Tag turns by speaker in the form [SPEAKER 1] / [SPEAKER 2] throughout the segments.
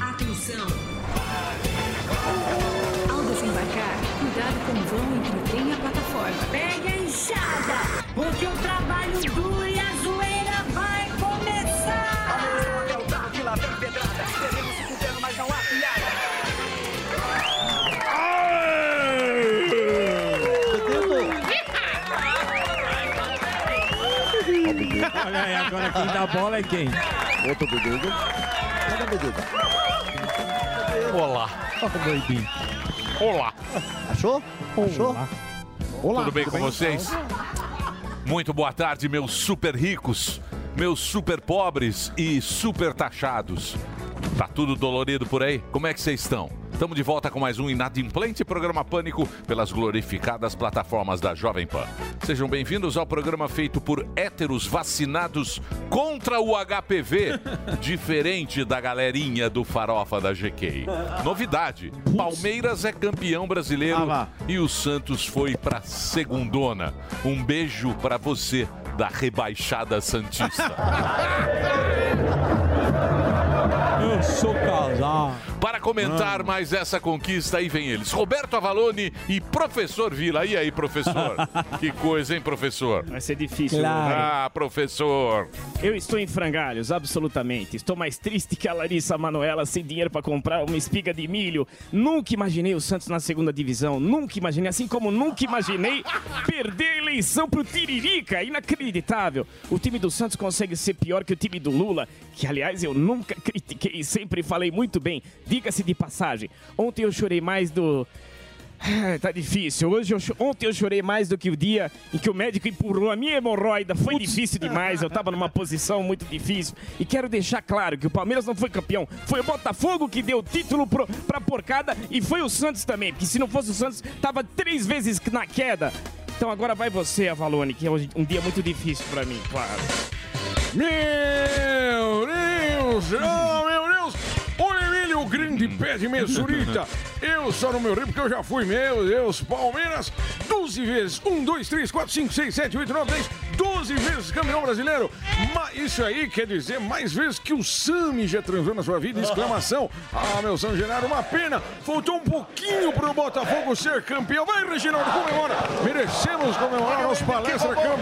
[SPEAKER 1] Atenção! Ao desembarcar, cuidado com o vão entre o trem e a plataforma.
[SPEAKER 2] Pega a enxada, porque o trabalho duro e a zoeira vai começar.
[SPEAKER 3] É o carro que lá vem pedrada. Devemos se fudendo, mas não há piada.
[SPEAKER 4] Olha aí, agora quem dá bola é quem?
[SPEAKER 5] Outro bedugo. Pega a beduga.
[SPEAKER 6] Olá. Olá.
[SPEAKER 5] Achou? Achou? Olá.
[SPEAKER 6] Tudo bem com vocês? Muito boa tarde, meus super ricos, meus super pobres e super taxados. Tá tudo dolorido por aí? Como é que vocês estão? Estamos de volta com mais um inadimplente programa Pânico pelas glorificadas plataformas da Jovem Pan. Sejam bem-vindos ao programa feito por héteros vacinados contra o HPV, diferente da galerinha do Farofa da GK. Novidade: Palmeiras é campeão
[SPEAKER 4] Ah,
[SPEAKER 6] brasileiro e o Santos foi pra segundona. Um beijo pra você da rebaixada santista.
[SPEAKER 4] Eu sou casado. Ah.
[SPEAKER 6] Para comentar mais essa conquista, aí vem eles. Roberto Avalone e professor Vila. E aí, professor? que coisa, hein, professor?
[SPEAKER 7] Vai ser difícil. né?
[SPEAKER 4] Claro.
[SPEAKER 6] Ah, professor.
[SPEAKER 7] Eu estou em frangalhos, absolutamente. Estou mais triste que a Larissa Manoela sem dinheiro para comprar uma espiga de milho. Nunca imaginei o Santos na segunda divisão. Nunca imaginei, assim como nunca imaginei perder a eleição pro Tiririca. Inacreditável. O time do Santos consegue ser pior que o time do Lula, que aliás eu nunca critiquei e sempre falei muito bem. Diga-se de passagem. Ontem eu chorei mais do ah, Tá difícil. Hoje eu cho- Ontem eu chorei mais do que o dia em que o médico empurrou a minha hemorroida. Foi difícil demais. Eu tava numa posição muito difícil. E quero deixar claro que o Palmeiras não foi campeão. Foi o Botafogo que deu o título pro... pra porcada e foi o Santos também. Porque se não fosse o Santos, tava três vezes na queda. Então agora vai você, Avalone, que é hoje um dia muito difícil pra mim, claro.
[SPEAKER 8] Meu Deus, oh, meu Deus! Olha ele, o grande pé de mensurita! Eu só no meu rio, porque eu já fui, meu Deus! Palmeiras, 12 vezes! 1, 2, 3, 4, 5, 6, 7, 8, 9, 10, 12 vezes campeão brasileiro! Mas isso aí quer dizer mais vezes que o Sami já transou na sua vida! Exclamação! Ah, meu São Genaro, uma pena! Faltou um pouquinho pro Botafogo ser campeão! Vai, Reginaldo, comemora! Merecemos comemorar nosso palestra campeão!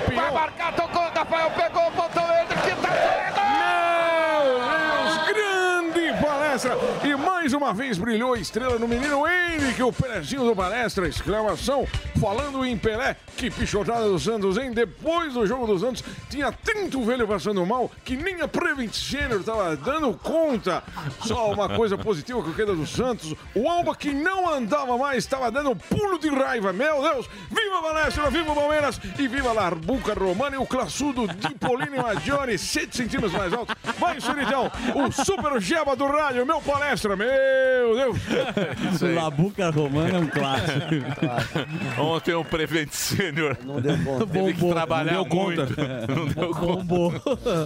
[SPEAKER 8] Meu Deus, grande palestra! E mais uma vez brilhou a estrela no menino Henrique, o Pelezinho do palestra, exclamação, falando em Pelé, que pichotada do Santos, hein? Depois do jogo dos Santos, tinha tanto velho passando mal que nem a Prevent Senior tava dando conta. Só uma coisa positiva que eu quero do Santos, o Alba que não andava mais, estava dando um pulo de raiva, meu Deus! Viva palestra, viva Palmeiras e viva Larbuca Romana e o classudo de Polini Maggiore, 7 centímetros mais alto. Vai, Suritão, o super jeba do rádio, meu palestra, meu Deus!
[SPEAKER 4] Labuca Romana é um clássico.
[SPEAKER 6] Ontem o Prevent Sênior
[SPEAKER 5] Não deu bom.
[SPEAKER 6] teve que
[SPEAKER 4] Bombou.
[SPEAKER 6] trabalhar
[SPEAKER 4] Não deu
[SPEAKER 6] muito.
[SPEAKER 4] conta.
[SPEAKER 6] Não deu conta.
[SPEAKER 9] Bombou.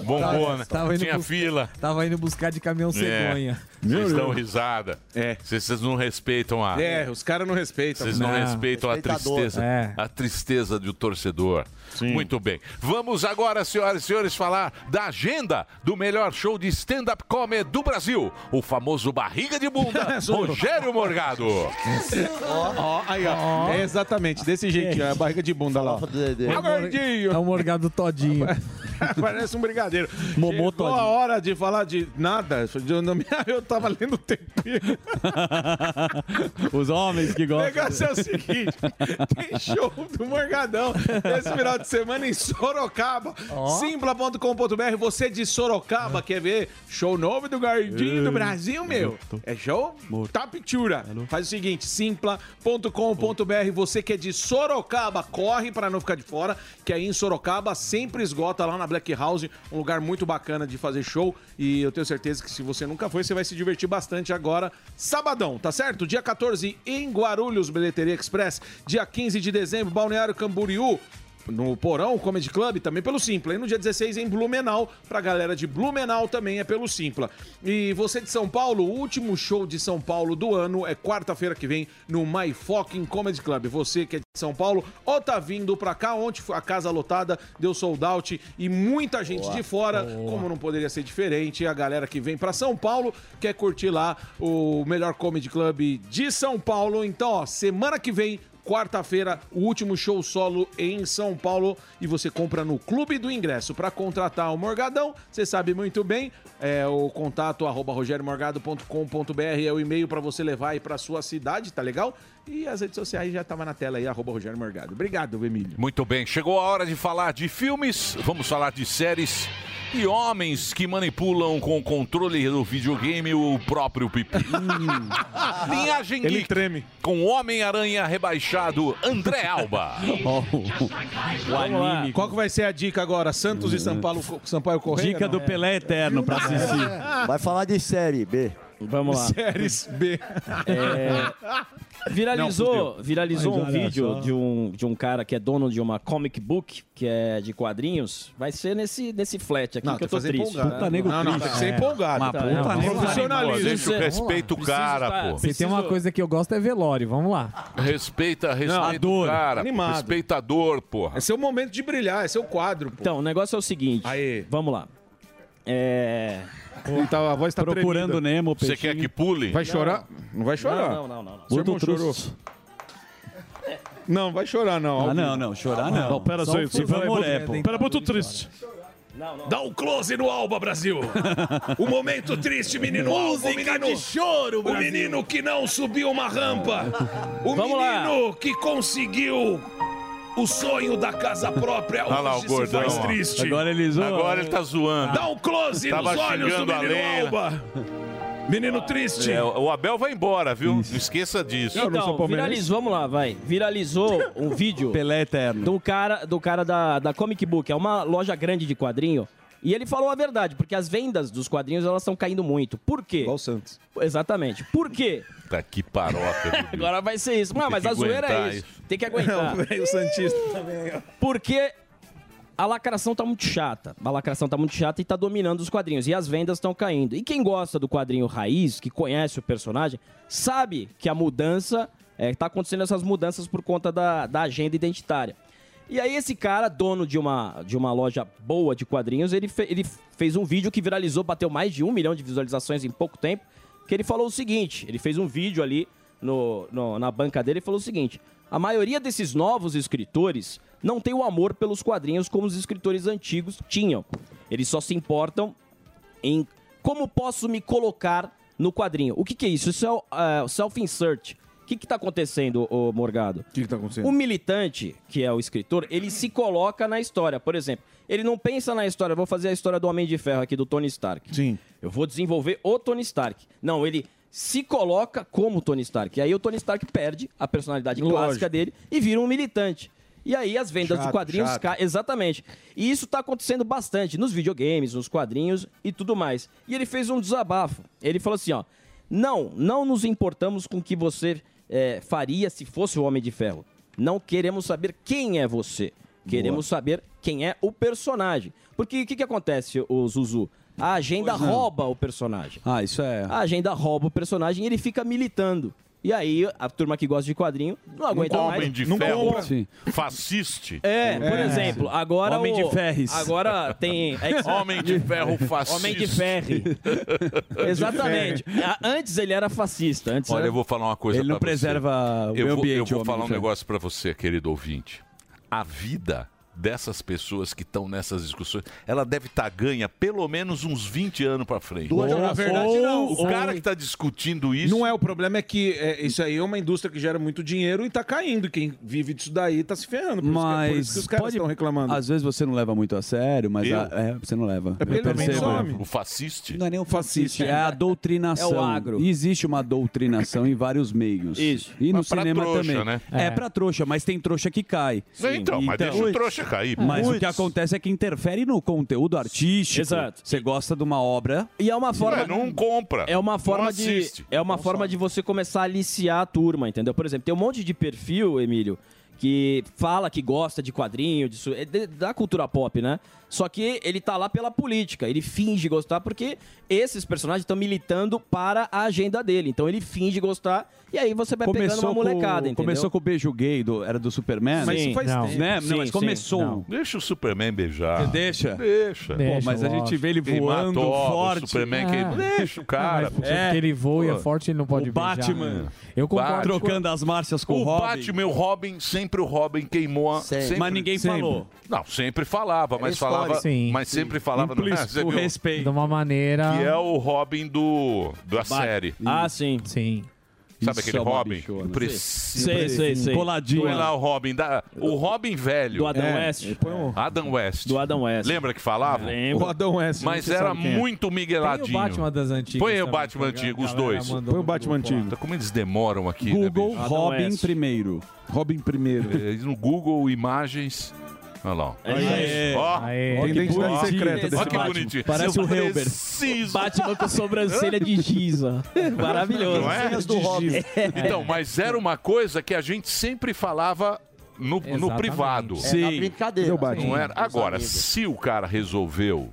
[SPEAKER 6] Bombou, né?
[SPEAKER 9] Tava indo
[SPEAKER 6] Tinha
[SPEAKER 9] pro-
[SPEAKER 6] fila. É.
[SPEAKER 9] Tava indo buscar de caminhão
[SPEAKER 4] é.
[SPEAKER 9] cegonha.
[SPEAKER 6] Vocês dão risada.
[SPEAKER 10] É.
[SPEAKER 6] Vocês vocês não respeitam a...
[SPEAKER 10] É, os caras não respeitam.
[SPEAKER 6] Vocês não,
[SPEAKER 9] Não,
[SPEAKER 6] respeitam a
[SPEAKER 5] respeita a dor.
[SPEAKER 6] tristeza,
[SPEAKER 9] É.
[SPEAKER 6] a tristeza do torcedor. Muito bem. Vamos agora, senhoras e senhores, falar da agenda do melhor show de stand-up comedy do Brasil, o famoso barriga de bunda, Rogério Morgado.
[SPEAKER 10] Ó, aí, ó. É exatamente, desse jeitinho, ó, a barriga de bunda lá. ó.
[SPEAKER 5] Dede.
[SPEAKER 10] Gordinho!
[SPEAKER 9] É o morgado todinho.
[SPEAKER 10] Parece um brigadeiro.
[SPEAKER 9] Momô
[SPEAKER 10] Chegou
[SPEAKER 9] todinho.
[SPEAKER 10] a hora de falar de nada. Eu, não- eu tava lendo o tempero.
[SPEAKER 4] Os homens que
[SPEAKER 10] O
[SPEAKER 4] gostam.
[SPEAKER 10] negócio é o seguinte: tem show do Morgadão esse final de semana em Sorocaba. Simpla.com.br. Você de Sorocaba quer ver show novo do Gordinho do Brasil, meu? É show? Tá pitura. Faz o seguinte: simpla.com.br. Você que é de Sorocaba, corre pra não ficar de fora, que aí em Sorocaba sempre esgota lá na Black House, um lugar muito bacana de fazer show. E eu tenho certeza que se você nunca foi, você vai se divertir bastante agora. Sabadão, tá certo? Dia 14 em Guarulhos, Bilheteria Express. Dia 15 de dezembro, Balneário Camboriú no Porão Comedy Club, também pelo Simpla. E no dia 16 em Blumenau, pra galera de Blumenau também é pelo Simpla. E você de São Paulo, o último show de São Paulo do ano é quarta-feira que vem no My Fucking Comedy Club. Você que é de São Paulo ou tá vindo pra cá, ontem foi a casa lotada, deu sold out e muita gente de fora, como não poderia ser diferente, a galera que vem pra São Paulo quer curtir lá o melhor Comedy Club de São Paulo. Então, ó, semana que vem Quarta-feira, o último show solo em São Paulo e você compra no Clube do Ingresso. Para contratar o Morgadão, você sabe muito bem, é o contato arroba rogeriomorgado.com.br é o e-mail para você levar aí para sua cidade, tá legal? E as redes sociais já tava na tela aí, arroba Rogério Morgado. Obrigado, Emílio.
[SPEAKER 6] Muito bem, chegou a hora de falar de filmes, vamos falar de séries e homens que manipulam com o controle do videogame o próprio pipi. Linhagem
[SPEAKER 10] Ele
[SPEAKER 6] Geek, com Homem-Aranha rebaixado André Alba.
[SPEAKER 10] O anime. Qual que vai ser a dica agora? Santos e São Paulo, São Paulo Correia?
[SPEAKER 4] Dica
[SPEAKER 11] É.
[SPEAKER 4] do Pelé Eterno
[SPEAKER 5] Ah,
[SPEAKER 4] pra assistir.
[SPEAKER 5] é.
[SPEAKER 12] Vai falar de série B.
[SPEAKER 11] Vamos lá.
[SPEAKER 10] Séries B.
[SPEAKER 11] É, viralizou viralizou
[SPEAKER 12] Mas
[SPEAKER 11] um
[SPEAKER 12] olha
[SPEAKER 11] vídeo
[SPEAKER 12] só.
[SPEAKER 11] de um, de um cara que é dono de uma comic book, que é de quadrinhos. Vai ser nesse, nesse flat aqui
[SPEAKER 10] Não,
[SPEAKER 11] que eu
[SPEAKER 10] tem que
[SPEAKER 11] tô
[SPEAKER 10] fazer
[SPEAKER 11] triste.
[SPEAKER 10] empolgado. Puta nego Não, não, triste. tem que ser empolgado. tá? Mas puta
[SPEAKER 11] não,
[SPEAKER 10] nego
[SPEAKER 11] profissionalismo.
[SPEAKER 10] triste.
[SPEAKER 6] Deixa o
[SPEAKER 11] Vamos lá.
[SPEAKER 6] respeito o cara, pô.
[SPEAKER 9] Se tem uma coisa que eu gosto é velório, vamos lá.
[SPEAKER 6] Respeita,
[SPEAKER 9] Não,
[SPEAKER 6] respeita
[SPEAKER 9] a
[SPEAKER 6] o
[SPEAKER 9] dor.
[SPEAKER 6] cara.
[SPEAKER 9] Animado.
[SPEAKER 6] Respeita a dor, porra.
[SPEAKER 10] Esse é o momento de brilhar, esse é o quadro, pô.
[SPEAKER 11] Então, o negócio é o seguinte. Vamos lá. É...
[SPEAKER 10] a voz tá
[SPEAKER 4] Procurando tremida. Nemo,
[SPEAKER 6] Você quer que pule?
[SPEAKER 10] Vai chorar? Não vai chorar.
[SPEAKER 11] Não, não, não. não.
[SPEAKER 10] Seu irmão
[SPEAKER 11] Outro
[SPEAKER 10] chorou.
[SPEAKER 11] truço.
[SPEAKER 10] Não, vai chorar não.
[SPEAKER 4] Ah, não, não, chorar não.
[SPEAKER 10] pera
[SPEAKER 4] Só
[SPEAKER 10] só,
[SPEAKER 4] um
[SPEAKER 10] isso
[SPEAKER 4] Ivan
[SPEAKER 8] é
[SPEAKER 4] Moré, pô.
[SPEAKER 10] Pera, muito triste.
[SPEAKER 8] Dá um close no Alba, Brasil! O momento triste, menino Um Alba, o menino, choro, O menino que não subiu uma rampa! O menino que conseguiu o sonho da casa própria!
[SPEAKER 6] Olha lá o
[SPEAKER 8] Hoje se
[SPEAKER 6] gordão.
[SPEAKER 8] faz
[SPEAKER 6] ó.
[SPEAKER 8] triste!
[SPEAKER 6] Agora ele tá zoando.
[SPEAKER 8] Dá um close
[SPEAKER 6] Tava
[SPEAKER 8] nos olhos do
[SPEAKER 6] xingando a
[SPEAKER 8] menino
[SPEAKER 6] Leila.
[SPEAKER 8] Alba! Menino triste!
[SPEAKER 6] É, o Abel vai embora, viu? Não esqueça disso.
[SPEAKER 11] Então, viralizou, vamos lá, vai. Viralizou um vídeo
[SPEAKER 4] Pelé eterno.
[SPEAKER 11] do cara, do cara da, da Comic Book, é uma loja grande de quadrinho. E ele falou a verdade, porque as vendas dos quadrinhos elas estão caindo muito. Por quê? Igual
[SPEAKER 10] o Santos.
[SPEAKER 11] Exatamente. Por quê?
[SPEAKER 6] Tá que paroca. viu?
[SPEAKER 11] Agora vai ser isso. Não,
[SPEAKER 6] Tem
[SPEAKER 11] mas
[SPEAKER 6] que
[SPEAKER 11] a zoeira
[SPEAKER 6] aguentar
[SPEAKER 11] é isso.
[SPEAKER 6] isso.
[SPEAKER 11] Tem que aguentar.
[SPEAKER 10] É, o velho Santista também.
[SPEAKER 11] Porque a lacração tá muito chata. A lacração tá muito chata e tá dominando os quadrinhos. E as vendas estão caindo. E quem gosta do quadrinho raiz, que conhece o personagem, sabe que a mudança. É, tá acontecendo essas mudanças por conta da, da agenda identitária. E aí, esse cara, dono de uma, de uma loja boa de quadrinhos, ele, fe- ele fez um vídeo que viralizou, bateu mais de um milhão de visualizações em pouco tempo. Que ele falou o seguinte: ele fez um vídeo ali no, no- na banca dele e falou o seguinte: a maioria desses novos escritores não tem o amor pelos quadrinhos como os escritores antigos tinham. Eles só se importam em como posso me colocar no quadrinho. O que, que é isso? Isso é o, é, o self-insert. O que tá está acontecendo, ô Morgado? O
[SPEAKER 10] que está acontecendo?
[SPEAKER 11] O militante, que é o escritor, ele se coloca na história. Por exemplo, ele não pensa na história. Vou fazer a história do Homem de Ferro aqui, do Tony Stark.
[SPEAKER 10] Sim.
[SPEAKER 11] Eu vou desenvolver o Tony Stark. Não, ele se coloca como Tony Stark. E aí o Tony Stark perde a personalidade
[SPEAKER 10] Lógico.
[SPEAKER 11] clássica dele e vira um militante. E aí as vendas
[SPEAKER 10] Chato,
[SPEAKER 11] do quadrinhos
[SPEAKER 10] chato.
[SPEAKER 11] caem. Exatamente. E isso tá acontecendo bastante nos videogames, nos quadrinhos e tudo mais. E ele fez um desabafo. Ele falou assim, ó. Não, não nos importamos com o que você eh, faria se fosse o Homem de Ferro. Não queremos saber quem é você. Queremos saber quem é o personagem. Porque o que, que acontece, o Zuzu? A agenda
[SPEAKER 4] Pois não.
[SPEAKER 11] rouba o personagem.
[SPEAKER 4] Ah, isso é.
[SPEAKER 11] A agenda rouba o personagem e ele fica militando. E aí, a turma que gosta de quadrinho não aguenta
[SPEAKER 6] Nunca
[SPEAKER 11] mais.
[SPEAKER 6] Um Homem de
[SPEAKER 11] Não
[SPEAKER 6] ferro.
[SPEAKER 11] compra.
[SPEAKER 6] Fasciste. Um
[SPEAKER 11] É, por exemplo, agora
[SPEAKER 6] Homem
[SPEAKER 11] o-
[SPEAKER 6] de Ferris.
[SPEAKER 11] Agora tem é
[SPEAKER 6] Homem de ferro fascista.
[SPEAKER 11] Homem de ferro. Exatamente. A- Antes ele era fascista, antes
[SPEAKER 6] Olha,
[SPEAKER 11] era-
[SPEAKER 6] eu vou falar uma coisa
[SPEAKER 4] Ele não
[SPEAKER 6] pra você.
[SPEAKER 4] preserva o
[SPEAKER 6] eu
[SPEAKER 4] meio
[SPEAKER 6] vou, Eu
[SPEAKER 4] ambiente,
[SPEAKER 6] vou
[SPEAKER 4] o
[SPEAKER 6] falar um
[SPEAKER 4] homem, né?
[SPEAKER 6] negócio pra você, querido ouvinte. A vida dessas pessoas que estão nessas discussões, ela deve estar ganha pelo menos uns 20 anos pra frente.
[SPEAKER 10] Duas gerações. Ou-
[SPEAKER 6] O
[SPEAKER 10] ou-
[SPEAKER 6] cara que tá discutindo isso...
[SPEAKER 10] Não é o problema, é que é, isso aí é uma indústria que gera muito dinheiro e tá caindo. Quem vive disso daí tá se ferrando. Por isso que- por isso que
[SPEAKER 4] Mas
[SPEAKER 10] os caras
[SPEAKER 4] pode-
[SPEAKER 10] estão reclamando.
[SPEAKER 4] Às vezes você não leva muito a sério, mas
[SPEAKER 6] Eu?
[SPEAKER 4] a- é, você não leva.
[SPEAKER 10] É porque
[SPEAKER 4] Eu
[SPEAKER 10] ele também
[SPEAKER 4] percebo.
[SPEAKER 10] some.
[SPEAKER 6] O fasciste?
[SPEAKER 4] Não é nem o fascista, é a doutrinação.
[SPEAKER 6] É o agro.
[SPEAKER 4] E existe uma doutrinação em vários meios. Isso. E no
[SPEAKER 6] pra
[SPEAKER 4] cinema
[SPEAKER 6] trouxa,
[SPEAKER 4] também.
[SPEAKER 6] né?
[SPEAKER 4] É.
[SPEAKER 6] É.
[SPEAKER 4] pra trouxa, mas tem trouxa que cai.
[SPEAKER 6] Sim, então, mas deixa o trouxa cair.
[SPEAKER 4] Mas o que acontece é que interfere no conteúdo artístico.
[SPEAKER 11] Exato.
[SPEAKER 4] Você gosta de uma obra.
[SPEAKER 11] E é uma forma. É uma forma de.
[SPEAKER 4] assiste.
[SPEAKER 11] É uma forma de você começar a aliciar a turma, entendeu? Por exemplo, tem um monte de perfil, Emílio, que fala que gosta de quadrinho, de, su- é de- da cultura pop, né? Só que ele tá lá pela política. Ele finge gostar porque esses personagens estão militando para a agenda dele. Então ele finge gostar e aí você vai pegando uma molecada,
[SPEAKER 4] com,
[SPEAKER 11] entendeu?
[SPEAKER 4] começou com o beijo gay, do, era do Superman?
[SPEAKER 11] Mas isso faz Não. tempo.
[SPEAKER 4] Né?
[SPEAKER 11] Sim,
[SPEAKER 4] não, mas
[SPEAKER 11] sim.
[SPEAKER 4] começou.
[SPEAKER 11] Não.
[SPEAKER 6] Deixa o Superman beijar.
[SPEAKER 4] Deixa?
[SPEAKER 6] Deixa.
[SPEAKER 4] Pô, mas a gente vê ele
[SPEAKER 6] Quem
[SPEAKER 4] voando
[SPEAKER 6] matou o
[SPEAKER 4] forte.
[SPEAKER 6] Superman, quem- Deixa o cara. pô.
[SPEAKER 9] Ah. Porque ele voa e é forte, ele não pode
[SPEAKER 6] O
[SPEAKER 9] beijar. né?
[SPEAKER 6] Batman.
[SPEAKER 9] Eu concordo.
[SPEAKER 6] Batman. Trocando
[SPEAKER 4] as marchas
[SPEAKER 9] com o Robin.
[SPEAKER 6] Batman, o Robin, sempre o Robin queimou a...
[SPEAKER 9] Sempre.
[SPEAKER 6] sempre.
[SPEAKER 9] Mas ninguém Sempre. falou.
[SPEAKER 6] Não, sempre falava, mas
[SPEAKER 9] história.
[SPEAKER 6] falava...
[SPEAKER 9] Sim.
[SPEAKER 6] Mas sempre falava...
[SPEAKER 9] Implícito,
[SPEAKER 6] Você
[SPEAKER 9] o
[SPEAKER 6] viu?
[SPEAKER 9] De uma maneira...
[SPEAKER 6] Que é o Robin do... da série.
[SPEAKER 11] Ah, sim.
[SPEAKER 9] Sim.
[SPEAKER 6] Sabe aquele
[SPEAKER 9] Isso é uma
[SPEAKER 6] Robin?
[SPEAKER 9] bichona.
[SPEAKER 6] Preciso.
[SPEAKER 9] Sei, sei, sei.
[SPEAKER 6] Coladinho.
[SPEAKER 9] Coladinho.
[SPEAKER 6] Põe é lá o Robin. Da... O Robin velho. É.
[SPEAKER 11] Do Adam West. ele põe
[SPEAKER 6] Adam West.
[SPEAKER 11] Do Adam West.
[SPEAKER 6] Lembra que falava?
[SPEAKER 11] Lembro.
[SPEAKER 10] O Adam West,
[SPEAKER 6] Mas
[SPEAKER 10] você
[SPEAKER 6] era
[SPEAKER 10] sabe quem é.
[SPEAKER 6] muito migueladinho.
[SPEAKER 10] Põe o Batman das antigas
[SPEAKER 6] Põe o
[SPEAKER 10] também,
[SPEAKER 6] Batman
[SPEAKER 10] que a
[SPEAKER 6] antigo, os
[SPEAKER 10] galera
[SPEAKER 6] dois.
[SPEAKER 10] mandou Põe o Batman no grupo antigo.
[SPEAKER 6] Puta, Como eles demoram aqui,
[SPEAKER 4] Google
[SPEAKER 6] né, bicho?
[SPEAKER 4] Robin primeiro. Robin primeiro.
[SPEAKER 6] É, No Google, imagens... Olha lá. ó.
[SPEAKER 4] Aê.
[SPEAKER 6] Ó.
[SPEAKER 4] Aê.
[SPEAKER 6] Ó É, que
[SPEAKER 4] Tem identidade
[SPEAKER 6] bonitinho.
[SPEAKER 4] secreta
[SPEAKER 6] Ó
[SPEAKER 4] desse
[SPEAKER 6] que
[SPEAKER 4] Batman.
[SPEAKER 6] bonitinho.
[SPEAKER 4] Parece
[SPEAKER 6] Eu
[SPEAKER 4] o Helber.
[SPEAKER 6] preciso.
[SPEAKER 11] Batman com sobrancelha de giz, ó. Maravilhoso.
[SPEAKER 6] Não é?
[SPEAKER 11] Do Robin.
[SPEAKER 6] Então, mas era uma coisa que a gente sempre falava no, no
[SPEAKER 11] Exatamente.
[SPEAKER 6] privado.
[SPEAKER 11] É, na Sim. brincadeira. Eu bati.
[SPEAKER 6] Não era.
[SPEAKER 11] Sim, com os
[SPEAKER 6] Agora,
[SPEAKER 11] amigos.
[SPEAKER 6] se o cara resolveu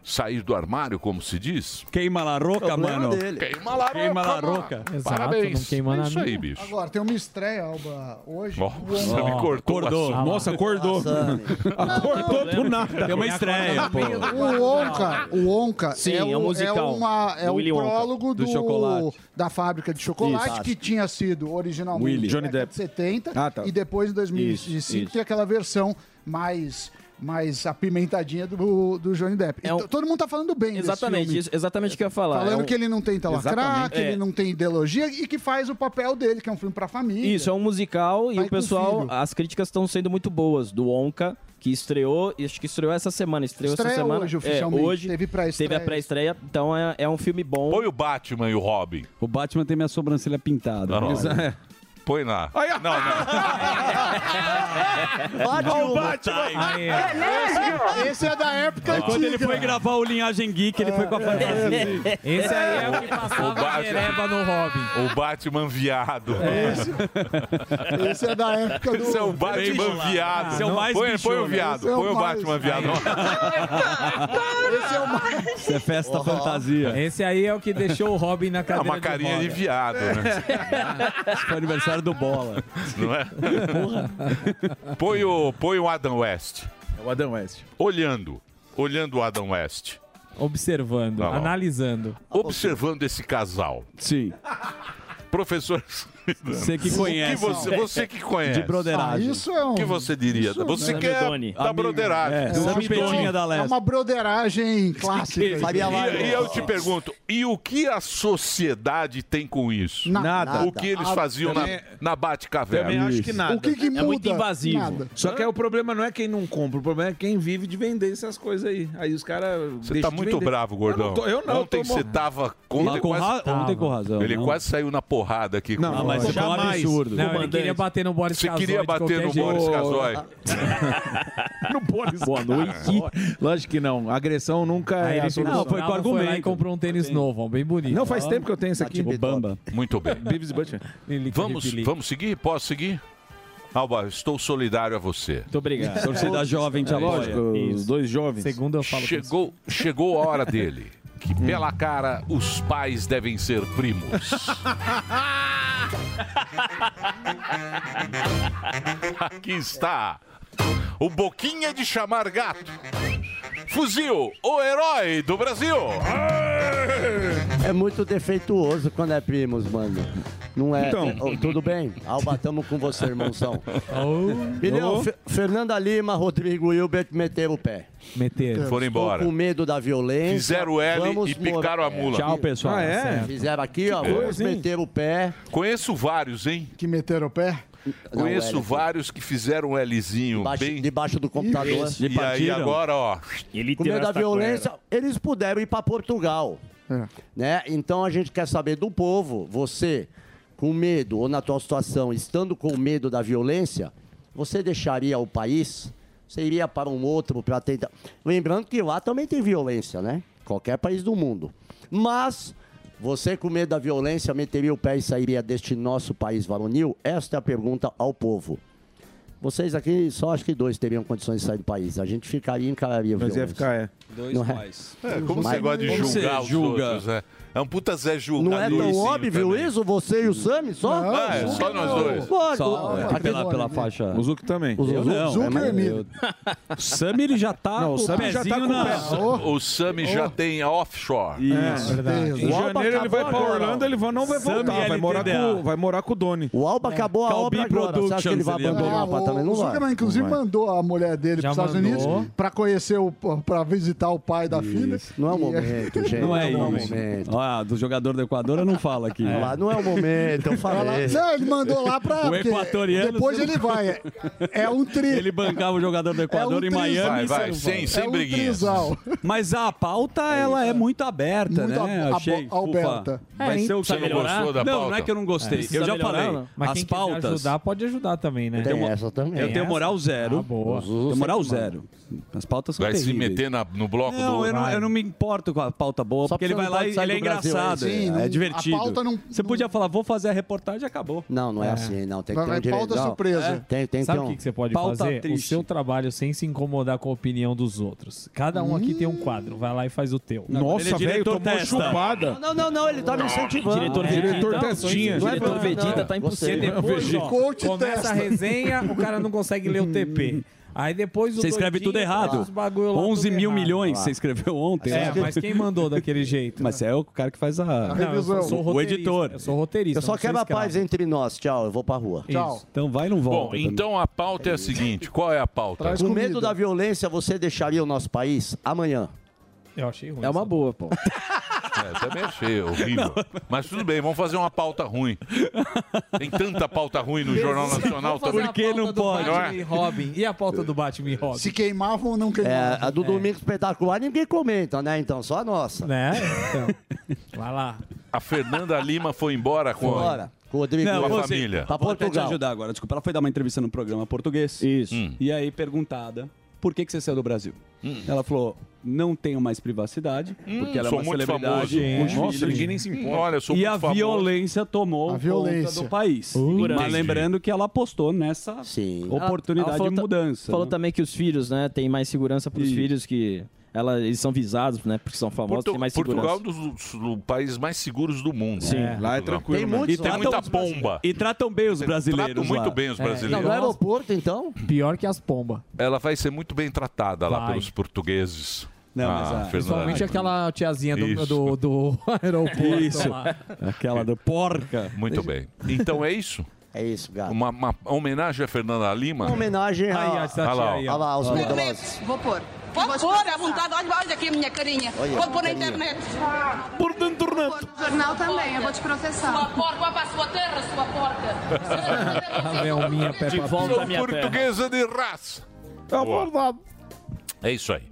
[SPEAKER 6] sair do armário, como se diz...
[SPEAKER 4] Queima a roca, mano.
[SPEAKER 6] Queima lá,
[SPEAKER 4] Queima
[SPEAKER 6] roca,
[SPEAKER 4] a roca.
[SPEAKER 6] mano. Parabéns. é isso aí, bicho.
[SPEAKER 13] Agora, tem uma estreia, Alba, hoje.
[SPEAKER 6] Nossa,
[SPEAKER 13] O-
[SPEAKER 6] me cortou.
[SPEAKER 4] Acordou.
[SPEAKER 6] a-
[SPEAKER 4] Nossa, acordou.
[SPEAKER 13] Acordou
[SPEAKER 4] do nada. Tem uma estreia, pô.
[SPEAKER 13] O Onca, o Onca
[SPEAKER 4] Sim,
[SPEAKER 13] é, o,
[SPEAKER 4] é um musical
[SPEAKER 13] é uma- é
[SPEAKER 4] do
[SPEAKER 13] o
[SPEAKER 4] Willy Wonka,
[SPEAKER 13] prólogo
[SPEAKER 4] do
[SPEAKER 13] do,
[SPEAKER 4] chocolate.
[SPEAKER 13] da fábrica de chocolate
[SPEAKER 4] Isso.
[SPEAKER 13] que tinha sido originalmente
[SPEAKER 4] Willy.
[SPEAKER 13] na
[SPEAKER 4] Johnny
[SPEAKER 13] década
[SPEAKER 4] Depp.
[SPEAKER 13] de 70
[SPEAKER 4] Ah, tá.
[SPEAKER 13] e depois em 2005
[SPEAKER 4] Isso, isso.
[SPEAKER 13] tem aquela versão mais mais apimentadinha do, do Johnny Depp.
[SPEAKER 4] É um
[SPEAKER 13] E to- Todo mundo tá falando bem desse
[SPEAKER 11] Exatamente,
[SPEAKER 13] filme.
[SPEAKER 11] isso- exatamente o que eu ia falar.
[SPEAKER 13] Falando
[SPEAKER 11] É um-
[SPEAKER 13] que ele não tenta lacrar,
[SPEAKER 11] Exatamente.
[SPEAKER 13] que
[SPEAKER 11] É.
[SPEAKER 13] ele não tem ideologia e que faz o papel dele, que é um filme pra família.
[SPEAKER 11] Isso, é um musical e
[SPEAKER 13] Pai
[SPEAKER 11] o
[SPEAKER 13] com
[SPEAKER 11] pessoal,
[SPEAKER 13] filho.
[SPEAKER 11] as críticas estão sendo muito boas. Do Onca, que estreou, e acho que estreou essa semana. Estreou
[SPEAKER 13] Estreia
[SPEAKER 11] essa semana.
[SPEAKER 13] hoje,
[SPEAKER 11] É,
[SPEAKER 13] oficialmente.
[SPEAKER 11] hoje
[SPEAKER 13] Teve pré-estreia.
[SPEAKER 11] teve a pré-estreia, então é, é um filme bom.
[SPEAKER 6] Põe o Batman e o Robin.
[SPEAKER 4] O Batman tem minha sobrancelha pintada.
[SPEAKER 6] Não, não.
[SPEAKER 4] É.
[SPEAKER 6] Põe lá. Não,
[SPEAKER 13] Bate
[SPEAKER 4] Ó, o
[SPEAKER 13] uma.
[SPEAKER 4] Batman.
[SPEAKER 9] É
[SPEAKER 13] Esse, esse é da época antiga.
[SPEAKER 4] Quando ele foi gravar o Linhagem Geek, ele foi com a fantasia.
[SPEAKER 9] Esse aí é o que
[SPEAKER 6] O Batman,
[SPEAKER 9] no Robin.
[SPEAKER 6] o Batman viado.
[SPEAKER 11] É
[SPEAKER 13] Esse é da época do...
[SPEAKER 6] Esse é o Batman viado.
[SPEAKER 4] Esse é o mais
[SPEAKER 6] põe, põe
[SPEAKER 4] bichona.
[SPEAKER 6] o viado.
[SPEAKER 13] Esse é o
[SPEAKER 6] põe o
[SPEAKER 13] mais-
[SPEAKER 6] Batman viado.
[SPEAKER 13] Esse é o mais...
[SPEAKER 4] Isso é festa fantasia.
[SPEAKER 9] Esse aí é o que deixou o Robin na cadeira
[SPEAKER 6] É uma carinha de
[SPEAKER 9] roda.
[SPEAKER 6] viado, né?
[SPEAKER 4] Esse foi o aniversário do Bola.
[SPEAKER 6] Não é? Põe o, põe o Adam West.
[SPEAKER 10] É o Adam West.
[SPEAKER 6] Olhando. Olhando o Adam West.
[SPEAKER 9] Observando,
[SPEAKER 6] Não, não.
[SPEAKER 9] analisando.
[SPEAKER 6] Tá Observando esse casal.
[SPEAKER 4] Sim.
[SPEAKER 6] Professor.
[SPEAKER 4] Você que
[SPEAKER 6] O
[SPEAKER 4] conhece.
[SPEAKER 6] você, você que conhece.
[SPEAKER 4] De broderagem.
[SPEAKER 13] Ah, isso é um-
[SPEAKER 6] O que você diria?
[SPEAKER 13] isso
[SPEAKER 6] você
[SPEAKER 13] não é
[SPEAKER 6] que é
[SPEAKER 13] Samidoni.
[SPEAKER 6] da broderagem. um
[SPEAKER 4] É, Samidoni. da
[SPEAKER 13] É
[SPEAKER 4] Leste.
[SPEAKER 13] uma broderagem clássica.
[SPEAKER 6] E, e eu te pergunto, e o que a sociedade tem com isso?
[SPEAKER 13] Na- Nada.
[SPEAKER 6] O que eles
[SPEAKER 13] Ah,
[SPEAKER 6] faziam
[SPEAKER 10] também-
[SPEAKER 6] na, na Bate-Caverna?
[SPEAKER 10] Também acho que nada.
[SPEAKER 13] O que que muda?
[SPEAKER 10] É muito invasivo.
[SPEAKER 13] Nada.
[SPEAKER 10] Só que aí o problema não é quem não compra, o problema é quem vive de vender essas coisas aí. Aí os caras.
[SPEAKER 6] Você tá muito bravo,
[SPEAKER 10] Eu
[SPEAKER 6] gordão.
[SPEAKER 10] não, tô, eu não eu
[SPEAKER 6] Ontem
[SPEAKER 10] tô
[SPEAKER 6] você
[SPEAKER 10] mor-
[SPEAKER 6] tava contra.
[SPEAKER 4] Mas com ra- ontem com razão,
[SPEAKER 6] Ele
[SPEAKER 4] não.
[SPEAKER 6] quase saiu na porrada aqui.
[SPEAKER 4] Não, mas isso é um
[SPEAKER 10] Jamais.
[SPEAKER 4] absurdo.
[SPEAKER 9] Não, ele queria bater no Boris
[SPEAKER 6] Você
[SPEAKER 9] Casoy
[SPEAKER 6] queria
[SPEAKER 9] de
[SPEAKER 6] bater
[SPEAKER 9] qualquer
[SPEAKER 6] no
[SPEAKER 9] jeito. É,
[SPEAKER 6] Boris Casoy.
[SPEAKER 10] É, No Boris Boa noite. Lógico que não. Agressão nunca
[SPEAKER 9] Aí
[SPEAKER 10] é a
[SPEAKER 9] ele
[SPEAKER 10] solução.
[SPEAKER 9] não, foi com argumento. Foi lá e comprou um tênis novo, um bem bonito.
[SPEAKER 10] Não, faz tempo que eu tenho isso aqui.
[SPEAKER 4] Bamba.
[SPEAKER 6] Muito bem.
[SPEAKER 10] Beavis Butcher.
[SPEAKER 6] Vamos, vamos seguir? Posso seguir? Alba, estou solidário a você.
[SPEAKER 11] Muito obrigado.
[SPEAKER 4] Torcida jovem te
[SPEAKER 10] É,
[SPEAKER 4] apoia.
[SPEAKER 10] lógico, os dois jovens.
[SPEAKER 9] Segunda eu falo com você.
[SPEAKER 6] Chegou, chegou a hora dele. Que pela cara, os pais devem ser primos. Aqui está o Boquinha de Chamar Gato. Fuzil, o herói do Brasil.
[SPEAKER 5] É muito defeituoso quando é primos, mano. Não é.
[SPEAKER 6] Então.
[SPEAKER 5] Ô, tudo bem? Alba, tamo com você, irmãozão. Milhão,
[SPEAKER 9] Oh.
[SPEAKER 5] Fe- Fernanda Lima, Rodrigo Hilbert meteram o pé.
[SPEAKER 9] Meteram.
[SPEAKER 6] Foram embora.
[SPEAKER 5] Com medo da violência.
[SPEAKER 6] Fizeram L
[SPEAKER 5] Vamos
[SPEAKER 6] e picaram a
[SPEAKER 5] morar-
[SPEAKER 6] mula. Tchau, pessoal. Ah, é?
[SPEAKER 5] Certo. Fizeram aqui, ó.
[SPEAKER 6] Que
[SPEAKER 5] Vamos
[SPEAKER 6] coisa, hein?
[SPEAKER 5] meter o pé.
[SPEAKER 6] Conheço vários, hein?
[SPEAKER 13] Que meteram o pé?
[SPEAKER 5] Não,
[SPEAKER 6] Conheço
[SPEAKER 5] L.
[SPEAKER 6] vários que fizeram um Lzinho
[SPEAKER 5] Debaixo-
[SPEAKER 6] bem...
[SPEAKER 5] Debaixo do computador.
[SPEAKER 6] Isso. E aí agora, ó...
[SPEAKER 5] Com medo da violência, eles puderam ir para Portugal. Né? Então a gente quer saber do povo, você com medo ou na tua situação, estando com medo da violência, você deixaria o país
[SPEAKER 12] Você iria para um outro para tentar. Lembrando que lá também tem violência, né? Qualquer país do mundo. Mas você, com medo da violência, meteria o pé e sairia deste nosso país varonil? Esta é a pergunta ao povo. Vocês aqui, só acho que dois teriam condições de sair do país. A gente ficaria e encararia a
[SPEAKER 10] Mas ia
[SPEAKER 12] violência.
[SPEAKER 10] ficar, é.
[SPEAKER 12] Dois
[SPEAKER 10] Não
[SPEAKER 12] mais.
[SPEAKER 6] É, como
[SPEAKER 12] Mas-
[SPEAKER 6] você gosta de
[SPEAKER 12] Como você
[SPEAKER 6] julgar os
[SPEAKER 12] julga?
[SPEAKER 6] outros, né? É um puta Zé julgador.
[SPEAKER 12] Não é tão
[SPEAKER 6] Luizinho
[SPEAKER 12] óbvio
[SPEAKER 6] também.
[SPEAKER 12] isso? Você e o Sami só?
[SPEAKER 6] Não, Ah, é, não. só nós dois.
[SPEAKER 12] Pô,
[SPEAKER 4] Só,
[SPEAKER 12] o-
[SPEAKER 4] é,
[SPEAKER 12] aqui-
[SPEAKER 4] pela, pela faixa.
[SPEAKER 10] O Zuc também.
[SPEAKER 4] O Zuc,
[SPEAKER 6] Eu não,
[SPEAKER 4] Zuc
[SPEAKER 6] é, mas-
[SPEAKER 4] e Emílio. O Sami, ele já tá
[SPEAKER 6] Não,
[SPEAKER 4] com o pezinho na... É,
[SPEAKER 6] O Sami já tem offshore.
[SPEAKER 10] Isso. Em janeiro ele vai pra Orlando, ele vai- não vai
[SPEAKER 6] Sam
[SPEAKER 10] voltar, vai
[SPEAKER 6] LTDA.
[SPEAKER 10] morar, com, vai morar com o Doni.
[SPEAKER 12] O
[SPEAKER 6] É.
[SPEAKER 12] Alba acabou a obra agora. Você acha que ele vai abandonar o apartamento?
[SPEAKER 13] É, o
[SPEAKER 12] Não vai.
[SPEAKER 13] Zuckerman, inclusive,
[SPEAKER 12] Não vai.
[SPEAKER 13] mandou a mulher dele para
[SPEAKER 12] Já
[SPEAKER 13] os Estados
[SPEAKER 12] mandou.
[SPEAKER 13] Unidos para conhecer, o, para visitar o pai da filha.
[SPEAKER 12] Não é o
[SPEAKER 13] E-
[SPEAKER 12] momento, gente.
[SPEAKER 4] Não é
[SPEAKER 12] o
[SPEAKER 4] isso. Ó, do jogador do Equador eu não falo aqui.
[SPEAKER 12] Olha lá, não é o momento, eu falei.
[SPEAKER 13] Não, ele mandou lá pra.
[SPEAKER 4] O
[SPEAKER 13] porque
[SPEAKER 4] equatoriano-
[SPEAKER 13] Depois ele vai. É, é um tri. É um
[SPEAKER 4] Ele bancava o jogador do Equador em
[SPEAKER 13] trisal.
[SPEAKER 4] Miami.
[SPEAKER 13] Vai,
[SPEAKER 4] e
[SPEAKER 13] vai,
[SPEAKER 4] São Paulo.
[SPEAKER 13] sem- sem É um briguinhas. trisal.
[SPEAKER 4] Mas a pauta, ela é muito aberta,
[SPEAKER 13] Muito
[SPEAKER 4] né?
[SPEAKER 13] ab-
[SPEAKER 4] Achei,
[SPEAKER 13] abo- aberta.
[SPEAKER 4] Ufa, vai
[SPEAKER 9] É,
[SPEAKER 4] ser o
[SPEAKER 9] precisa
[SPEAKER 4] que eu vou-
[SPEAKER 9] melhorar?
[SPEAKER 4] Não, não é que eu não gostei. eu
[SPEAKER 9] precisa
[SPEAKER 4] já
[SPEAKER 9] melhorar,
[SPEAKER 4] falei.
[SPEAKER 9] não. Mas
[SPEAKER 4] as
[SPEAKER 9] quem quiser
[SPEAKER 4] pautas.
[SPEAKER 9] ajudar pode ajudar também, né?
[SPEAKER 4] Eu tenho- Eu tenho moral zero.
[SPEAKER 9] Ah, boa.
[SPEAKER 4] Tenho moral zero. As pautas são
[SPEAKER 6] Vai se
[SPEAKER 4] terríveis.
[SPEAKER 6] meter na- no bloco
[SPEAKER 4] Não,
[SPEAKER 6] do...
[SPEAKER 4] eu não, eu não me importo com a pauta boa,
[SPEAKER 6] Só
[SPEAKER 4] porque ele
[SPEAKER 6] porque você
[SPEAKER 4] vai lá
[SPEAKER 6] não
[SPEAKER 4] e
[SPEAKER 6] pode
[SPEAKER 4] ele
[SPEAKER 9] né?
[SPEAKER 4] é
[SPEAKER 6] sair do Brasil,
[SPEAKER 4] engraçado.
[SPEAKER 6] é isso? Sim,
[SPEAKER 4] é,
[SPEAKER 6] não- a
[SPEAKER 4] divertido.
[SPEAKER 6] pauta não-
[SPEAKER 4] você podia falar, vou fazer a reportagem e acabou.
[SPEAKER 12] Não, não é, assim, não. Tem que ter um direito. não. É, Tem, tem que
[SPEAKER 9] Sabe
[SPEAKER 12] ter
[SPEAKER 9] o
[SPEAKER 12] um-
[SPEAKER 9] que que você pode
[SPEAKER 12] pauta
[SPEAKER 9] fazer? O
[SPEAKER 12] triste.
[SPEAKER 9] seu trabalho sem se incomodar com a opinião dos outros. Cada um aqui tem um quadro. Vai lá e faz o teu.
[SPEAKER 10] Não, Nossa, ele é velho, diretor tomou testa. chupada.
[SPEAKER 12] Não, não, não, ele tá me incentivando.
[SPEAKER 9] Diretor
[SPEAKER 12] É.
[SPEAKER 9] Vegeta.
[SPEAKER 10] Diretor Testinha.
[SPEAKER 9] Não é diretor
[SPEAKER 10] Não,
[SPEAKER 9] Vegeta,
[SPEAKER 10] não.
[SPEAKER 9] tá
[SPEAKER 10] Você
[SPEAKER 9] impossível.
[SPEAKER 10] é o
[SPEAKER 9] Depois,
[SPEAKER 10] Vegeta.
[SPEAKER 9] ó,
[SPEAKER 10] Coach
[SPEAKER 9] começa
[SPEAKER 10] testa.
[SPEAKER 9] a resenha, o cara não consegue ler o TP. Aí depois o
[SPEAKER 4] Você escreve
[SPEAKER 9] doidinho
[SPEAKER 4] tudo
[SPEAKER 9] faz
[SPEAKER 4] errado.
[SPEAKER 9] os bagulho lá,
[SPEAKER 4] 11
[SPEAKER 9] tudo
[SPEAKER 4] mil
[SPEAKER 9] errado.
[SPEAKER 4] milhões
[SPEAKER 12] Ah.
[SPEAKER 9] Lá.
[SPEAKER 4] você escreveu ontem. né?
[SPEAKER 9] É, mas quem mandou daquele jeito?
[SPEAKER 4] Mas é o cara que faz a,
[SPEAKER 9] Não, eu sou- eu sou
[SPEAKER 4] o
[SPEAKER 9] roteirista,
[SPEAKER 4] editor.
[SPEAKER 9] eu sou roteirista,
[SPEAKER 12] Eu só
[SPEAKER 9] não sou
[SPEAKER 12] quero a
[SPEAKER 9] escravo.
[SPEAKER 12] paz entre nós. Tchau, eu vou pra rua.
[SPEAKER 4] Isso. Então vai e não
[SPEAKER 6] Bom,
[SPEAKER 4] volta.
[SPEAKER 6] então a pauta é a seguinte. Qual é a pauta?
[SPEAKER 12] Com medo da violência, você deixaria o nosso país amanhã?
[SPEAKER 9] Eu achei ruim.
[SPEAKER 12] É uma boa, pô.
[SPEAKER 6] É, também achei horrível. Mas tudo bem, vamos fazer uma pauta ruim. Tem tanta pauta ruim no Jornal Nacional também.
[SPEAKER 9] Por que não pode?
[SPEAKER 6] Não é?
[SPEAKER 9] E Robin. E a pauta do Batman e Robin?
[SPEAKER 13] Se queimavam ou não
[SPEAKER 12] É,
[SPEAKER 13] queimavam.
[SPEAKER 12] a do Domingo Espetacular ninguém comenta, né? Então, só a nossa.
[SPEAKER 9] Né? Vai lá.
[SPEAKER 6] A Fernanda Lima foi embora com, a-
[SPEAKER 12] Bora. Rodrigo,
[SPEAKER 6] com a
[SPEAKER 4] você-
[SPEAKER 6] família.
[SPEAKER 4] Vou até te ajudar agora, desculpa. Ela foi dar uma entrevista no programa português.
[SPEAKER 11] Isso.
[SPEAKER 6] Hum.
[SPEAKER 4] E aí, perguntada, por que, que você saiu do Brasil? Ela falou, não tenho mais privacidade, porque ela é
[SPEAKER 6] sou
[SPEAKER 4] uma
[SPEAKER 6] muito famoso.
[SPEAKER 4] celebridade. com os
[SPEAKER 6] Nossa,
[SPEAKER 4] filhos.
[SPEAKER 6] ninguém nem se importa. Hum. Olha, eu sou
[SPEAKER 4] E
[SPEAKER 6] muito
[SPEAKER 4] a
[SPEAKER 6] famoso.
[SPEAKER 4] violência tomou
[SPEAKER 6] A
[SPEAKER 4] conta
[SPEAKER 6] violência.
[SPEAKER 4] do país. Mas
[SPEAKER 6] Entendi.
[SPEAKER 4] lembrando que ela apostou nessa oportunidade
[SPEAKER 11] Ela falou
[SPEAKER 4] de
[SPEAKER 11] ta-
[SPEAKER 4] mudança.
[SPEAKER 11] Falou
[SPEAKER 4] né?
[SPEAKER 11] também que os filhos, né, tem mais segurança pros filhos que ela, eles são visados, né, porque são famosos,
[SPEAKER 6] Portu-
[SPEAKER 11] tem mais
[SPEAKER 6] Portugal é um
[SPEAKER 11] segurança.
[SPEAKER 6] dos, dos países mais seguros do mundo.
[SPEAKER 11] Sim. É.
[SPEAKER 6] Lá é
[SPEAKER 11] tranquilo,
[SPEAKER 6] Tem
[SPEAKER 11] né?
[SPEAKER 6] muitos, e tem
[SPEAKER 11] lá.
[SPEAKER 6] muita
[SPEAKER 11] Tratam os
[SPEAKER 6] bomba.
[SPEAKER 4] E tratam bem os brasileiros.
[SPEAKER 6] Tratam muito
[SPEAKER 4] lá.
[SPEAKER 6] bem os
[SPEAKER 9] É.
[SPEAKER 6] brasileiros.
[SPEAKER 9] Não,
[SPEAKER 6] ela,
[SPEAKER 12] aeroporto, então?
[SPEAKER 9] Pior que as pombas.
[SPEAKER 6] vai ser muito bem tratada lá
[SPEAKER 9] Vai.
[SPEAKER 6] pelos portugueses.
[SPEAKER 4] Não,
[SPEAKER 6] Ah,
[SPEAKER 4] mas a-
[SPEAKER 6] Fernanda
[SPEAKER 9] Principalmente
[SPEAKER 6] Lima.
[SPEAKER 9] aquela tiazinha do,
[SPEAKER 6] Isso.
[SPEAKER 9] do, do aeroporto
[SPEAKER 6] Isso.
[SPEAKER 9] lá.
[SPEAKER 4] Aquela do porca.
[SPEAKER 6] Muito bem. Então é isso?
[SPEAKER 12] É isso, gato.
[SPEAKER 6] Uma, uma homenagem a Fernanda Lima?
[SPEAKER 12] Uma homenagem a- Aí, essa
[SPEAKER 6] Olha lá,
[SPEAKER 12] tia aí, ó. Olha lá, aos medrosos.
[SPEAKER 14] Vou pôr. Pode pôr, à vontade. Olha, olha aqui a minha carinha.
[SPEAKER 12] Olha,
[SPEAKER 14] Pode pôr na
[SPEAKER 12] carinha.
[SPEAKER 14] internet. Pôr na internet. Pôr no jornal também, eu vou desproteção. Sua porca, vá para a sua terra, sua porca.
[SPEAKER 9] A Velminha Peppa
[SPEAKER 6] De
[SPEAKER 9] Pig.
[SPEAKER 6] volta à minha portuguesa de raça.
[SPEAKER 8] Tá
[SPEAKER 10] É verdade.
[SPEAKER 6] É isso aí.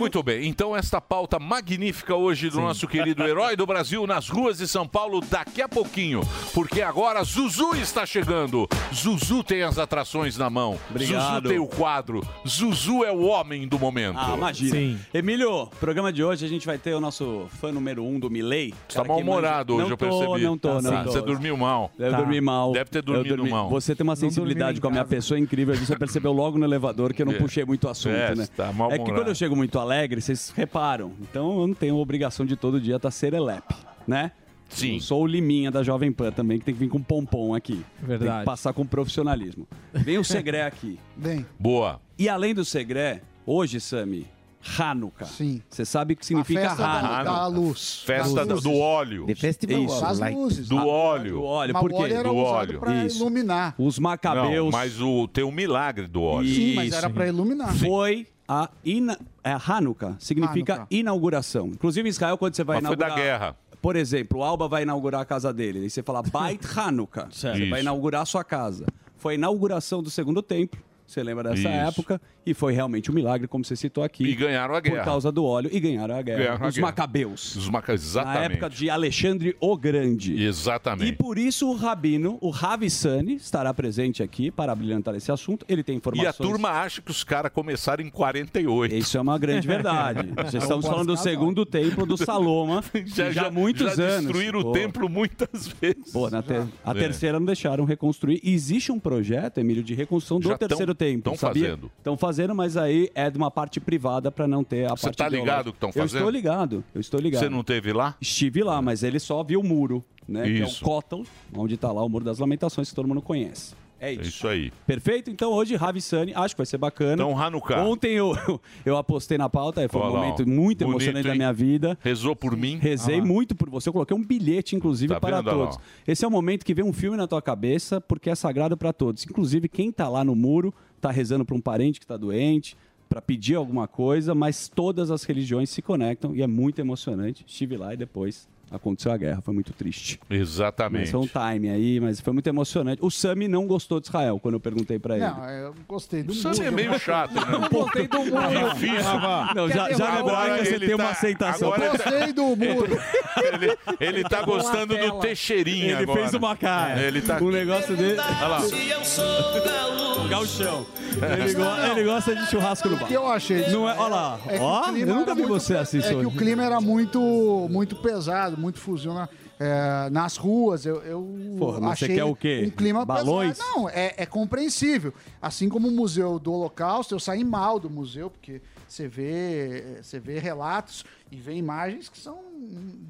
[SPEAKER 6] Muito bem, então esta pauta magnífica hoje do nosso querido herói do Brasil nas ruas de São Paulo daqui a pouquinho, porque agora Zuzu está chegando. Zuzu tem as atrações na mão.
[SPEAKER 4] Obrigado.
[SPEAKER 6] Zuzu tem o quadro. Zuzu é o homem do momento.
[SPEAKER 4] Ah, imagina. Emílio, programa de hoje a gente vai ter o nosso fã número um do Milley.
[SPEAKER 6] Você tá mal-humorado hoje, eu percebi.
[SPEAKER 4] Não tô,
[SPEAKER 6] Tá
[SPEAKER 4] não
[SPEAKER 6] certo.
[SPEAKER 4] tô.
[SPEAKER 6] Você dormiu mal.
[SPEAKER 4] Eu
[SPEAKER 6] Tá.
[SPEAKER 4] dormi mal.
[SPEAKER 6] Deve ter
[SPEAKER 4] Eu
[SPEAKER 6] dormido
[SPEAKER 4] dormi-
[SPEAKER 6] mal.
[SPEAKER 4] Você tem uma sensibilidade com a minha pessoa incrível. Você percebeu logo no elevador que eu não
[SPEAKER 6] É.
[SPEAKER 4] puxei muito assunto,
[SPEAKER 6] É,
[SPEAKER 4] né?
[SPEAKER 6] você tá mal-humorado.
[SPEAKER 4] é que quando eu chego muito alegre, vocês reparam. Então eu não tenho a obrigação de todo dia estar tá serelepe, né?
[SPEAKER 6] Sim.
[SPEAKER 4] Eu sou o Liminha da Jovem Pan também, que tem que vir com pompom aqui.
[SPEAKER 9] Verdade.
[SPEAKER 4] Tem que passar com profissionalismo. Vem o Segré aqui.
[SPEAKER 13] Bem.
[SPEAKER 6] Boa.
[SPEAKER 4] E além do Segré, hoje, Sami, Hanukkah. Sim. Você sabe o que significa
[SPEAKER 13] festa da-
[SPEAKER 4] Hanukkah.
[SPEAKER 13] da luz.
[SPEAKER 6] Festa do,
[SPEAKER 13] Das
[SPEAKER 6] do
[SPEAKER 13] luzes.
[SPEAKER 6] óleo.
[SPEAKER 4] The festival of
[SPEAKER 13] Das
[SPEAKER 4] light.
[SPEAKER 13] luzes.
[SPEAKER 6] Do
[SPEAKER 13] Ah,
[SPEAKER 6] óleo.
[SPEAKER 4] do óleo,
[SPEAKER 13] Mas
[SPEAKER 4] por
[SPEAKER 13] o
[SPEAKER 4] quê?
[SPEAKER 13] óleo era
[SPEAKER 6] Do
[SPEAKER 13] usado
[SPEAKER 6] óleo.
[SPEAKER 13] pra
[SPEAKER 4] Isso.
[SPEAKER 13] iluminar.
[SPEAKER 4] Os macabeus.
[SPEAKER 6] Não, mas o, tem um milagre do óleo.
[SPEAKER 13] Sim, mas era pra iluminar.
[SPEAKER 4] Foi a ina... é, Hanukkah, significa
[SPEAKER 13] Hanukkah.
[SPEAKER 4] inauguração. Inclusive em Israel, quando você vai
[SPEAKER 6] Mas foi da
[SPEAKER 4] inaugurar...
[SPEAKER 6] guerra.
[SPEAKER 4] Por exemplo, o Alba vai inaugurar a casa dele. Aí você fala Beit Hanukkah. Você
[SPEAKER 6] Isso.
[SPEAKER 4] vai inaugurar a sua casa. Foi a inauguração do segundo templo. Você lembra dessa
[SPEAKER 6] Isso.
[SPEAKER 4] época? E foi realmente um milagre, como você citou aqui.
[SPEAKER 6] E ganharam a guerra.
[SPEAKER 4] Por causa do óleo. E ganharam a guerra.
[SPEAKER 6] Ganharam a
[SPEAKER 4] Os
[SPEAKER 6] guerra.
[SPEAKER 4] macabeus.
[SPEAKER 6] É, Os macabeus,
[SPEAKER 4] Na
[SPEAKER 6] exatamente.
[SPEAKER 4] época de Alexandre o Grande.
[SPEAKER 6] Exatamente.
[SPEAKER 4] E por isso o Rabino, o Ravi Sani, estará presente aqui para brilhantar esse assunto. Ele
[SPEAKER 6] E
[SPEAKER 4] tem
[SPEAKER 6] a
[SPEAKER 4] informações.
[SPEAKER 6] turma acha que os caras começaram em 48.
[SPEAKER 4] Isso é uma grande verdade.
[SPEAKER 6] É
[SPEAKER 4] Já
[SPEAKER 6] um
[SPEAKER 4] estamos falando do segundo templo do Saloma, já, já há muitos
[SPEAKER 6] já
[SPEAKER 4] anos.
[SPEAKER 6] destruíram o
[SPEAKER 4] Pô.
[SPEAKER 6] templo muitas vezes.
[SPEAKER 4] Pô, na ter- a
[SPEAKER 6] É.
[SPEAKER 4] terceira não deixaram reconstruir. E Existe um projeto, Emílio, de reconstrução do
[SPEAKER 6] Já tão-
[SPEAKER 4] terceiro templo.
[SPEAKER 6] tão fazendo.
[SPEAKER 4] Estão fazendo, mas aí é de uma parte privada para não ter a
[SPEAKER 6] Você
[SPEAKER 4] parte
[SPEAKER 6] tá
[SPEAKER 4] ideológica.
[SPEAKER 6] ligado que tão fazendo?
[SPEAKER 4] Eu estou ligado, eu estou ligado.
[SPEAKER 6] Você não teve lá?
[SPEAKER 4] Estive lá, mas ele só viu o muro, né?
[SPEAKER 6] Isso.
[SPEAKER 4] Que é o Cótão, onde está lá o Muro das Lamentações, que todo mundo conhece. É isso.
[SPEAKER 6] aí.
[SPEAKER 4] Perfeito? Então hoje, Ravi Sani, acho que vai ser bacana.
[SPEAKER 6] Então, Hanukkah.
[SPEAKER 4] Ontem eu, eu apostei na pauta, foi um
[SPEAKER 6] Olha lá,
[SPEAKER 4] momento
[SPEAKER 6] ó.
[SPEAKER 4] muito
[SPEAKER 6] Bonito,
[SPEAKER 4] emocionante da
[SPEAKER 6] hein?
[SPEAKER 4] minha vida.
[SPEAKER 6] Rezou por mim.
[SPEAKER 4] Rezei
[SPEAKER 6] Ah lá.
[SPEAKER 4] muito por você, eu coloquei um bilhete, inclusive,
[SPEAKER 6] Tá
[SPEAKER 4] para
[SPEAKER 6] vendo? Olha lá,
[SPEAKER 4] todos. Esse é o momento que vem um filme na tua cabeça, porque é sagrado para todos. Inclusive, quem tá lá no muro, tá rezando para um parente que tá doente, para pedir alguma coisa, mas todas as religiões se conectam e é muito emocionante. Estive lá e depois aconteceu a guerra, foi muito triste.
[SPEAKER 6] Exatamente.
[SPEAKER 4] Mas foi um time aí, mas foi muito emocionante. O Sami não gostou de Israel quando eu perguntei para ele.
[SPEAKER 13] Não, eu gostei do
[SPEAKER 4] O
[SPEAKER 13] mundo.
[SPEAKER 4] Sami é
[SPEAKER 6] meio chato, né?
[SPEAKER 13] Não gostei do mundo.
[SPEAKER 6] É difícil.
[SPEAKER 4] Não, já, já
[SPEAKER 6] Agora
[SPEAKER 4] lembrava que você
[SPEAKER 6] ele
[SPEAKER 4] tem uma
[SPEAKER 6] tá-
[SPEAKER 4] aceitação.
[SPEAKER 6] agora ele tá-
[SPEAKER 13] Gostei do muro.
[SPEAKER 6] Ele, ele tá
[SPEAKER 13] Com a
[SPEAKER 6] gostando do
[SPEAKER 13] tela.
[SPEAKER 6] Teixeirinha
[SPEAKER 4] Ele
[SPEAKER 6] agora.
[SPEAKER 4] fez uma cara.
[SPEAKER 6] Ele tá...
[SPEAKER 4] O negócio dele.
[SPEAKER 6] Olha lá.
[SPEAKER 3] eu sou gaúcho.
[SPEAKER 4] Gauchão. Ele, go- ele gosta de churrasco no bar.
[SPEAKER 13] que eu achei?
[SPEAKER 4] Não é, olha lá.
[SPEAKER 13] É que o
[SPEAKER 4] ó, eu
[SPEAKER 13] clima
[SPEAKER 4] nunca
[SPEAKER 13] era
[SPEAKER 4] vi
[SPEAKER 13] muito-
[SPEAKER 4] você assim,
[SPEAKER 13] É que
[SPEAKER 4] sorrindo.
[SPEAKER 13] o clima era muito, muito pesado, muito fuzil na- é, nas ruas. Eu, eu
[SPEAKER 4] Porra, mas você
[SPEAKER 13] achei
[SPEAKER 4] quer o quê?
[SPEAKER 13] um clima
[SPEAKER 4] Balões?
[SPEAKER 13] pesado. Não, é, é compreensível. Assim como o Museu do Holocausto, eu saí mal do museu, porque você vê, você vê relatos e vê imagens que são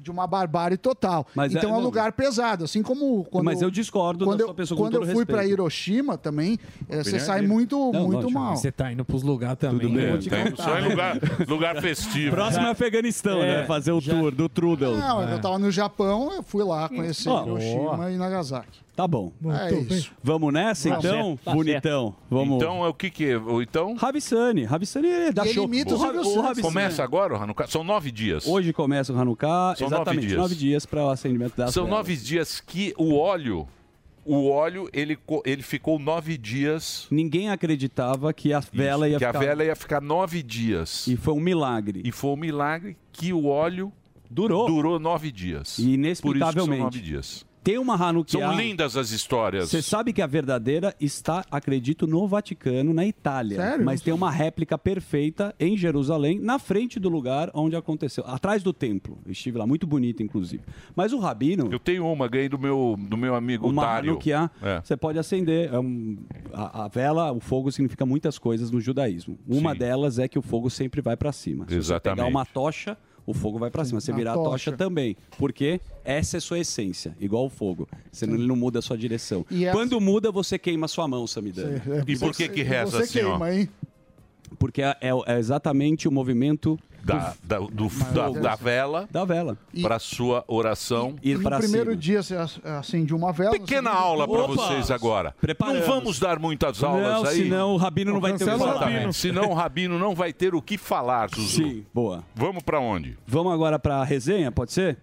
[SPEAKER 13] de uma barbárie total.
[SPEAKER 4] Mas é-
[SPEAKER 13] então é, um
[SPEAKER 4] não-
[SPEAKER 13] lugar pesado, assim como quando
[SPEAKER 4] Mas eu discordo
[SPEAKER 13] quando
[SPEAKER 4] da
[SPEAKER 13] eu,
[SPEAKER 4] sua pessoa, com
[SPEAKER 13] quando
[SPEAKER 4] todo
[SPEAKER 13] eu fui
[SPEAKER 4] respeito.
[SPEAKER 13] para Hiroshima também, é, você
[SPEAKER 4] Opinião
[SPEAKER 13] sai
[SPEAKER 4] dele.
[SPEAKER 13] muito
[SPEAKER 4] Não,
[SPEAKER 13] muito
[SPEAKER 4] lógico.
[SPEAKER 13] mal.
[SPEAKER 9] Você tá indo pros lugares também.
[SPEAKER 4] Tudo bem,
[SPEAKER 9] eu vou te
[SPEAKER 4] né? tem-
[SPEAKER 9] contar.
[SPEAKER 6] Então, Só em lugar, lugar festivo.
[SPEAKER 4] Próximo é Afeganistão,
[SPEAKER 6] É,
[SPEAKER 4] né? Fazer o tour do Trudel. É.
[SPEAKER 13] Não, então eu tava no Japão, eu fui lá conhecer
[SPEAKER 4] Ó.
[SPEAKER 13] Hiroshima e Nagasaki.
[SPEAKER 4] Tá bom.
[SPEAKER 13] É isso.
[SPEAKER 4] Vamos nessa,
[SPEAKER 13] Tá
[SPEAKER 4] então?
[SPEAKER 13] certo, tá
[SPEAKER 4] Bonitão. Vamos.
[SPEAKER 6] Então é o que que é? Ou Então...
[SPEAKER 4] Ravissani. Ravissani é da
[SPEAKER 6] Ele
[SPEAKER 4] show.
[SPEAKER 6] imita o
[SPEAKER 4] Ra-
[SPEAKER 6] Silvio Santos.
[SPEAKER 4] Ravissani-
[SPEAKER 6] Começa agora o Hanukkah? São nove dias.
[SPEAKER 4] Hoje começa o Hanukkah.
[SPEAKER 6] São nove
[SPEAKER 4] exatamente,
[SPEAKER 6] dias.
[SPEAKER 4] nove dias para o acendimento da
[SPEAKER 6] São nove dias que o óleo, o óleo, ele, co- ele ficou nove dias.
[SPEAKER 4] Ninguém acreditava que a vela ia
[SPEAKER 6] que
[SPEAKER 4] ficar...
[SPEAKER 6] a vela ia ficar nove dias.
[SPEAKER 4] E foi um milagre.
[SPEAKER 6] E foi um milagre que o óleo
[SPEAKER 4] durou,
[SPEAKER 6] durou nove dias. Por isso
[SPEAKER 4] E
[SPEAKER 6] que são
[SPEAKER 4] inexplicavelmente.
[SPEAKER 6] nove dias.
[SPEAKER 4] Tem uma Hanukkah...
[SPEAKER 6] é- São lindas as histórias.
[SPEAKER 4] Você sabe que a verdadeira está, acredito, no Vaticano, na Itália.
[SPEAKER 6] Sério?
[SPEAKER 4] Mas tem uma réplica perfeita em Jerusalém, na frente do lugar onde aconteceu, atrás do templo. Eu estive lá, muito bonito, inclusive. Mas o Rabino.
[SPEAKER 6] Eu tenho uma, ganhei do meu, do meu amigo
[SPEAKER 4] Uma
[SPEAKER 6] Dário.
[SPEAKER 4] Hanukkah,
[SPEAKER 6] É.
[SPEAKER 4] você pode acender. é um- a, a vela, o fogo significa muitas coisas no judaísmo. Uma delas é que o fogo sempre vai para cima. Se você
[SPEAKER 6] Exatamente.
[SPEAKER 4] pegar uma tocha, o fogo vai para cima. Você
[SPEAKER 6] Uma
[SPEAKER 4] virar a
[SPEAKER 6] tocha.
[SPEAKER 4] tocha também. Porque essa é sua essência, igual o fogo. Você não, ele não muda a sua direção.
[SPEAKER 6] E essa-
[SPEAKER 4] Quando muda, você queima a sua mão, Samidana.
[SPEAKER 6] Sim, é. E por que que Você- reza você assim, ó? queima,
[SPEAKER 4] Porque é, é- é exatamente o movimento
[SPEAKER 6] Da, da, do- da,
[SPEAKER 13] Deus.
[SPEAKER 6] da vela.
[SPEAKER 4] Da vela.
[SPEAKER 6] Para sua oração.
[SPEAKER 13] no primeiro dia você ac- acende uma vela.
[SPEAKER 6] Pequena aula para vocês agora.
[SPEAKER 4] Preparamos.
[SPEAKER 6] Não vamos dar muitas aulas
[SPEAKER 4] Não,
[SPEAKER 6] aí.
[SPEAKER 4] senão o Rabino não vai ter o que falar.
[SPEAKER 6] Exatamente. Senão o Rabino não vai ter o que falar, Zuzu.
[SPEAKER 4] Sim, boa.
[SPEAKER 6] Vamos para onde?
[SPEAKER 4] Vamos agora pra resenha, pode ser?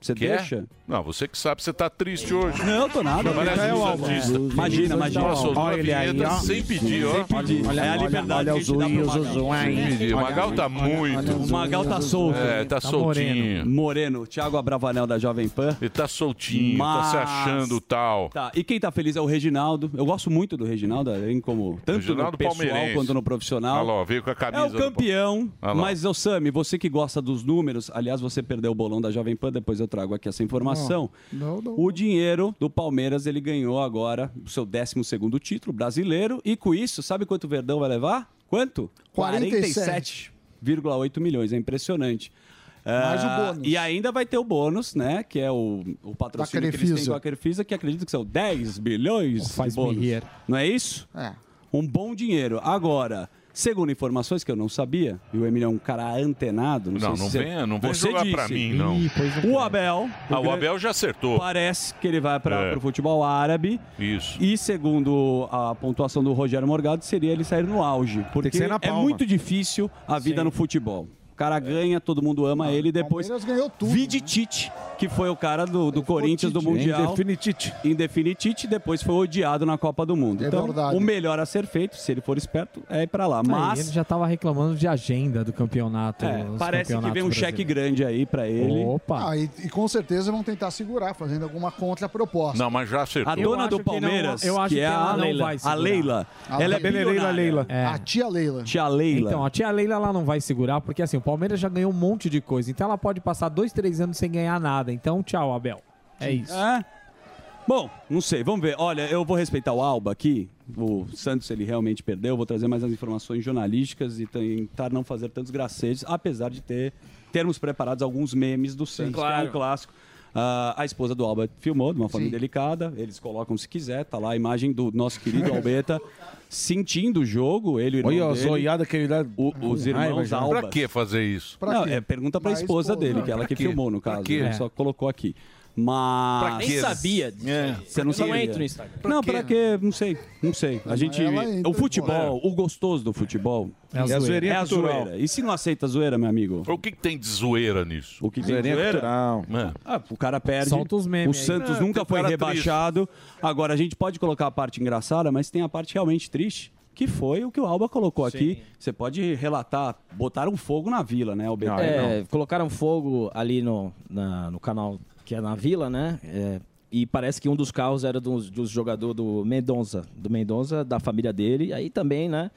[SPEAKER 4] Você
[SPEAKER 6] Quer?
[SPEAKER 4] deixa?
[SPEAKER 6] Não, você que sabe, você tá triste hoje.
[SPEAKER 4] Não, tô nada.
[SPEAKER 6] Parece
[SPEAKER 4] Micael
[SPEAKER 6] um
[SPEAKER 4] Alba.
[SPEAKER 6] artista.
[SPEAKER 4] Imagina, imagina.
[SPEAKER 6] Nossa, soltou
[SPEAKER 4] Olha
[SPEAKER 6] a vinheta
[SPEAKER 4] ele aí, ó.
[SPEAKER 6] sem pedir, ó.
[SPEAKER 4] Sem pedir. Olha- É a olha- liberdade olha que o a gente dá Zuzu, pro Magal. Zuzu, hein?
[SPEAKER 6] Sem pedir. O
[SPEAKER 4] Olha-
[SPEAKER 6] Magal tá muito.
[SPEAKER 4] O Magal tá solto.
[SPEAKER 6] É, tá, soltinho.
[SPEAKER 4] Moreno. Moreno, Thiago Abravanel da Jovem Pan.
[SPEAKER 6] Ele tá soltinho, tá
[SPEAKER 4] Mas-
[SPEAKER 6] se achando tal.
[SPEAKER 4] Tá, e quem tá feliz é o Reginaldo. Eu gosto muito do Reginaldo, além como tanto
[SPEAKER 6] Reginaldo
[SPEAKER 4] no pessoal
[SPEAKER 6] Palmeirense.
[SPEAKER 4] quanto no profissional.
[SPEAKER 6] Olha lá, veio com a camisa.
[SPEAKER 4] É o
[SPEAKER 6] do-
[SPEAKER 4] campeão,
[SPEAKER 6] Olha lá.
[SPEAKER 4] mas, ô Sami, você que gosta dos números, aliás, você perdeu o bolão da Jovem Pan, depois eu trago aqui essa informação.
[SPEAKER 13] Não, não.
[SPEAKER 4] O dinheiro do Palmeiras, ele ganhou agora o seu 12º título brasileiro. E com isso, sabe quanto o Verdão vai levar? Quanto?
[SPEAKER 13] 47,8
[SPEAKER 4] 47,8 milhões. É impressionante.
[SPEAKER 13] Mais o
[SPEAKER 4] Ah,
[SPEAKER 13] bônus.
[SPEAKER 4] E ainda vai ter o bônus, né? Que é o, o patrocínio que eles têm
[SPEAKER 13] Crefisa.
[SPEAKER 4] com a Crefisa, que acredito que são 10 bilhões de bônus. Não é isso? Um bom dinheiro. Agora... Segundo informações que eu não sabia, e o Emílio é um cara antenado, não,
[SPEAKER 6] Não,
[SPEAKER 4] sei
[SPEAKER 6] não
[SPEAKER 4] se
[SPEAKER 6] venha, não vem
[SPEAKER 4] você
[SPEAKER 6] jogar
[SPEAKER 4] disse,
[SPEAKER 6] pra mim, não. Ih,
[SPEAKER 4] o Abel.
[SPEAKER 6] Ah, o
[SPEAKER 4] grande-
[SPEAKER 6] Abel já acertou.
[SPEAKER 4] Parece que ele vai para
[SPEAKER 6] É.
[SPEAKER 4] o futebol árabe.
[SPEAKER 6] Isso.
[SPEAKER 4] E segundo a pontuação do Rogério Morgado, seria ele sair no auge. Porque
[SPEAKER 10] ser na
[SPEAKER 4] é
[SPEAKER 10] palma.
[SPEAKER 4] muito difícil a vida no futebol. O cara ganha, todo mundo
[SPEAKER 9] Ah,
[SPEAKER 4] ama ele e depois.
[SPEAKER 13] Palmeiras ganhou tudo.
[SPEAKER 4] Vide
[SPEAKER 9] né?
[SPEAKER 4] Tite, que foi o cara do, do Corinthians do
[SPEAKER 13] Tite, né?
[SPEAKER 4] Mundial.
[SPEAKER 13] Indefinitite.
[SPEAKER 4] Indefinitite, depois foi odiado na Copa do Mundo.
[SPEAKER 9] É
[SPEAKER 4] então,
[SPEAKER 9] verdade.
[SPEAKER 4] o melhor a ser feito, se ele for esperto, é ir pra lá.
[SPEAKER 9] Mas ele
[SPEAKER 4] Mas
[SPEAKER 9] já tava reclamando de agenda do campeonato.
[SPEAKER 4] é,
[SPEAKER 9] dos
[SPEAKER 4] parece que
[SPEAKER 9] campeonatos
[SPEAKER 4] vem um cheque
[SPEAKER 9] brasileiros.
[SPEAKER 4] grande aí pra ele.
[SPEAKER 9] Opa!
[SPEAKER 13] Ah, e, e com certeza vão tentar segurar, fazendo alguma contraproposta.
[SPEAKER 6] Não, mas já acertou.
[SPEAKER 4] A dona do Palmeiras, que, é a Leila. a Leila. Ela é bilionária.
[SPEAKER 9] É.
[SPEAKER 13] A tia Leila.
[SPEAKER 4] Tia Leila.
[SPEAKER 9] Então, a tia Leila lá não vai segurar, porque assim, o Palmeiras já ganhou um monte de coisa. Então ela pode passar dois, três anos sem ganhar nada. Então, tchau, Abel. É isso.
[SPEAKER 4] É. Bom, não sei, vamos ver. Olha, eu vou respeitar o Alba aqui. O Santos ele realmente perdeu. Vou trazer mais as informações jornalísticas e tentar não fazer tantos gracetes, apesar de ter termos preparados alguns memes do Santos, que é
[SPEAKER 7] claro.
[SPEAKER 4] um clássico. Ah, a esposa do Alba filmou de uma forma delicada. Eles colocam se quiser, tá lá a imagem do nosso querido Albeta sentindo o jogo. Ele e o irmão
[SPEAKER 10] Olha a
[SPEAKER 4] dele.
[SPEAKER 10] zoiada que ele dá.
[SPEAKER 4] O- os irmãos Alba.
[SPEAKER 6] Pra que fazer isso?
[SPEAKER 4] não, é, pergunta pra
[SPEAKER 6] Pra
[SPEAKER 4] esposa,
[SPEAKER 6] esposa.
[SPEAKER 4] dele, que é
[SPEAKER 6] Pra
[SPEAKER 4] ela que
[SPEAKER 6] quê?
[SPEAKER 4] filmou, no
[SPEAKER 6] Pra
[SPEAKER 4] caso.
[SPEAKER 6] quê?
[SPEAKER 4] né? Só colocou aqui. Mas.
[SPEAKER 6] Pra quê? Nem sabia disso
[SPEAKER 4] É.
[SPEAKER 6] aí.
[SPEAKER 4] Você não
[SPEAKER 6] Eu não
[SPEAKER 4] sabia.
[SPEAKER 6] entro no Instagram.
[SPEAKER 4] não,
[SPEAKER 6] Pra
[SPEAKER 4] pra quê? Não sei. Não sei. A
[SPEAKER 6] Mas
[SPEAKER 4] gente.
[SPEAKER 6] ela entra,
[SPEAKER 4] O futebol, o gostoso do futebol.
[SPEAKER 6] É a zoeira.
[SPEAKER 4] É a
[SPEAKER 6] cultural.
[SPEAKER 4] zoeira. E se não aceita a zoeira, meu amigo?
[SPEAKER 6] O que, que tem de zoeira nisso?
[SPEAKER 4] O que tem Zoeirinha zoeira? cultural. Ah, o cara perde.
[SPEAKER 6] Solta os memes
[SPEAKER 4] o
[SPEAKER 6] aí.
[SPEAKER 4] Santos
[SPEAKER 6] Ah,
[SPEAKER 4] nunca
[SPEAKER 6] tem
[SPEAKER 4] foi
[SPEAKER 6] cara
[SPEAKER 4] rebaixado. Agora, a gente pode colocar a parte engraçada, mas tem a parte realmente triste, que foi o que o Alba colocou aqui. Você pode relatar. Botaram fogo na vila, né, Alberto?
[SPEAKER 11] É, colocaram fogo ali no, na- no canal que é na vila, né? É, e parece que um dos carros era dos, dos jogadores do Mendonça, do Mendonça, da família dele. Aí também, né?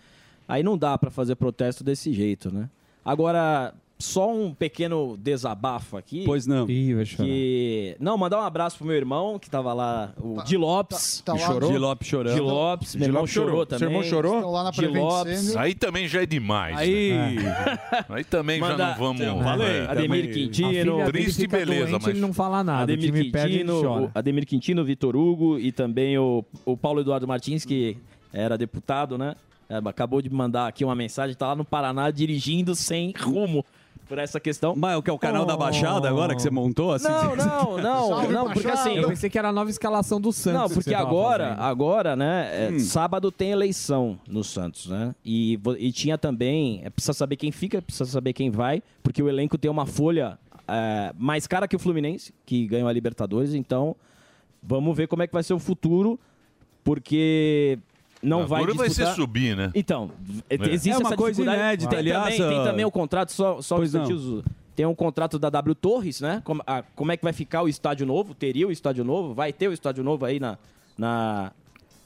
[SPEAKER 11] Aí não dá pra fazer protesto desse jeito, né? Agora, só um pequeno desabafo aqui.
[SPEAKER 4] Pois não.
[SPEAKER 9] Ih, vai
[SPEAKER 11] Que... Não, mandar um abraço pro meu irmão, que tava lá, o Di Lopes.
[SPEAKER 13] tá lá- Chorou?
[SPEAKER 11] Di Lopes
[SPEAKER 4] chorando.
[SPEAKER 11] Di Lopes, meu
[SPEAKER 6] Di
[SPEAKER 11] irmão
[SPEAKER 6] Lopes
[SPEAKER 11] chorou,
[SPEAKER 6] chorou.
[SPEAKER 11] também.
[SPEAKER 6] Seu irmão chorou?
[SPEAKER 13] Estão lá na
[SPEAKER 11] Di
[SPEAKER 13] Prevent
[SPEAKER 11] Lopes.
[SPEAKER 13] Sênior.
[SPEAKER 6] Aí também já é demais.
[SPEAKER 11] Aí-
[SPEAKER 6] né? Aí também já
[SPEAKER 11] Manda-
[SPEAKER 6] não vamos.
[SPEAKER 11] Eu falei,
[SPEAKER 6] É,
[SPEAKER 11] Ademir
[SPEAKER 6] também-
[SPEAKER 11] Quintino.
[SPEAKER 6] A filha Triste e
[SPEAKER 11] fica
[SPEAKER 6] beleza,
[SPEAKER 11] doente,
[SPEAKER 6] mas.
[SPEAKER 9] Ele não fala nada. o
[SPEAKER 11] Ademir
[SPEAKER 9] time perde, ele
[SPEAKER 11] Quintino,
[SPEAKER 9] chora.
[SPEAKER 11] o Ademir Quintino, o Vitor Hugo e também o, o Paulo Eduardo Martins, que era deputado, né? É, Acabou de mandar aqui uma mensagem, tá lá no Paraná dirigindo sem rumo por essa questão.
[SPEAKER 4] Mas o que é o canal da Baixada agora que você montou? Assim,
[SPEAKER 11] Não, não, não,
[SPEAKER 9] Salve,
[SPEAKER 11] não, porque
[SPEAKER 9] Baixada.
[SPEAKER 11] assim...
[SPEAKER 9] Eu pensei que era a nova escalação do Santos.
[SPEAKER 11] Não,
[SPEAKER 9] que
[SPEAKER 11] porque
[SPEAKER 9] você tava
[SPEAKER 11] agora,
[SPEAKER 9] fazendo.
[SPEAKER 11] agora, né? é,
[SPEAKER 6] Hum.
[SPEAKER 11] Sábado tem eleição no Santos, né? E, vo- e tinha também. é, Precisa saber quem fica, precisa saber quem vai, porque o elenco tem uma folha é, mais cara que o Fluminense, que ganhou a Libertadores. Então, vamos ver como é que vai ser o futuro, porque não vai
[SPEAKER 6] Agora vai
[SPEAKER 11] disputar.
[SPEAKER 6] ser subir, né?
[SPEAKER 11] Então, é,
[SPEAKER 6] É.
[SPEAKER 11] existe
[SPEAKER 6] É uma
[SPEAKER 11] essa
[SPEAKER 6] coisa
[SPEAKER 11] dificuldade.
[SPEAKER 6] inédita,
[SPEAKER 11] tem,
[SPEAKER 6] aliás,
[SPEAKER 11] Também, tem
[SPEAKER 6] ah,
[SPEAKER 11] também o contrato, só, só um
[SPEAKER 6] pois não.
[SPEAKER 11] instantinho, Zuzu. Tem um contrato da W Torres, né? Como, a- como é que vai ficar o estádio novo? Teria o estádio novo? Vai ter o estádio novo aí na. na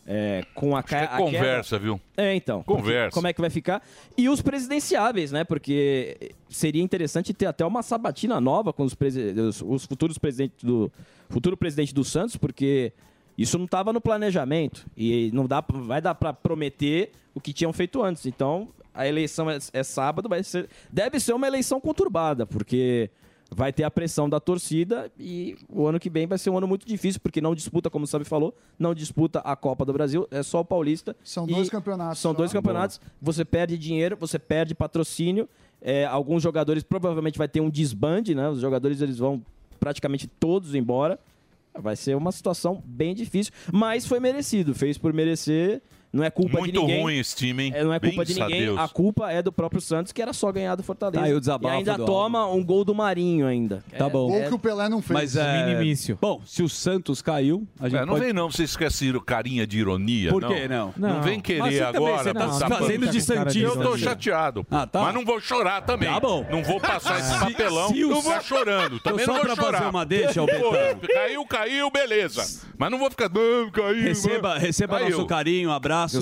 [SPEAKER 11] é, com a, ca- a queda?
[SPEAKER 6] Conversa, viu?
[SPEAKER 11] É, então.
[SPEAKER 6] Conversa.
[SPEAKER 11] Como é que vai ficar? E os presidenciáveis, né? Porque seria interessante ter até uma sabatina nova com os, presi- os- os futuros presidentes do futuro presidente do Santos, porque isso não estava no planejamento e não dá, pra- vai dar para prometer o que tinham feito antes. Então a eleição é, é sábado, vai ser, deve ser uma eleição conturbada, porque vai ter a pressão da torcida e o ano que vem vai ser um ano muito difícil, porque não disputa, como o Sabe falou, não disputa a Copa do Brasil, é só o Paulista.
[SPEAKER 13] São dois campeonatos
[SPEAKER 11] São
[SPEAKER 13] só.
[SPEAKER 11] dois campeonatos, você perde dinheiro, você perde patrocínio, é, alguns jogadores provavelmente vai ter um desbande, né? Os jogadores eles vão praticamente todos embora. Vai ser uma situação bem difícil, mas foi merecido, fez por merecer, não é culpa de
[SPEAKER 6] Muito
[SPEAKER 11] ninguém.
[SPEAKER 6] ruim esse time, hein?
[SPEAKER 11] É, não é culpa de
[SPEAKER 6] Bença
[SPEAKER 11] ninguém,
[SPEAKER 6] Deus.
[SPEAKER 11] a culpa é do próprio Santos, que era só ganhar do Fortaleza.
[SPEAKER 4] Tá aí o desabafo
[SPEAKER 11] e ainda
[SPEAKER 4] do
[SPEAKER 11] toma um gol do Marinho ainda.
[SPEAKER 4] Tá bom.
[SPEAKER 13] Ou É, que o Pelé não fez.
[SPEAKER 4] Mas é. Bom, se o Santos caiu, a gente
[SPEAKER 6] É, não
[SPEAKER 4] pode...
[SPEAKER 6] vem não, você esquece ir- carinha de ironia.
[SPEAKER 4] Por que não?
[SPEAKER 6] Não,
[SPEAKER 4] Não.
[SPEAKER 6] vem querer
[SPEAKER 4] Mas você também,
[SPEAKER 6] agora.
[SPEAKER 4] você tá
[SPEAKER 6] botar
[SPEAKER 4] se
[SPEAKER 6] pano.
[SPEAKER 4] fazendo de santista.
[SPEAKER 6] Eu tô
[SPEAKER 4] aqui.
[SPEAKER 6] chateado.
[SPEAKER 4] Ah, tá.
[SPEAKER 6] Mas não vou chorar também.
[SPEAKER 4] Tá bom. Ah,
[SPEAKER 6] Não vou passar esse
[SPEAKER 4] Se-
[SPEAKER 6] papelão.
[SPEAKER 4] se o
[SPEAKER 6] não vou
[SPEAKER 4] Sa-
[SPEAKER 6] chorando.
[SPEAKER 4] Então,
[SPEAKER 6] Também
[SPEAKER 4] só
[SPEAKER 6] não vou
[SPEAKER 4] pra
[SPEAKER 6] chorar.
[SPEAKER 4] fazer uma deixa, Albertão.
[SPEAKER 6] Pô, Caiu, caiu, beleza. Mas não vou ficar. Não, caiu.
[SPEAKER 4] Receba, receba
[SPEAKER 6] Caiu.
[SPEAKER 4] nosso carinho, um abraço. Se o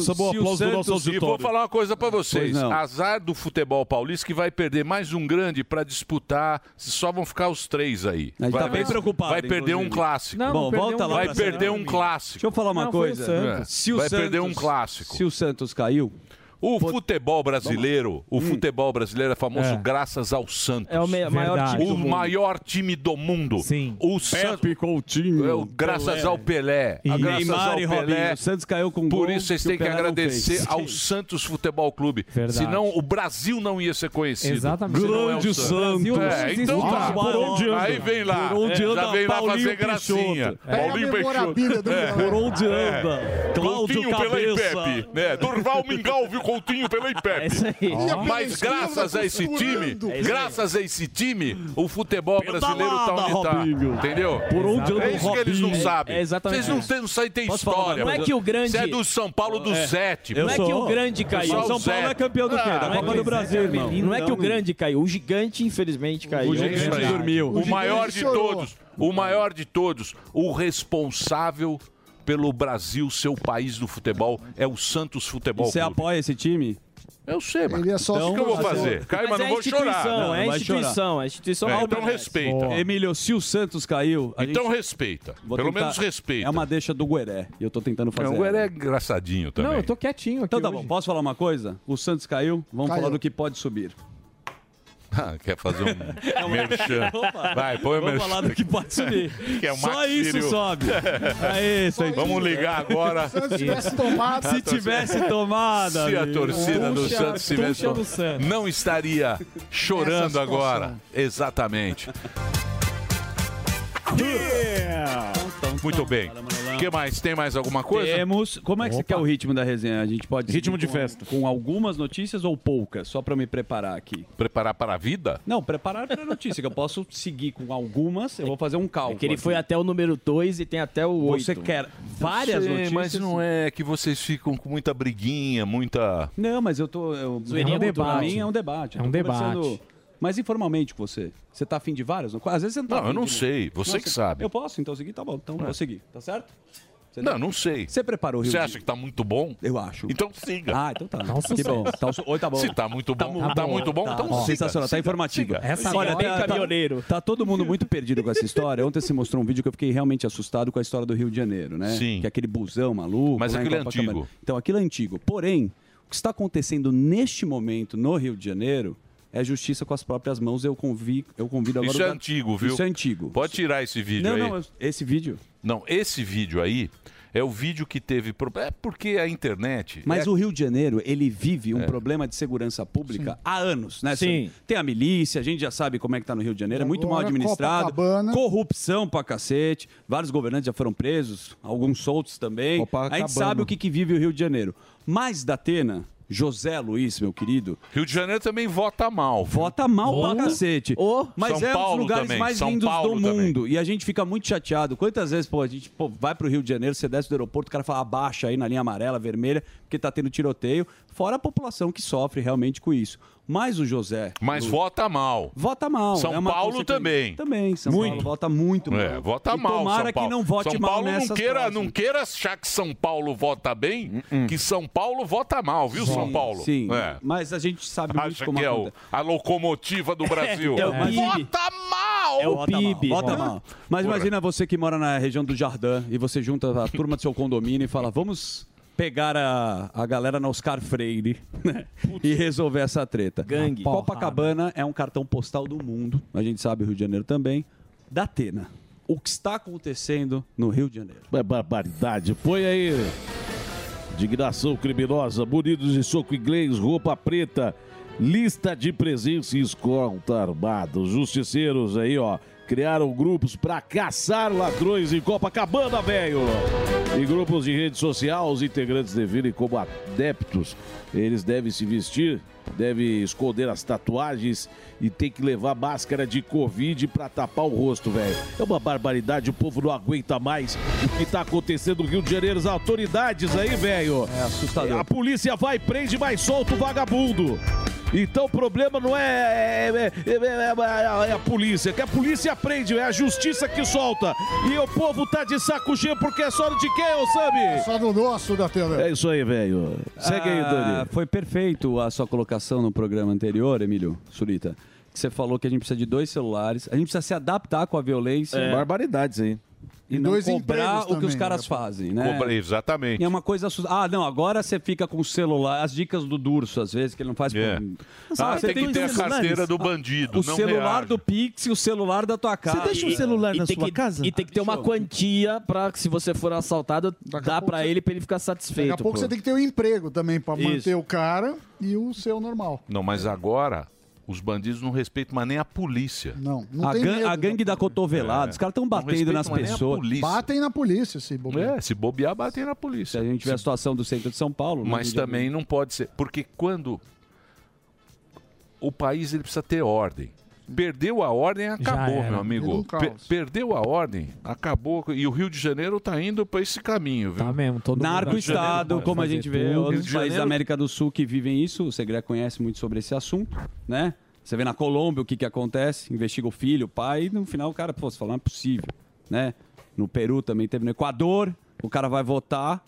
[SPEAKER 4] Santos-
[SPEAKER 6] E vou falar uma coisa pra vocês.
[SPEAKER 4] Pois não.
[SPEAKER 6] Azar do futebol paulista que vai perder mais um grande pra disputar. Se Só vão ficar os três aí.
[SPEAKER 4] A
[SPEAKER 6] vai
[SPEAKER 4] gente tá bem
[SPEAKER 6] perder-
[SPEAKER 4] preocupado,
[SPEAKER 6] Vai perder um
[SPEAKER 4] inclusive.
[SPEAKER 6] clássico.
[SPEAKER 4] Não, não Bom, perdeu volta um lá
[SPEAKER 6] Vai
[SPEAKER 4] pra
[SPEAKER 6] perder
[SPEAKER 4] semana.
[SPEAKER 6] um clássico.
[SPEAKER 4] Deixa eu falar uma coisa. né?
[SPEAKER 6] É. vai perder um clássico.
[SPEAKER 4] Se o Santos caiu,
[SPEAKER 6] O futebol brasileiro, o futebol brasileiro é famoso
[SPEAKER 4] É.
[SPEAKER 6] graças ao Santos.
[SPEAKER 11] Hum. É o me- maior Verdade. time do
[SPEAKER 6] O
[SPEAKER 11] mundo.
[SPEAKER 6] maior time do mundo.
[SPEAKER 9] Sim.
[SPEAKER 6] O Santos. É, o- graças
[SPEAKER 4] Hum, Pelé.
[SPEAKER 6] ao Pelé. Ah,
[SPEAKER 4] E
[SPEAKER 6] graças
[SPEAKER 4] Neymar
[SPEAKER 6] ao
[SPEAKER 4] e
[SPEAKER 6] Pelé.
[SPEAKER 4] Robinho. O Santos caiu com um
[SPEAKER 6] Por
[SPEAKER 4] gol
[SPEAKER 6] isso vocês
[SPEAKER 4] que o
[SPEAKER 6] têm que
[SPEAKER 4] Pelé não
[SPEAKER 6] agradecer
[SPEAKER 4] fez.
[SPEAKER 6] ao Santos Futebol Clube.
[SPEAKER 9] Verdade.
[SPEAKER 6] Senão o Brasil não ia ser conhecido.
[SPEAKER 9] Exatamente.
[SPEAKER 6] Se não
[SPEAKER 9] Grande
[SPEAKER 6] é o Santos.
[SPEAKER 9] Santos.
[SPEAKER 6] É, então
[SPEAKER 9] Por
[SPEAKER 6] tá.
[SPEAKER 9] onde anda?
[SPEAKER 6] Aí vem lá.
[SPEAKER 9] Por onde
[SPEAKER 6] É,
[SPEAKER 9] anda
[SPEAKER 6] já vem lá
[SPEAKER 9] Paulinho
[SPEAKER 6] fazer gracinha.
[SPEAKER 9] Peixoto? Pega a memorabilia do
[SPEAKER 6] É.
[SPEAKER 9] Pelé. Por onde
[SPEAKER 6] É.
[SPEAKER 9] anda? Cláudio
[SPEAKER 6] Coutinho, Pelé e
[SPEAKER 9] Cabeça.
[SPEAKER 6] Pepe. né? Durval Mingau, viu? Coutinho pela
[SPEAKER 12] É
[SPEAKER 6] IPEP.
[SPEAKER 15] Ó.
[SPEAKER 6] Mas graças a esse time,
[SPEAKER 15] É
[SPEAKER 6] graças a esse time, o futebol brasileiro tá
[SPEAKER 15] Pedalada,
[SPEAKER 6] onde tá.
[SPEAKER 15] Robinho.
[SPEAKER 6] Entendeu?
[SPEAKER 15] Por onde anda
[SPEAKER 6] É
[SPEAKER 15] o
[SPEAKER 6] isso que eles não
[SPEAKER 15] Robinho.
[SPEAKER 6] sabem.
[SPEAKER 15] É exatamente
[SPEAKER 6] Vocês não
[SPEAKER 15] isso.
[SPEAKER 6] têm- não sabem ter
[SPEAKER 15] Posso falar uma
[SPEAKER 6] história.
[SPEAKER 15] coisa? Não é que o grande-
[SPEAKER 6] Você é do São Paulo do
[SPEAKER 11] É.
[SPEAKER 6] Sete.
[SPEAKER 11] Não é que o
[SPEAKER 6] pô.
[SPEAKER 11] grande caiu.
[SPEAKER 6] Só o
[SPEAKER 11] São Paulo
[SPEAKER 6] Zé.
[SPEAKER 11] é campeão do quê?
[SPEAKER 6] Ah,
[SPEAKER 11] Da Copa
[SPEAKER 6] mas
[SPEAKER 11] do Brasil,
[SPEAKER 6] Zé,
[SPEAKER 11] irmão. Não é que o
[SPEAKER 6] não.
[SPEAKER 11] grande caiu. O gigante, infelizmente, caiu.
[SPEAKER 6] O gigante dormiu. O maior de todos, o maior de todos, o responsável pelo Brasil, seu país do futebol, é o Santos Futebol
[SPEAKER 4] Você
[SPEAKER 6] Clube.
[SPEAKER 4] apoia esse time?
[SPEAKER 6] Eu sei, mas então
[SPEAKER 4] Ele é sócio
[SPEAKER 6] o que eu vou
[SPEAKER 4] do Brasil.
[SPEAKER 6] fazer? Cai, mas,
[SPEAKER 4] Mas
[SPEAKER 6] não
[SPEAKER 4] é
[SPEAKER 6] vou chorar.
[SPEAKER 4] instituição, é instituição,
[SPEAKER 11] é instituição.
[SPEAKER 6] É, então respeita.
[SPEAKER 4] Emílio, se o Santos caiu. a
[SPEAKER 6] Então respeita.
[SPEAKER 4] Vou
[SPEAKER 6] Pelo menos respeita.
[SPEAKER 4] É uma deixa do Gueré. E eu tô tentando fazer.
[SPEAKER 6] Não, o
[SPEAKER 4] ela.
[SPEAKER 6] Gueré é engraçadinho também.
[SPEAKER 4] Não, eu
[SPEAKER 6] tô
[SPEAKER 9] quietinho
[SPEAKER 4] Então tá bom, posso falar uma coisa? O Santos caiu, vamos
[SPEAKER 6] Caiu.
[SPEAKER 4] falar do que pode subir.
[SPEAKER 6] Ah, quer fazer um
[SPEAKER 4] Não,
[SPEAKER 6] merchan?
[SPEAKER 4] opa.
[SPEAKER 6] Vai, põe o
[SPEAKER 4] Vamos
[SPEAKER 6] merchan.
[SPEAKER 4] falar do que pode subir.
[SPEAKER 6] Que é o
[SPEAKER 4] Só
[SPEAKER 6] Max
[SPEAKER 4] isso
[SPEAKER 6] Cirio.
[SPEAKER 4] sobe. É isso, então.
[SPEAKER 6] Vamos ligar agora.
[SPEAKER 4] Se o Santos tivesse tomado. Se
[SPEAKER 6] A torcida-
[SPEAKER 4] tivesse tomado,
[SPEAKER 6] Se a
[SPEAKER 4] amigo.
[SPEAKER 6] torcida do
[SPEAKER 4] Puxa,
[SPEAKER 6] Santos tivesse
[SPEAKER 4] puxa do
[SPEAKER 6] tomado.
[SPEAKER 4] Santos.
[SPEAKER 6] Não estaria chorando
[SPEAKER 4] Essa situação.
[SPEAKER 6] agora. Exatamente. Muito bem. O que mais? Tem mais alguma coisa?
[SPEAKER 4] Temos. Como é que você quer o ritmo da resenha? A gente pode. Ritmo de festa. Com algumas notícias ou poucas? Só pra eu me preparar aqui.
[SPEAKER 6] Preparar Tá para a vida?
[SPEAKER 4] Não, preparar pra notícia, que eu posso seguir com algumas, eu vou fazer um cálculo.
[SPEAKER 11] É Que ele foi até o número 2 e tem até o 8.
[SPEAKER 4] Você quer várias
[SPEAKER 6] Sim,
[SPEAKER 4] notícias?
[SPEAKER 6] Mas não é que vocês ficam com muita briguinha, muita.
[SPEAKER 4] Não, mas eu tô. Eu,
[SPEAKER 6] Zoeirinha
[SPEAKER 4] pra
[SPEAKER 6] cultural.
[SPEAKER 4] mim é um debate.
[SPEAKER 6] É
[SPEAKER 4] Eu
[SPEAKER 6] um
[SPEAKER 4] tô
[SPEAKER 6] debate.
[SPEAKER 4] conversando- Mas informalmente com você. Você tá afim de várias? Não? Às vezes você não tá
[SPEAKER 6] Não,
[SPEAKER 4] afim
[SPEAKER 6] eu não
[SPEAKER 4] de-
[SPEAKER 6] sei. Você que sabe. É.
[SPEAKER 4] Eu posso então seguir? Tá bom, então vou seguir. Tá certo? Você
[SPEAKER 6] Não, não sei.
[SPEAKER 4] Você preparou o Rio
[SPEAKER 6] Você
[SPEAKER 4] de-
[SPEAKER 6] acha que tá muito bom?
[SPEAKER 4] Eu acho.
[SPEAKER 6] Então siga.
[SPEAKER 4] Ah, então tá. que bom. Tá, um su- Oi, tá bom.
[SPEAKER 6] Se tá muito bom, tá, muito bom, então
[SPEAKER 4] Ó,
[SPEAKER 6] siga.
[SPEAKER 4] sensacional, tá
[SPEAKER 6] siga,
[SPEAKER 4] informativo.
[SPEAKER 6] siga.
[SPEAKER 4] Olha, tá- tá- Tá, todo mundo muito perdido com essa história. Ontem você mostrou um vídeo que eu fiquei realmente assustado com a história do Rio de Janeiro, né?
[SPEAKER 6] Sim.
[SPEAKER 4] Que é aquele busão maluco.
[SPEAKER 6] Mas
[SPEAKER 4] lá em
[SPEAKER 6] aquilo é
[SPEAKER 4] Copacabana.
[SPEAKER 6] antigo.
[SPEAKER 4] Então, aquilo é antigo. Porém, o que está acontecendo neste momento no Rio de Janeiro é justiça com as próprias mãos. Eu, convi, eu convido agora...
[SPEAKER 6] Isso
[SPEAKER 4] o
[SPEAKER 6] é
[SPEAKER 4] Ga-
[SPEAKER 6] antigo, viu?
[SPEAKER 4] Isso é antigo.
[SPEAKER 6] Pode tirar esse vídeo
[SPEAKER 4] Não,
[SPEAKER 6] aí.
[SPEAKER 4] não, eu- esse vídeo...
[SPEAKER 6] Não, esse vídeo aí é o vídeo que teve... pro- É porque a internet...
[SPEAKER 4] Mas
[SPEAKER 6] é-
[SPEAKER 4] o Rio de Janeiro, ele vive um problema de segurança pública há anos, né? Sim. Tem a milícia, a gente já sabe como é que tá no Rio de Janeiro, é muito mal
[SPEAKER 13] Agora,
[SPEAKER 4] administrado.
[SPEAKER 13] Copacabana.
[SPEAKER 4] Corrupção pra cacete. Vários governantes já foram presos, alguns soltos também. A gente sabe o que, que vive o Rio de Janeiro. Mas da Atena, José Luiz, meu querido,
[SPEAKER 6] Rio de Janeiro também vota mal.
[SPEAKER 4] Vota mal pra cacete. Mas
[SPEAKER 6] São
[SPEAKER 4] é um
[SPEAKER 6] Paulo
[SPEAKER 4] dos lugares
[SPEAKER 6] também,
[SPEAKER 4] mais
[SPEAKER 6] São
[SPEAKER 4] lindos
[SPEAKER 6] Paulo
[SPEAKER 4] do
[SPEAKER 6] também.
[SPEAKER 4] mundo. E a gente fica muito chateado. Quantas vezes, pô, a gente pô, vai pro Rio de Janeiro, você desce do aeroporto, o cara fala abaixa aí na linha amarela, vermelha, porque tá tendo tiroteio. Fora a população que sofre realmente com isso. Mas o José.
[SPEAKER 6] Mas
[SPEAKER 4] o-
[SPEAKER 6] vota mal.
[SPEAKER 4] Vota mal.
[SPEAKER 6] São
[SPEAKER 4] é uma
[SPEAKER 6] Paulo
[SPEAKER 4] consequência-
[SPEAKER 6] também.
[SPEAKER 4] Também, São Paulo vota muito mal.
[SPEAKER 6] É, vota
[SPEAKER 4] E
[SPEAKER 6] mal,
[SPEAKER 4] Tomara
[SPEAKER 6] São Paulo.
[SPEAKER 4] que não vote
[SPEAKER 6] São
[SPEAKER 4] mal
[SPEAKER 6] Paulo não
[SPEAKER 4] nessas
[SPEAKER 6] queira,
[SPEAKER 4] próximas.
[SPEAKER 6] não queira achar que São Paulo vota bem, que São Paulo vota mal, viu, São
[SPEAKER 4] Uh-uh. Sim,
[SPEAKER 6] Paulo?
[SPEAKER 4] Sim,
[SPEAKER 6] É.
[SPEAKER 4] mas a gente sabe muito
[SPEAKER 6] Acha
[SPEAKER 4] como
[SPEAKER 6] que é o-
[SPEAKER 4] acontece.
[SPEAKER 6] a locomotiva do Brasil.
[SPEAKER 4] É, é o
[SPEAKER 6] Vota mal!
[SPEAKER 4] PIB. É o PIB. Bota mal. Mas
[SPEAKER 6] Porra.
[SPEAKER 4] imagina você que mora na região do Jardim e você junta a turma do seu condomínio e fala: vamos pegar a, a galera na Oscar Freire né? e resolver essa treta.
[SPEAKER 11] Gangue.
[SPEAKER 4] Copacabana é um cartão postal do mundo, a gente sabe, Rio de Janeiro também, da Atena. O que está acontecendo no Rio de Janeiro?
[SPEAKER 10] É barbaridade. Põe aí. Indignação criminosa, munidos de soco inglês, roupa preta, lista de presença e escolta armado. Justiceiros aí, ó, criaram grupos pra caçar ladrões em Copacabana, velho. Em grupos de rede social, os integrantes definem como adeptos. Eles devem se vestir, devem esconder as tatuagens e tem que levar máscara de Covid pra tapar o rosto, velho. É uma barbaridade, o povo não aguenta mais o que tá acontecendo no Rio de Janeiro. As autoridades aí, velho.
[SPEAKER 4] É assustador.
[SPEAKER 10] A polícia vai, prende, mas solta o vagabundo. Então o problema não é, é, é- é- é- é- é a polícia, que a polícia prende, é a justiça que solta. E o povo tá de saco cheio porque é só de quem, ô Sami?
[SPEAKER 16] É Só no nosso da TV.
[SPEAKER 10] É isso aí, velho. Segue aí, Dani.
[SPEAKER 4] Ah, Foi perfeito a sua colocação no programa anterior, Emílio Surita. Que você falou que a gente precisa de dois celulares, a gente precisa se adaptar com a violência.
[SPEAKER 10] É. Barbaridades aí.
[SPEAKER 4] E não
[SPEAKER 10] dois empregos
[SPEAKER 4] cobrar o que os
[SPEAKER 10] também,
[SPEAKER 4] caras
[SPEAKER 10] né?
[SPEAKER 4] fazem, né?
[SPEAKER 6] Cobra- exatamente.
[SPEAKER 4] E é uma coisa assustadora. Ah, não, agora você fica com o celular. As dicas do Durso, às vezes, que ele não faz.
[SPEAKER 6] É. Ah, tem que
[SPEAKER 4] dois
[SPEAKER 6] ter a
[SPEAKER 4] celulares.
[SPEAKER 6] carteira do bandido,
[SPEAKER 4] O
[SPEAKER 6] não
[SPEAKER 4] celular
[SPEAKER 6] reage.
[SPEAKER 4] do Pix e o celular da tua casa.
[SPEAKER 11] E- e tem que- E tem que ter uma quantia pra que se você for assaltado, dá pra ele pra ele ficar satisfeito.
[SPEAKER 13] Daqui a pouco
[SPEAKER 11] pô.
[SPEAKER 13] você tem que ter um emprego também pra
[SPEAKER 11] Isso.
[SPEAKER 13] manter o cara e o seu normal.
[SPEAKER 6] Não, mas agora Os bandidos não respeitam mais nem a polícia.
[SPEAKER 13] Não,
[SPEAKER 4] a, gan- a gangue da
[SPEAKER 6] É.
[SPEAKER 4] cotovelada. Os caras estão
[SPEAKER 6] Não
[SPEAKER 4] batendo
[SPEAKER 6] respeitam
[SPEAKER 4] nas
[SPEAKER 6] nem a
[SPEAKER 4] pessoas.
[SPEAKER 6] polícia.
[SPEAKER 13] Batem na polícia, se bobear.
[SPEAKER 6] É, se bobear, batem na polícia.
[SPEAKER 4] Se a gente tiver a situação do centro de São Paulo. né,
[SPEAKER 6] Mas
[SPEAKER 4] no dia
[SPEAKER 6] também não pode ser. Porque quando. O país ele precisa ter ordem. Perdeu a ordem, acabou,
[SPEAKER 17] era.
[SPEAKER 6] meu amigo.
[SPEAKER 17] Virou um caos.
[SPEAKER 6] Per- perdeu a ordem, acabou. E o Rio de Janeiro tá indo para esse caminho, viu? Tá
[SPEAKER 9] mesmo, todo
[SPEAKER 4] é Narco-estado, como a gente vê,
[SPEAKER 6] Rio
[SPEAKER 4] outros
[SPEAKER 6] de
[SPEAKER 4] países da
[SPEAKER 6] Janeiro
[SPEAKER 4] América do Sul que vivem isso, o Segre conhece muito sobre esse assunto, né? Você vê na Colômbia o que, que acontece, investiga o filho, o pai, e no final o cara, pô, você fala, não é possível, né? No Peru também teve, no Equador, o cara vai votar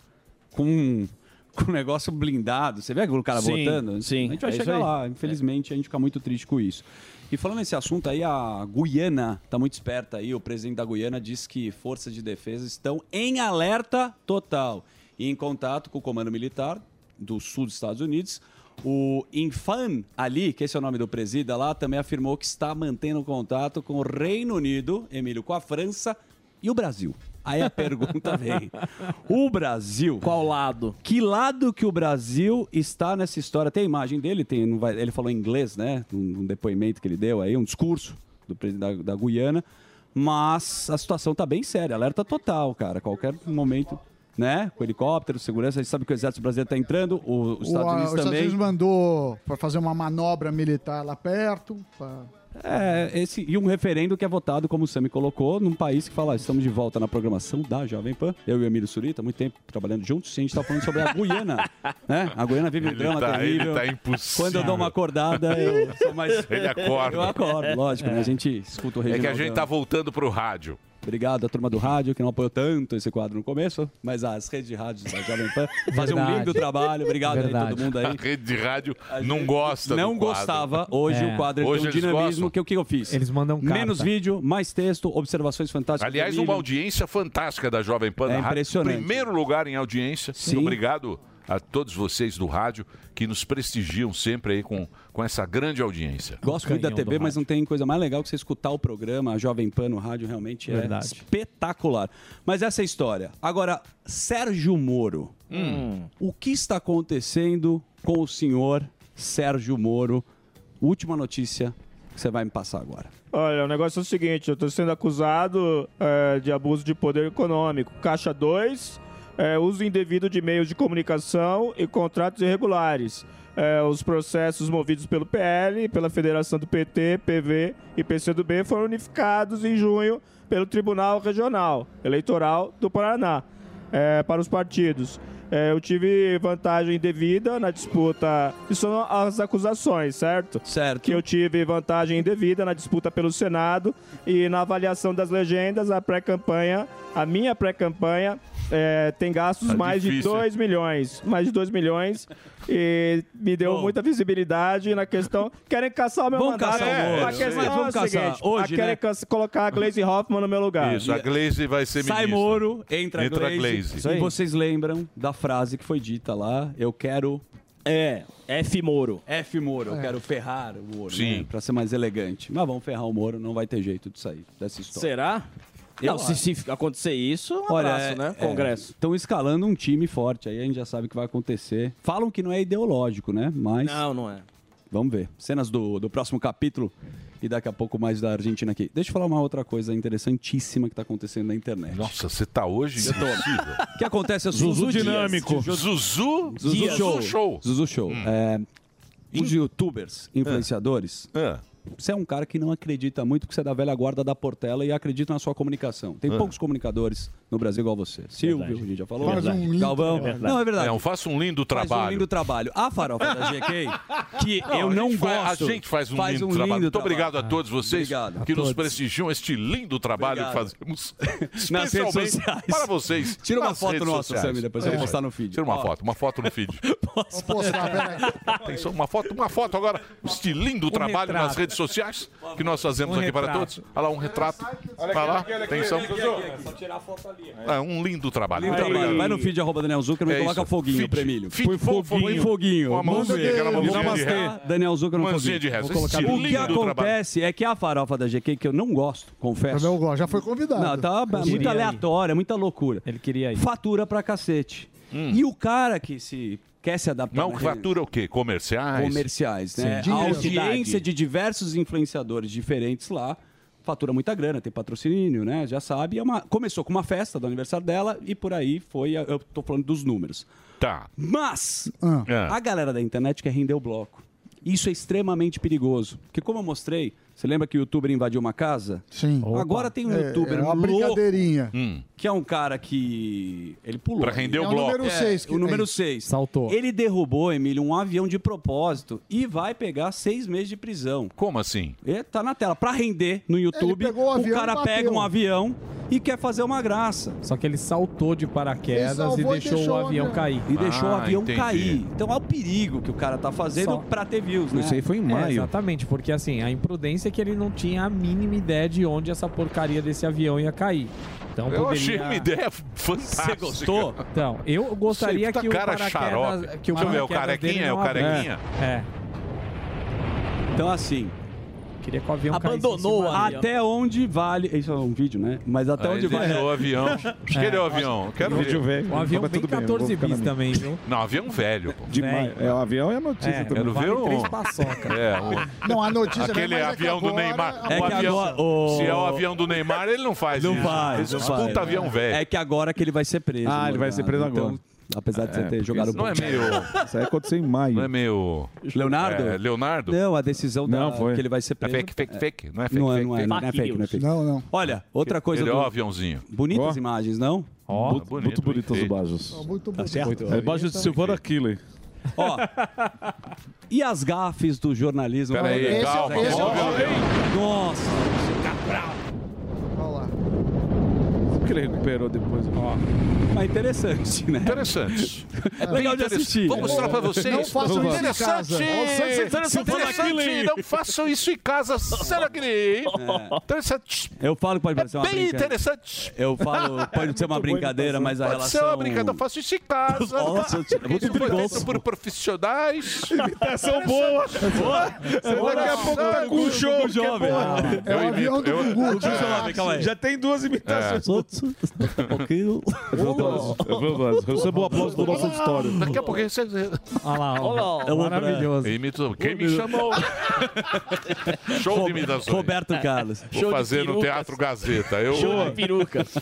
[SPEAKER 4] com, com um negócio blindado. Você vê o cara
[SPEAKER 11] Sim,
[SPEAKER 4] votando?
[SPEAKER 11] sim,
[SPEAKER 4] tá A gente vai
[SPEAKER 11] é isso
[SPEAKER 4] chegar
[SPEAKER 11] aí.
[SPEAKER 4] lá, infelizmente a gente fica muito triste com isso. E falando nesse assunto aí, a Guiana está muito esperta aí. O presidente da Guiana diz que forças de defesa estão em alerta total e em contato com o comando militar do sul dos Estados Unidos. O Infan Ali, que esse é o nome do presida lá, também afirmou que está mantendo contato com o Reino Unido, Emílio, com a França e o Brasil. Aí a pergunta vem. O Brasil. Qual lado? Que lado que o Brasil está nessa história? Tem a imagem dele, tem, não vai- ele falou em inglês, né? Um, um depoimento que ele deu aí, um discurso do presidente da, da Guiana. Mas a situação tá bem séria, alerta total, cara. Qualquer momento, né? Com helicóptero, segurança, a gente sabe que o exército brasileiro tá entrando, o- os Estados
[SPEAKER 13] O-
[SPEAKER 4] Unidos
[SPEAKER 13] os Estados
[SPEAKER 4] também.
[SPEAKER 13] Unidos mandou para fazer uma manobra militar lá perto. pra-
[SPEAKER 4] É, esse, e um referendo que é votado, como o Sami colocou, num país que fala, estamos de volta na programação da Jovem Pan. Eu e o Emílio Surita, muito tempo trabalhando juntos, e a gente tá falando sobre a Guiana. né? A Guiana vive um
[SPEAKER 6] Ele
[SPEAKER 4] drama
[SPEAKER 6] tá-
[SPEAKER 4] terrível.
[SPEAKER 6] ele tá impossível.
[SPEAKER 4] Quando eu dou uma acordada, eu sou mais...
[SPEAKER 6] Ele acorda.
[SPEAKER 4] Eu acordo, lógico, né? A gente escuta o
[SPEAKER 6] É que a
[SPEAKER 4] Reginaldão.
[SPEAKER 6] gente tá voltando pro rádio.
[SPEAKER 4] Obrigado à turma do rádio que não apoiou tanto esse quadro no começo, mas as redes de rádio da Jovem Pan fazem um
[SPEAKER 6] Verdade.
[SPEAKER 4] lindo trabalho. Obrigado aí,
[SPEAKER 6] Verdade.
[SPEAKER 4] todo mundo aí.
[SPEAKER 6] A rede de rádio não gosta do
[SPEAKER 4] Não
[SPEAKER 6] quadro.
[SPEAKER 4] gostava. Hoje
[SPEAKER 6] É.
[SPEAKER 4] o quadro
[SPEAKER 6] Hoje
[SPEAKER 4] tem um
[SPEAKER 6] eles
[SPEAKER 4] dinamismo
[SPEAKER 6] gostam?
[SPEAKER 4] que o que eu fiz?
[SPEAKER 9] Eles mandam carta.
[SPEAKER 4] Menos vídeo, mais texto, observações fantásticas.
[SPEAKER 6] Aliás, um
[SPEAKER 4] do
[SPEAKER 6] uma
[SPEAKER 4] Emílio.
[SPEAKER 6] audiência fantástica da Jovem Pan.
[SPEAKER 4] É
[SPEAKER 6] da rádio.
[SPEAKER 4] impressionante.
[SPEAKER 6] Primeiro lugar em audiência.
[SPEAKER 4] Sim.
[SPEAKER 6] Obrigado a todos vocês do rádio que nos prestigiam sempre aí com, com essa grande audiência.
[SPEAKER 4] Gosto muito da TV, mas não tem coisa mais legal que você escutar o programa, a Jovem Pan no rádio, realmente é
[SPEAKER 6] Verdade.
[SPEAKER 4] espetacular. Mas essa é a história. Agora, Sérgio Moro.
[SPEAKER 17] Hum.
[SPEAKER 4] O que está acontecendo com o senhor Sérgio Moro? Última notícia que você vai me passar agora.
[SPEAKER 14] Olha, o negócio é o seguinte, eu tô sendo acusado é, de abuso de poder econômico. Caixa 2, é, uso indevido de meios de comunicação e contratos irregulares. É, os processos movidos pelo PL, pela Federação do PT, PV e PCdoB foram unificados em junho pelo Tribunal Regional Eleitoral do Paraná é, para os partidos. É, eu tive vantagem devida na disputa. Isso são as acusações, certo?
[SPEAKER 4] Certo.
[SPEAKER 14] Que eu tive vantagem indevida na disputa pelo Senado e na avaliação das legendas, a pré-campanha, a minha pré-campanha, é, tem gastos
[SPEAKER 17] Tá
[SPEAKER 14] mais
[SPEAKER 17] difícil,
[SPEAKER 14] de
[SPEAKER 17] hein?
[SPEAKER 14] 2 milhões. Mais de 2 milhões. E me deu muita visibilidade na questão. Querem caçar o meu
[SPEAKER 17] Vamos
[SPEAKER 14] mandato.
[SPEAKER 17] caçar
[SPEAKER 6] Ah,
[SPEAKER 17] o Moro,
[SPEAKER 14] a questão
[SPEAKER 17] mas vamos
[SPEAKER 14] é o
[SPEAKER 17] caçar
[SPEAKER 14] seguinte:
[SPEAKER 17] hoje,
[SPEAKER 14] a- querem
[SPEAKER 17] né?
[SPEAKER 14] canc- colocar a Glaze Hoffman no meu lugar.
[SPEAKER 6] Isso, a Glaze vai ser
[SPEAKER 4] Sai
[SPEAKER 6] ministra.
[SPEAKER 4] Moro, entra,
[SPEAKER 6] entra
[SPEAKER 4] Glaze.
[SPEAKER 6] Glaze.
[SPEAKER 4] E vocês lembram da frase que foi dita lá? Eu quero.
[SPEAKER 11] É, F Moro.
[SPEAKER 4] F Moro, eu
[SPEAKER 11] É.
[SPEAKER 4] quero ferrar o Moro.
[SPEAKER 11] Sim.
[SPEAKER 4] Né? Pra ser mais elegante. Mas vamos ferrar o Moro, não vai ter jeito de sair dessa história.
[SPEAKER 11] Será? não,
[SPEAKER 4] Eu
[SPEAKER 11] é. se, se acontecer isso, um abraço,
[SPEAKER 4] é-
[SPEAKER 11] né?
[SPEAKER 4] é,
[SPEAKER 11] Congresso.
[SPEAKER 4] Estão escalando um time forte, aí a gente já sabe o que vai acontecer. Falam que não é ideológico, né? Mas.
[SPEAKER 11] Não, não é.
[SPEAKER 4] Vamos ver. Cenas do, do próximo capítulo e daqui a pouco mais da Argentina aqui. Deixa eu falar uma outra coisa interessantíssima que tá acontecendo na internet.
[SPEAKER 6] Nossa, você tá hoje
[SPEAKER 4] Eu tô.
[SPEAKER 6] impossível.
[SPEAKER 4] O que acontece é o
[SPEAKER 6] Zuzu
[SPEAKER 4] Dias.
[SPEAKER 6] dinâmico.
[SPEAKER 4] Ju-
[SPEAKER 6] Zuzu
[SPEAKER 4] Zuzu
[SPEAKER 6] Dias.
[SPEAKER 4] Show.
[SPEAKER 6] Zuzu Show. Hum.
[SPEAKER 4] Zuzu Show. É, os youtubers, influenciadores, você é um cara que não acredita muito porque você é da velha guarda da Portela e acredita na sua comunicação. Tem
[SPEAKER 6] É.
[SPEAKER 4] poucos comunicadores no Brasil igual você. Silvio, a gente já falou.
[SPEAKER 6] Faz um lindo
[SPEAKER 4] Galvão.
[SPEAKER 6] trabalho.
[SPEAKER 4] não, é verdade.
[SPEAKER 6] Não, faça um lindo
[SPEAKER 4] Faz um
[SPEAKER 6] trabalho.
[SPEAKER 4] lindo trabalho. A farofa da GK, que
[SPEAKER 6] Não,
[SPEAKER 4] eu
[SPEAKER 6] a gente
[SPEAKER 4] não
[SPEAKER 6] fa-
[SPEAKER 4] gosto.
[SPEAKER 6] A gente faz um lindo trabalho. Muito obrigado a todos vocês que nos prestigiam este lindo trabalho
[SPEAKER 4] Obrigado.
[SPEAKER 6] que fazemos.
[SPEAKER 4] Nas redes
[SPEAKER 6] especialmente
[SPEAKER 4] sociais.
[SPEAKER 6] Para vocês.
[SPEAKER 4] Tira uma
[SPEAKER 6] nas
[SPEAKER 4] foto
[SPEAKER 6] redes
[SPEAKER 4] nossa,
[SPEAKER 6] sociais.
[SPEAKER 4] Sammy, depois eu vou
[SPEAKER 6] É.
[SPEAKER 4] postar no feed.
[SPEAKER 6] Tira uma
[SPEAKER 4] Ó.
[SPEAKER 6] foto, uma foto no feed.
[SPEAKER 13] Vou postar, peraí.
[SPEAKER 6] Atenção, uma foto, uma foto agora. Este
[SPEAKER 4] Um
[SPEAKER 6] lindo trabalho
[SPEAKER 17] retrato.
[SPEAKER 6] nas redes sociais que nós fazemos
[SPEAKER 17] Um
[SPEAKER 6] aqui para
[SPEAKER 17] retrato.
[SPEAKER 6] todos. Olha lá, um retrato. Olha lá, atenção.
[SPEAKER 17] Só tirar a foto ali.
[SPEAKER 6] É um lindo trabalho.
[SPEAKER 4] Lindo
[SPEAKER 6] Muito
[SPEAKER 4] trabalho.
[SPEAKER 6] obrigado.
[SPEAKER 4] Vai no feed arroba Daniel Zuckerman
[SPEAKER 6] É
[SPEAKER 4] e coloca
[SPEAKER 6] isso.
[SPEAKER 4] foguinho
[SPEAKER 6] Feed.
[SPEAKER 4] pra Emílio.
[SPEAKER 6] Feed. Põe foguinho. Com a
[SPEAKER 4] Põe
[SPEAKER 6] mãozinha, aquela
[SPEAKER 4] foguinho.
[SPEAKER 6] mãozinha de
[SPEAKER 4] Namastê,
[SPEAKER 6] ré.
[SPEAKER 4] Daniel Zuckerman no
[SPEAKER 6] Mãozinha
[SPEAKER 4] foguinho.
[SPEAKER 6] de ré.
[SPEAKER 4] Vou
[SPEAKER 6] Esse
[SPEAKER 4] colocar.
[SPEAKER 6] lindo
[SPEAKER 4] O que
[SPEAKER 6] trabalho.
[SPEAKER 4] acontece é que a farofa da GK, que eu não gosto, confesso.
[SPEAKER 13] Eu gosto, já foi convidado.
[SPEAKER 4] Não, tá
[SPEAKER 13] Eu
[SPEAKER 4] muito é
[SPEAKER 13] queria
[SPEAKER 4] aleatória, muita loucura. Ele queria ir. Fatura pra cacete. E o cara que se quer se adaptar.
[SPEAKER 6] Hum. Não,
[SPEAKER 4] na
[SPEAKER 6] que fatura o quê? Comerciais?
[SPEAKER 4] comerciais, né? A audiência de diversos influenciadores diferentes lá fatura muita grana, tem patrocínio, né? Já sabe. É uma... Começou com uma festa do aniversário dela e por aí foi. a- Eu tô falando dos números.
[SPEAKER 6] Tá.
[SPEAKER 4] Mas
[SPEAKER 6] Ah.
[SPEAKER 4] a galera da internet quer render o bloco. Isso é extremamente perigoso. Porque como eu mostrei, você lembra que o youtuber invadiu uma casa?
[SPEAKER 13] Sim.
[SPEAKER 4] Agora tem um
[SPEAKER 13] É,
[SPEAKER 4] youtuber
[SPEAKER 13] é uma
[SPEAKER 4] louco,
[SPEAKER 13] brincadeirinha.
[SPEAKER 4] Que é um cara que. Ele pulou.
[SPEAKER 13] Hum. Pra render o É o bloco. número seis que
[SPEAKER 4] o número
[SPEAKER 13] tem.
[SPEAKER 4] 6.
[SPEAKER 9] Saltou.
[SPEAKER 4] Ele derrubou, Emílio, um avião de propósito e vai pegar seis meses de prisão.
[SPEAKER 6] Como assim?
[SPEAKER 4] E tá na tela. Pra render no YouTube,
[SPEAKER 9] pegou o avião
[SPEAKER 4] cara
[SPEAKER 9] e bateu.
[SPEAKER 4] pega um avião e quer fazer uma graça.
[SPEAKER 9] Só que ele saltou de paraquedas
[SPEAKER 4] Ele
[SPEAKER 9] e
[SPEAKER 4] salvou e
[SPEAKER 9] deixou,
[SPEAKER 4] deixou
[SPEAKER 9] o avião cair.
[SPEAKER 4] E deixou
[SPEAKER 6] Ah,
[SPEAKER 13] Ah,
[SPEAKER 4] o avião cair.
[SPEAKER 9] cair.
[SPEAKER 4] Então olha o perigo que o cara tá fazendo
[SPEAKER 9] Só. É,
[SPEAKER 4] pra ter views, né?
[SPEAKER 9] Isso aí foi em maio. exatamente, porque assim, a imprudência é que ele não tinha a mínima ideia de onde essa porcaria desse avião ia cair. Então
[SPEAKER 6] Eu
[SPEAKER 9] poderia...
[SPEAKER 6] achei uma ideia fantástica.
[SPEAKER 9] Você gostou? Então, eu gostaria
[SPEAKER 6] Sei, puta
[SPEAKER 9] que o
[SPEAKER 6] tá cara
[SPEAKER 9] paraquedas...
[SPEAKER 6] xarope.
[SPEAKER 9] Que o
[SPEAKER 6] Deixa eu ver, o
[SPEAKER 9] paraquedas dele
[SPEAKER 6] carequinha é o
[SPEAKER 9] não abrisse.
[SPEAKER 6] carequinha?
[SPEAKER 9] É.
[SPEAKER 4] Então assim...
[SPEAKER 9] Queria que o avião
[SPEAKER 4] Abandonou
[SPEAKER 9] caísse em cima do
[SPEAKER 4] Até onde vale... Isso é um vídeo, né? Mas até
[SPEAKER 6] Aí
[SPEAKER 4] onde
[SPEAKER 6] ele
[SPEAKER 4] vale... É.
[SPEAKER 6] deixou o avião. Cadê o avião? Eu
[SPEAKER 4] um
[SPEAKER 6] Quero
[SPEAKER 9] Vídeo
[SPEAKER 6] ver.
[SPEAKER 9] velho. O avião Mas vem tudo bem, eu vou 14 ficar na bis minha. também, viu?
[SPEAKER 6] Não, avião velho. Pô.
[SPEAKER 9] Demais.
[SPEAKER 18] É, o avião é a notícia
[SPEAKER 6] É,
[SPEAKER 18] também.
[SPEAKER 6] Quero ver
[SPEAKER 18] Vale
[SPEAKER 6] um...
[SPEAKER 18] três
[SPEAKER 6] É, um...
[SPEAKER 13] Não, a notícia não é
[SPEAKER 6] Aquele
[SPEAKER 13] mais é que
[SPEAKER 6] avião do
[SPEAKER 13] agora-
[SPEAKER 6] Neymar.
[SPEAKER 4] É
[SPEAKER 6] o
[SPEAKER 4] que
[SPEAKER 6] avião...
[SPEAKER 4] agora- o-
[SPEAKER 6] Se é o avião do Neymar, ele não faz
[SPEAKER 4] Não
[SPEAKER 6] isso.
[SPEAKER 4] vai,
[SPEAKER 6] Ele
[SPEAKER 4] não
[SPEAKER 6] disputa
[SPEAKER 4] vai.
[SPEAKER 6] avião velho.
[SPEAKER 4] É que agora que ele vai ser preso.
[SPEAKER 18] Ah, ele vai ser preso
[SPEAKER 4] Então,
[SPEAKER 18] agora.
[SPEAKER 4] Apesar de
[SPEAKER 18] É,
[SPEAKER 4] você ter
[SPEAKER 18] porque
[SPEAKER 4] jogado né?
[SPEAKER 18] isso não é
[SPEAKER 4] bola.
[SPEAKER 18] meio- Isso aí aconteceu em maio.
[SPEAKER 6] Não é meio...
[SPEAKER 4] Leonardo?
[SPEAKER 6] É, Leonardo?
[SPEAKER 4] Não, a decisão da,
[SPEAKER 6] Não, foi.
[SPEAKER 4] que ele vai ser
[SPEAKER 6] É
[SPEAKER 4] preso.
[SPEAKER 6] fake, fake, fake. Não é fake,
[SPEAKER 4] Não é,
[SPEAKER 6] fake,
[SPEAKER 4] não é,
[SPEAKER 6] fake.
[SPEAKER 4] não é fake, não é fake.
[SPEAKER 13] Não, não.
[SPEAKER 4] Olha, outra coisa
[SPEAKER 6] Melhor
[SPEAKER 4] do...
[SPEAKER 6] aviãozinho.
[SPEAKER 4] Bonitas
[SPEAKER 6] Ó.
[SPEAKER 4] imagens, não?
[SPEAKER 6] Ó,
[SPEAKER 4] Bu-
[SPEAKER 6] bonito,
[SPEAKER 18] Muito bonitos os
[SPEAKER 6] enfeite.
[SPEAKER 18] bajos.
[SPEAKER 13] Muito
[SPEAKER 4] Tá certo.
[SPEAKER 18] É bajo de Silvana Killer.
[SPEAKER 4] E as gafes do jornalismo?
[SPEAKER 18] Peraí,
[SPEAKER 4] Olha,
[SPEAKER 18] calma,
[SPEAKER 4] esse é o-
[SPEAKER 18] vamos ver o
[SPEAKER 4] Nossa.
[SPEAKER 18] Por que ele recuperou depois?
[SPEAKER 4] Mas interessante, né?
[SPEAKER 6] Interessante.
[SPEAKER 4] É legal de
[SPEAKER 6] Interess-
[SPEAKER 4] assistir.
[SPEAKER 6] Vou mostrar pra vocês.
[SPEAKER 4] Não façam isso em
[SPEAKER 6] Interessante.
[SPEAKER 4] casa.
[SPEAKER 6] Interessante. Interessante. Não façam isso em casa. Será que nem- Interessante.
[SPEAKER 4] Eu falo que pode parecer uma
[SPEAKER 6] É Bem
[SPEAKER 4] brincadeira.
[SPEAKER 6] interessante.
[SPEAKER 4] Eu falo, pode ser uma brincadeira, mas a
[SPEAKER 6] Pode
[SPEAKER 4] relação...
[SPEAKER 6] ser uma brincadeira. Eu faço isso em casa.
[SPEAKER 4] Nossa, é muito
[SPEAKER 6] Isso foi
[SPEAKER 4] perigoso.
[SPEAKER 6] feito por profissionais.
[SPEAKER 18] Imitação boa.
[SPEAKER 6] Boa.
[SPEAKER 18] Daqui a pouco tá com um show. que é
[SPEAKER 4] jovem.
[SPEAKER 18] boa.
[SPEAKER 6] Eu imito. Eu...
[SPEAKER 4] O Gugu jovem, calma aí.
[SPEAKER 18] Já tem duas imitações. É verdade. Recebeu o aplauso do nosso auditório.
[SPEAKER 6] Daqui a pouco você...
[SPEAKER 9] Olha lá, É
[SPEAKER 6] Olha
[SPEAKER 19] É
[SPEAKER 9] lá. Maravilhoso.
[SPEAKER 6] Eu imito. Quem me chamou? Show de imitações.
[SPEAKER 4] Roberto Carlos.
[SPEAKER 6] Vou
[SPEAKER 4] Show de
[SPEAKER 6] fazer no
[SPEAKER 4] perucas.
[SPEAKER 6] Teatro Gazeta. Eu... É.
[SPEAKER 4] Show de perucas.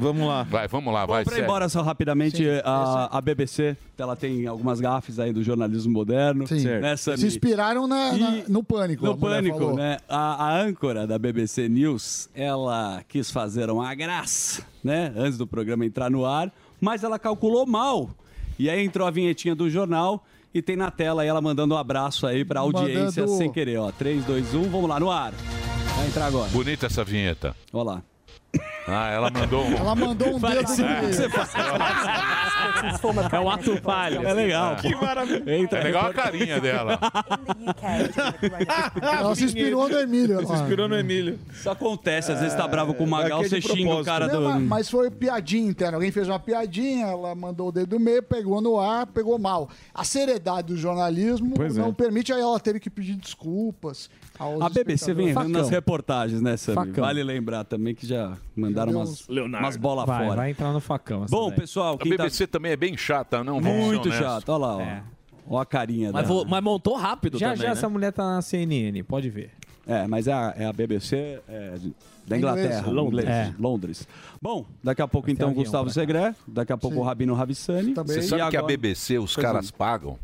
[SPEAKER 18] Vamos lá.
[SPEAKER 6] Vai, vamos lá, vai.
[SPEAKER 4] Vamos pra ir
[SPEAKER 6] segue.
[SPEAKER 4] embora só rapidamente. a, a BBC, ela tem algumas gafes aí do jornalismo moderno.
[SPEAKER 13] Sim.
[SPEAKER 4] Né, Sammy?
[SPEAKER 13] Se inspiraram na, na- no pânico. a
[SPEAKER 4] No
[SPEAKER 13] mulher
[SPEAKER 4] pânico,
[SPEAKER 13] falou.
[SPEAKER 4] né? A, a âncora da BBC News, ela quis fazer uma graça, né? Antes do programa entrar no ar, mas ela calculou mal. E aí entrou a vinhetinha do jornal e tem na tela aí ela mandando um abraço aí pra audiência
[SPEAKER 13] Mandando-
[SPEAKER 4] sem querer, ó. 3, 2, 1, vamos lá, no ar. Vai entrar agora.
[SPEAKER 6] Bonita essa vinheta.
[SPEAKER 4] Olha lá.
[SPEAKER 6] Ah, ela mandou um.
[SPEAKER 13] Ela mandou um dedo
[SPEAKER 4] Parece que você faz.
[SPEAKER 7] É o ato falho.
[SPEAKER 4] É legal. né?
[SPEAKER 6] Que
[SPEAKER 4] maravilha.
[SPEAKER 6] É legal a carinha dela.
[SPEAKER 13] Ela se inspirou no Emílio. É, ó.
[SPEAKER 18] no Emílio.
[SPEAKER 4] Isso acontece, às vezes tá bravo com o Magal,
[SPEAKER 18] aquele
[SPEAKER 4] você xinga o
[SPEAKER 18] propósito.
[SPEAKER 4] cara
[SPEAKER 13] Não,
[SPEAKER 4] do.
[SPEAKER 13] mas- Mas foi piadinha interna. Alguém fez uma piadinha, ela mandou o dedo do meio, pegou no ar, pegou mal. A seriedade do jornalismo
[SPEAKER 4] Pois é.
[SPEAKER 13] não permite, aí ela teve que pedir desculpas. aos
[SPEAKER 4] A BBC vem errando
[SPEAKER 13] espectadores.
[SPEAKER 4] nas reportagens, né, Sammy?
[SPEAKER 13] Facão.
[SPEAKER 4] Vale lembrar também que já mandaram
[SPEAKER 13] Meu
[SPEAKER 4] umas,
[SPEAKER 7] Leonardo.
[SPEAKER 4] umas bolas
[SPEAKER 9] Vai,
[SPEAKER 4] fora.
[SPEAKER 9] vai entrar no facão. essa
[SPEAKER 4] Bom,
[SPEAKER 9] daí.
[SPEAKER 4] pessoal,
[SPEAKER 6] A
[SPEAKER 4] quem tá...
[SPEAKER 6] BBC também é bem chata, não? Vamos
[SPEAKER 4] muito
[SPEAKER 6] ser honestos.
[SPEAKER 4] chato. Olha lá, ó. Ó a carinha
[SPEAKER 9] Mas
[SPEAKER 4] da...
[SPEAKER 9] vou-
[SPEAKER 11] mas montou rápido
[SPEAKER 9] Já já essa mulher tá na CNN, pode ver.
[SPEAKER 4] né? É, mas é a, é a BBC é, de- da
[SPEAKER 9] Inglesa.
[SPEAKER 4] Inglaterra.
[SPEAKER 9] Londres.
[SPEAKER 4] inglês,
[SPEAKER 9] É.
[SPEAKER 4] Londres. Bom, daqui a pouco,
[SPEAKER 9] Vai ter
[SPEAKER 4] então,
[SPEAKER 9] avião
[SPEAKER 4] Gustavo
[SPEAKER 9] pra cá.
[SPEAKER 4] Segré. Daqui a pouco, o Rabino Ravissani.
[SPEAKER 6] Você sabe que é a BBC, os
[SPEAKER 4] é.
[SPEAKER 6] caras pagam?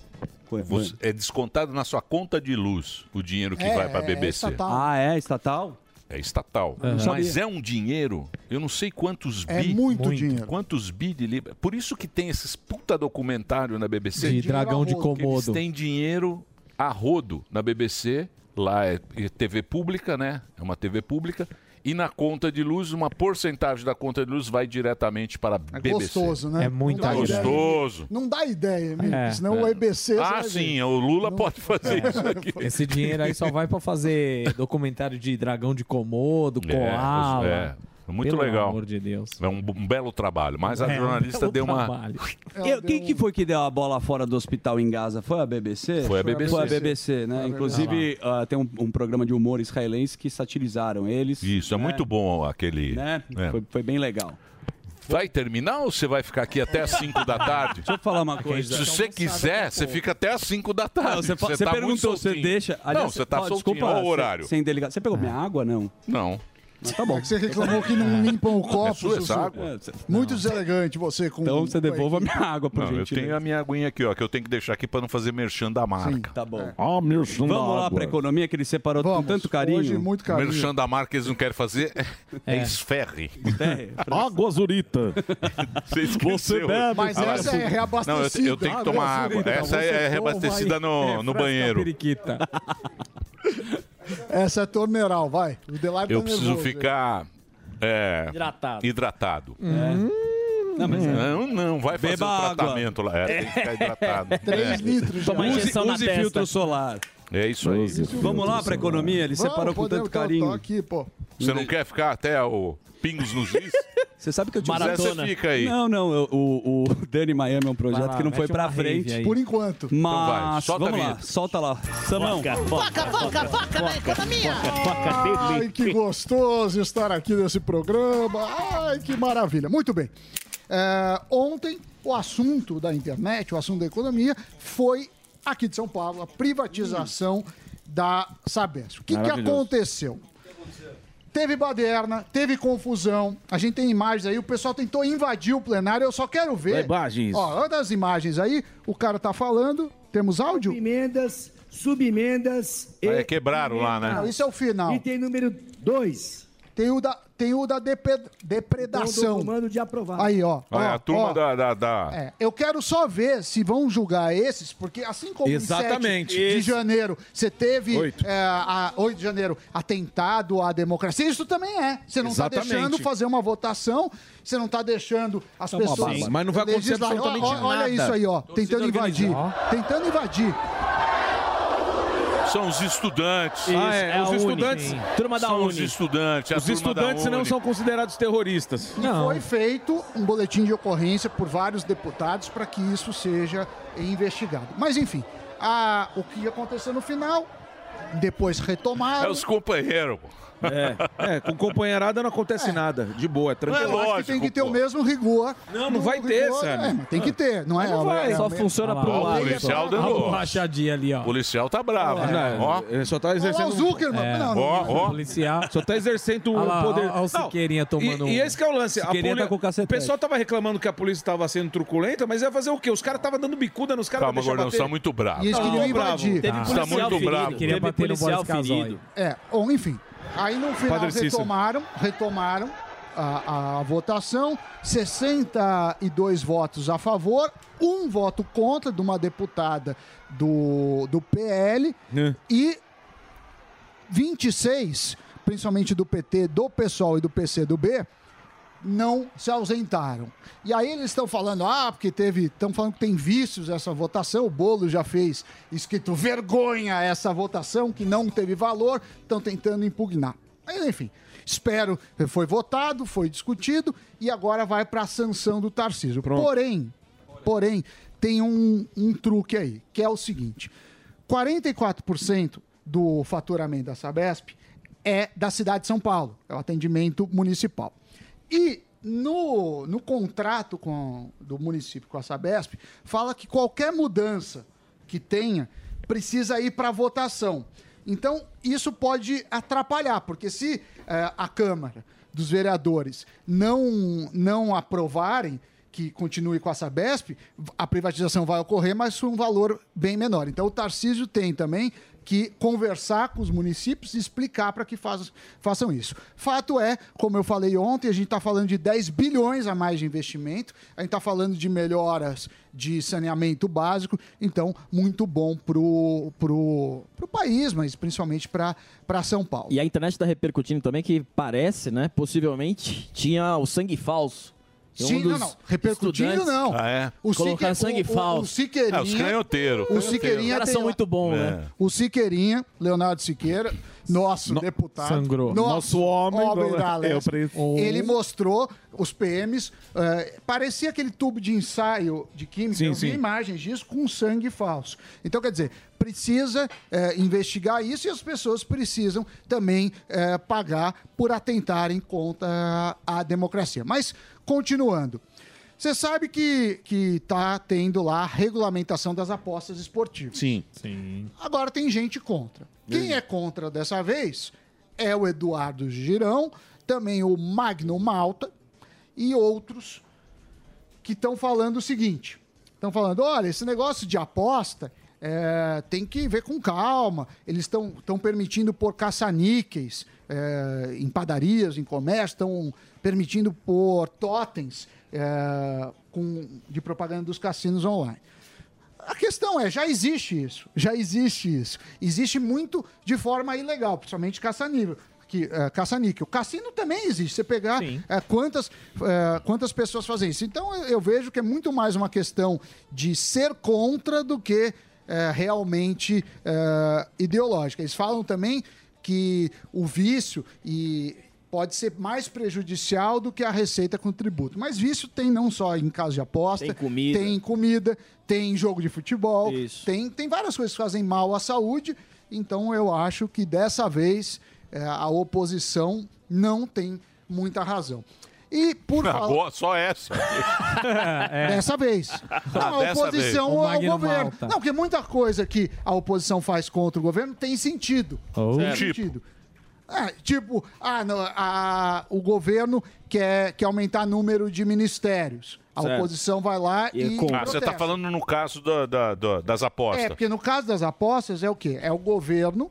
[SPEAKER 6] Você- é descontado na sua conta de luz o dinheiro que
[SPEAKER 4] É,
[SPEAKER 6] vai para a
[SPEAKER 4] é
[SPEAKER 6] BBC.
[SPEAKER 4] estatal. Ah, é estatal?
[SPEAKER 6] É estatal.
[SPEAKER 4] Não
[SPEAKER 6] Mas
[SPEAKER 4] sabia.
[SPEAKER 6] é um dinheiro, eu não sei quantos bi.
[SPEAKER 13] É muito Muito. dinheiro.
[SPEAKER 6] Quantos bi de libra. Por isso que tem esses puta documentário na BBC.
[SPEAKER 9] De dragão de
[SPEAKER 6] Que Eles
[SPEAKER 9] Komodo.
[SPEAKER 6] têm dinheiro a rodo na BBC, lá é é TV pública, né? É uma TV pública. E na conta de luz, uma porcentagem da conta de luz vai diretamente para a BBC.
[SPEAKER 13] Gostoso,
[SPEAKER 9] É
[SPEAKER 13] né? Não dá ideia.
[SPEAKER 6] gostoso.
[SPEAKER 13] Não dá ideia, Emílio.
[SPEAKER 6] É.
[SPEAKER 13] senão o
[SPEAKER 6] É.
[SPEAKER 13] EBC...
[SPEAKER 6] Ah,
[SPEAKER 13] você vai
[SPEAKER 6] sim,
[SPEAKER 13] ver.
[SPEAKER 6] o Lula pode fazer isso aqui.
[SPEAKER 9] Esse dinheiro aí só vai pra fazer documentário de dragão de Komodo,
[SPEAKER 6] É,
[SPEAKER 9] koala.
[SPEAKER 6] é. Muito
[SPEAKER 9] Pelo
[SPEAKER 6] legal.
[SPEAKER 9] amor de Deus.
[SPEAKER 6] É um, um belo trabalho, mas a
[SPEAKER 9] É, um
[SPEAKER 6] jornalista
[SPEAKER 9] belo
[SPEAKER 6] deu uma.
[SPEAKER 9] trabalho.
[SPEAKER 13] É
[SPEAKER 4] Eu- quem que foi que deu a bola fora do hospital em Gaza? Foi a BBC?
[SPEAKER 6] Foi a BBC.
[SPEAKER 4] Foi a BBC, né?
[SPEAKER 6] Foi a
[SPEAKER 4] Inclusive, ah, tem um, um programa de humor israelense que satirizaram eles.
[SPEAKER 6] Isso, é
[SPEAKER 4] né?
[SPEAKER 6] muito bom aquele.
[SPEAKER 4] Né?
[SPEAKER 6] É.
[SPEAKER 4] Foi, foi bem legal.
[SPEAKER 6] Vai terminar ou você vai ficar aqui até as 5 da tarde?
[SPEAKER 4] Deixa eu falar uma coisa.
[SPEAKER 6] Se você quiser, você fica até as 5 da tarde.
[SPEAKER 4] Não, você, fa- você
[SPEAKER 6] tá muito
[SPEAKER 4] perguntou, você
[SPEAKER 6] soltinho.
[SPEAKER 4] deixa.
[SPEAKER 6] não, você tá
[SPEAKER 4] ó,
[SPEAKER 6] soltinho. Desculpa, o
[SPEAKER 4] sem-
[SPEAKER 6] horário. É.
[SPEAKER 4] Sem delegado. Você pegou minha água, não?
[SPEAKER 6] Não.
[SPEAKER 4] tá bom.
[SPEAKER 13] Você reclamou É que não limpam o copo,
[SPEAKER 6] É sua essa
[SPEAKER 13] Sussu.
[SPEAKER 6] água?
[SPEAKER 4] É, você-
[SPEAKER 13] Muito deselegante você com um
[SPEAKER 4] Então você devolva a minha água, por
[SPEAKER 6] Não, eu
[SPEAKER 4] gentileza.
[SPEAKER 6] tenho a minha aguinha aqui, ó, que eu tenho que deixar aqui pra não fazer merchan da marca.
[SPEAKER 4] Tá bom.
[SPEAKER 20] Ó, merchan
[SPEAKER 4] Vamos lá pra economia que ele separou com tanto carinho.
[SPEAKER 6] Merchan da marca eles não querem fazer é,
[SPEAKER 4] É.
[SPEAKER 6] esferre.
[SPEAKER 20] Água Zurita.
[SPEAKER 6] Você esqueceu.
[SPEAKER 20] Você bebe. Mas
[SPEAKER 6] Agora-
[SPEAKER 20] essa é
[SPEAKER 6] Não, eu te- eu, tenho que
[SPEAKER 20] reabastecida,
[SPEAKER 6] tomar
[SPEAKER 20] água
[SPEAKER 6] água.
[SPEAKER 20] Zurita.
[SPEAKER 6] Essa
[SPEAKER 20] Você
[SPEAKER 6] é
[SPEAKER 20] toma
[SPEAKER 6] reabastecida
[SPEAKER 20] e
[SPEAKER 6] no, no
[SPEAKER 20] refresca a
[SPEAKER 6] banheiro.
[SPEAKER 4] periquita.
[SPEAKER 13] Essa é torneiral, vai. O Delay tá
[SPEAKER 6] Eu preciso ficar é,
[SPEAKER 13] Hidratado.
[SPEAKER 6] hidratado.
[SPEAKER 4] Uhum. Não, mas-
[SPEAKER 6] não, não, vai fazer
[SPEAKER 4] Beba
[SPEAKER 6] o
[SPEAKER 4] água.
[SPEAKER 6] tratamento lá. É, tem que ficar hidratado.
[SPEAKER 4] Três
[SPEAKER 6] É.
[SPEAKER 4] litros de Toma água. injeção na testa. solar.
[SPEAKER 6] É isso aí.
[SPEAKER 4] Vamos lá pra economia, ele
[SPEAKER 13] Vamos,
[SPEAKER 4] separou com
[SPEAKER 13] podemos
[SPEAKER 4] tanto
[SPEAKER 13] ter um
[SPEAKER 4] carinho.
[SPEAKER 13] toque, pô.
[SPEAKER 6] Você não quer ficar até o pingos nos is?
[SPEAKER 4] Você sabe que eu tive
[SPEAKER 6] Maratona. Você fica aí.
[SPEAKER 4] Não, não, eu- o, o Dani Miami é um projeto
[SPEAKER 13] Vai lá,
[SPEAKER 4] que não
[SPEAKER 13] mete
[SPEAKER 4] foi pra
[SPEAKER 13] uma rave
[SPEAKER 4] frente.
[SPEAKER 13] aí. Por enquanto.
[SPEAKER 4] Mas
[SPEAKER 13] Então vai, solta
[SPEAKER 4] vamos
[SPEAKER 13] a
[SPEAKER 4] lá,
[SPEAKER 13] vinheta.
[SPEAKER 4] solta lá. Samão.
[SPEAKER 13] Foca,
[SPEAKER 2] foca, foca na economia. foca
[SPEAKER 13] Ai,
[SPEAKER 2] dele.
[SPEAKER 13] que gostoso estar aqui nesse programa. Ai, que maravilha. Muito bem. É, ontem, o assunto da internet, o assunto da economia, foi aqui de São Paulo, a privatização da Sabesp. O que, que
[SPEAKER 20] Maravilhoso.
[SPEAKER 13] aconteceu? Teve baderna, teve confusão. A gente tem imagens aí, o pessoal tentou invadir o plenário. Eu só quero ver.
[SPEAKER 20] Imagens.
[SPEAKER 13] Ó, olha as imagens aí, o cara tá falando. Temos áudio? Emendas, subemendas
[SPEAKER 6] É, quebraram lá, né?
[SPEAKER 13] isso é o final. Item número 2. Tem o da, tem o da depre- depredação. comando de aprovar. Aí, ó.
[SPEAKER 6] Olha,
[SPEAKER 13] ó,
[SPEAKER 6] a turma
[SPEAKER 13] ó.
[SPEAKER 6] da. da, da-
[SPEAKER 13] É, eu quero só ver se vão julgar esses, porque assim como em
[SPEAKER 6] Exatamente.
[SPEAKER 13] 7 de
[SPEAKER 6] Isso.
[SPEAKER 13] janeiro você teve
[SPEAKER 6] Oito.
[SPEAKER 13] é, a, 8 de janeiro atentado à democracia, isso também é. Você não está
[SPEAKER 10] Exatamente.
[SPEAKER 13] deixando fazer uma votação, você não está deixando as
[SPEAKER 10] É uma
[SPEAKER 13] pessoas.
[SPEAKER 10] bagunça. Mas não vai acontecer
[SPEAKER 13] legislar.
[SPEAKER 10] absolutamente
[SPEAKER 13] olha, olha
[SPEAKER 10] nada.
[SPEAKER 13] isso aí, ó.
[SPEAKER 10] Torcida
[SPEAKER 13] Tentando invadir. Tentando invadir.
[SPEAKER 6] São os estudantes.
[SPEAKER 10] Isso, Ah, é, é os a Uni. estudantes- Turma da
[SPEAKER 6] são os
[SPEAKER 10] Uni.
[SPEAKER 6] estudantes. a
[SPEAKER 10] Os
[SPEAKER 6] turma da
[SPEAKER 10] estudantes não
[SPEAKER 6] Uni.
[SPEAKER 10] são
[SPEAKER 20] considerados terroristas.
[SPEAKER 13] E foi feito um boletim de ocorrência por vários deputados para que isso seja investigado. Mas enfim, a- o que aconteceu no final, depois
[SPEAKER 6] É
[SPEAKER 13] retomado.
[SPEAKER 6] os companheiros, pô.
[SPEAKER 10] É, com companheirada não acontece nada. De boa, é tranquilo.
[SPEAKER 13] Eu acho que tem que ter o mesmo rigor.
[SPEAKER 10] Não, não
[SPEAKER 13] no
[SPEAKER 10] vai ter,
[SPEAKER 13] rigor,
[SPEAKER 10] Sami.
[SPEAKER 13] é, mas tem que ter, não é?
[SPEAKER 10] Não vai,
[SPEAKER 13] É,
[SPEAKER 10] só
[SPEAKER 13] é, é,
[SPEAKER 10] funciona
[SPEAKER 13] é,
[SPEAKER 10] pro
[SPEAKER 13] é,
[SPEAKER 10] lado.
[SPEAKER 13] é,
[SPEAKER 6] O policial deu
[SPEAKER 9] Uma
[SPEAKER 6] nó.
[SPEAKER 9] borrachadinha ali,
[SPEAKER 6] O
[SPEAKER 9] ó.
[SPEAKER 6] policial tá bravo, hein?
[SPEAKER 10] Não,
[SPEAKER 6] Ó.
[SPEAKER 10] É, Ele só tá exercendo.
[SPEAKER 13] Olha lá o Zuckerman.
[SPEAKER 10] É.
[SPEAKER 13] Não, não,
[SPEAKER 10] Ó,
[SPEAKER 13] não.
[SPEAKER 10] ó.
[SPEAKER 9] Policial.
[SPEAKER 10] Só tá exercendo o
[SPEAKER 9] Olha lá,
[SPEAKER 10] poder.
[SPEAKER 9] olha- olha o
[SPEAKER 10] Não,
[SPEAKER 9] Siqueirinha tomando
[SPEAKER 10] E, e
[SPEAKER 9] um-
[SPEAKER 10] esse que é o lance. A
[SPEAKER 9] Siqueirinha
[SPEAKER 10] poli-
[SPEAKER 9] tá com
[SPEAKER 10] o
[SPEAKER 9] cacetete.
[SPEAKER 10] pessoal tava reclamando que a polícia tava sendo truculenta, mas ia fazer o quê? Os caras tava dando bicuda nos caras. pra
[SPEAKER 6] Calma,
[SPEAKER 10] deixar
[SPEAKER 6] Gordão,
[SPEAKER 10] bater.
[SPEAKER 6] você tá muito bravo.
[SPEAKER 10] E eles queriam invadir. Teve
[SPEAKER 6] Você tá
[SPEAKER 10] policial
[SPEAKER 6] muito
[SPEAKER 10] ferido,
[SPEAKER 6] bravo.
[SPEAKER 10] queria Teve bater no policial Boris Casoy. ferido.
[SPEAKER 13] É, ou enfim. Aí no final
[SPEAKER 10] Padre Cícero.
[SPEAKER 13] retomaram, retomaram a, a votação, 62 votos a favor, um voto contra de uma deputada do, do PL e 26, principalmente do PT, do PSOL e do PCdoB, não se ausentaram. E aí eles estão falando, ah, porque teve. Estão falando que tem vícios essa votação. O Bolo já fez escrito vergonha essa votação, que não teve valor, estão tentando impugnar. Mas enfim, espero, foi votado, foi discutido e agora vai para a sanção do Tarcísio. Porém, porém, tem um, um truque aí, que é o seguinte: 44% do faturamento da Sabesp é da cidade de São Paulo, é o atendimento municipal. E no, no contrato com, do município com a Sabesp, fala que qualquer mudança que tenha precisa ir para votação. Então, isso pode atrapalhar, porque se eh, a Câmara dos Vereadores não, não aprovarem que continue com a Sabesp, a privatização vai ocorrer, mas com um valor bem menor. Então, o Tarcísio tem também que conversar com os municípios e explicar para que faz- façam isso. Fato é, como eu falei ontem, a gente está falando de 10 bilhões a mais de investimento, a gente está falando de melhoras de saneamento básico, então, muito bom para o pro, pro país, mas principalmente para São Paulo.
[SPEAKER 11] E a internet tá repercutindo também que parece, né? Possivelmente tinha o sangue falso. um
[SPEAKER 13] Sim, não, não. Repercutindo, não.
[SPEAKER 6] Ah, é?
[SPEAKER 13] O
[SPEAKER 11] Colocar
[SPEAKER 13] Sique-
[SPEAKER 11] sangue
[SPEAKER 13] o- o-
[SPEAKER 11] falso.
[SPEAKER 13] o Siqueirinha-
[SPEAKER 6] É, os canhoteiros.
[SPEAKER 13] O Siqueirinha tem lá- O Siqueirinha, Leonardo Siqueira, nosso deputado.
[SPEAKER 9] sangrou.
[SPEAKER 13] Nosso,
[SPEAKER 9] Nosso
[SPEAKER 13] homem,
[SPEAKER 9] homem,
[SPEAKER 13] homem da
[SPEAKER 9] eu
[SPEAKER 13] Leste.
[SPEAKER 9] preciso.
[SPEAKER 13] Ele mostrou os PMs. eh, parecia aquele tubo de ensaio de química.
[SPEAKER 9] Sim,
[SPEAKER 13] eu vi
[SPEAKER 9] sim.
[SPEAKER 13] imagens disso com sangue falso. Então, quer dizer, precisa eh, investigar isso e as pessoas precisam também eh, pagar por atentarem contra a democracia. Mas, continuando. Você sabe que, que tá tendo lá a regulamentação das apostas esportivas.
[SPEAKER 18] Sim. Sim.
[SPEAKER 13] Agora tem gente contra. Quem é contra dessa vez é o Eduardo Girão, também o Magno Malta e outros que estão falando o seguinte: estão falando, olha, esse negócio de aposta é, tem que ver com calma. Eles estão permitindo pôr caça-níqueis é, em padarias, em comércio, estão permitindo pôr totens é, com- de propaganda dos cassinos online. A questão é, já existe isso. Já existe isso. Existe muito de forma ilegal, principalmente caça-nível. Que, eh, caça-níquel. Cassino também existe. Você pegar eh, quantas, eh, quantas pessoas fazem isso. Então, eu, eu vejo que é muito mais uma questão de ser contra do que eh, realmente eh, ideológica. Eles falam também que o vício e, pode ser mais prejudicial do que a receita com tributo. Mas vício tem não só em caso de aposta, tem comida, tem, jogo de futebol, tem, tem várias coisas que fazem mal à saúde. Então eu acho que dessa vez eh, a oposição não tem muita razão. E por
[SPEAKER 6] Ah,
[SPEAKER 13] falar
[SPEAKER 6] boa, só essa. Ah,
[SPEAKER 13] dessa vez. Não,
[SPEAKER 6] dessa
[SPEAKER 13] a
[SPEAKER 6] vez.
[SPEAKER 13] oposição
[SPEAKER 6] O
[SPEAKER 13] ao
[SPEAKER 6] Magno
[SPEAKER 13] governo.
[SPEAKER 6] Malta.
[SPEAKER 13] Não, porque muita coisa que a oposição faz contra o governo tem sentido.
[SPEAKER 6] Oh.
[SPEAKER 13] Tem
[SPEAKER 6] Certo. Tipo.
[SPEAKER 13] sentido. É, tipo, ah, não, a- o governo quer, quer aumentar número de ministérios. A
[SPEAKER 6] Certo.
[SPEAKER 13] oposição vai lá
[SPEAKER 6] Ah,
[SPEAKER 13] e.
[SPEAKER 6] você tá
[SPEAKER 13] protesta.
[SPEAKER 6] falando no caso da- da- da- das
[SPEAKER 13] É,
[SPEAKER 6] apostas.
[SPEAKER 13] porque no caso das apostas é o quê? É o governo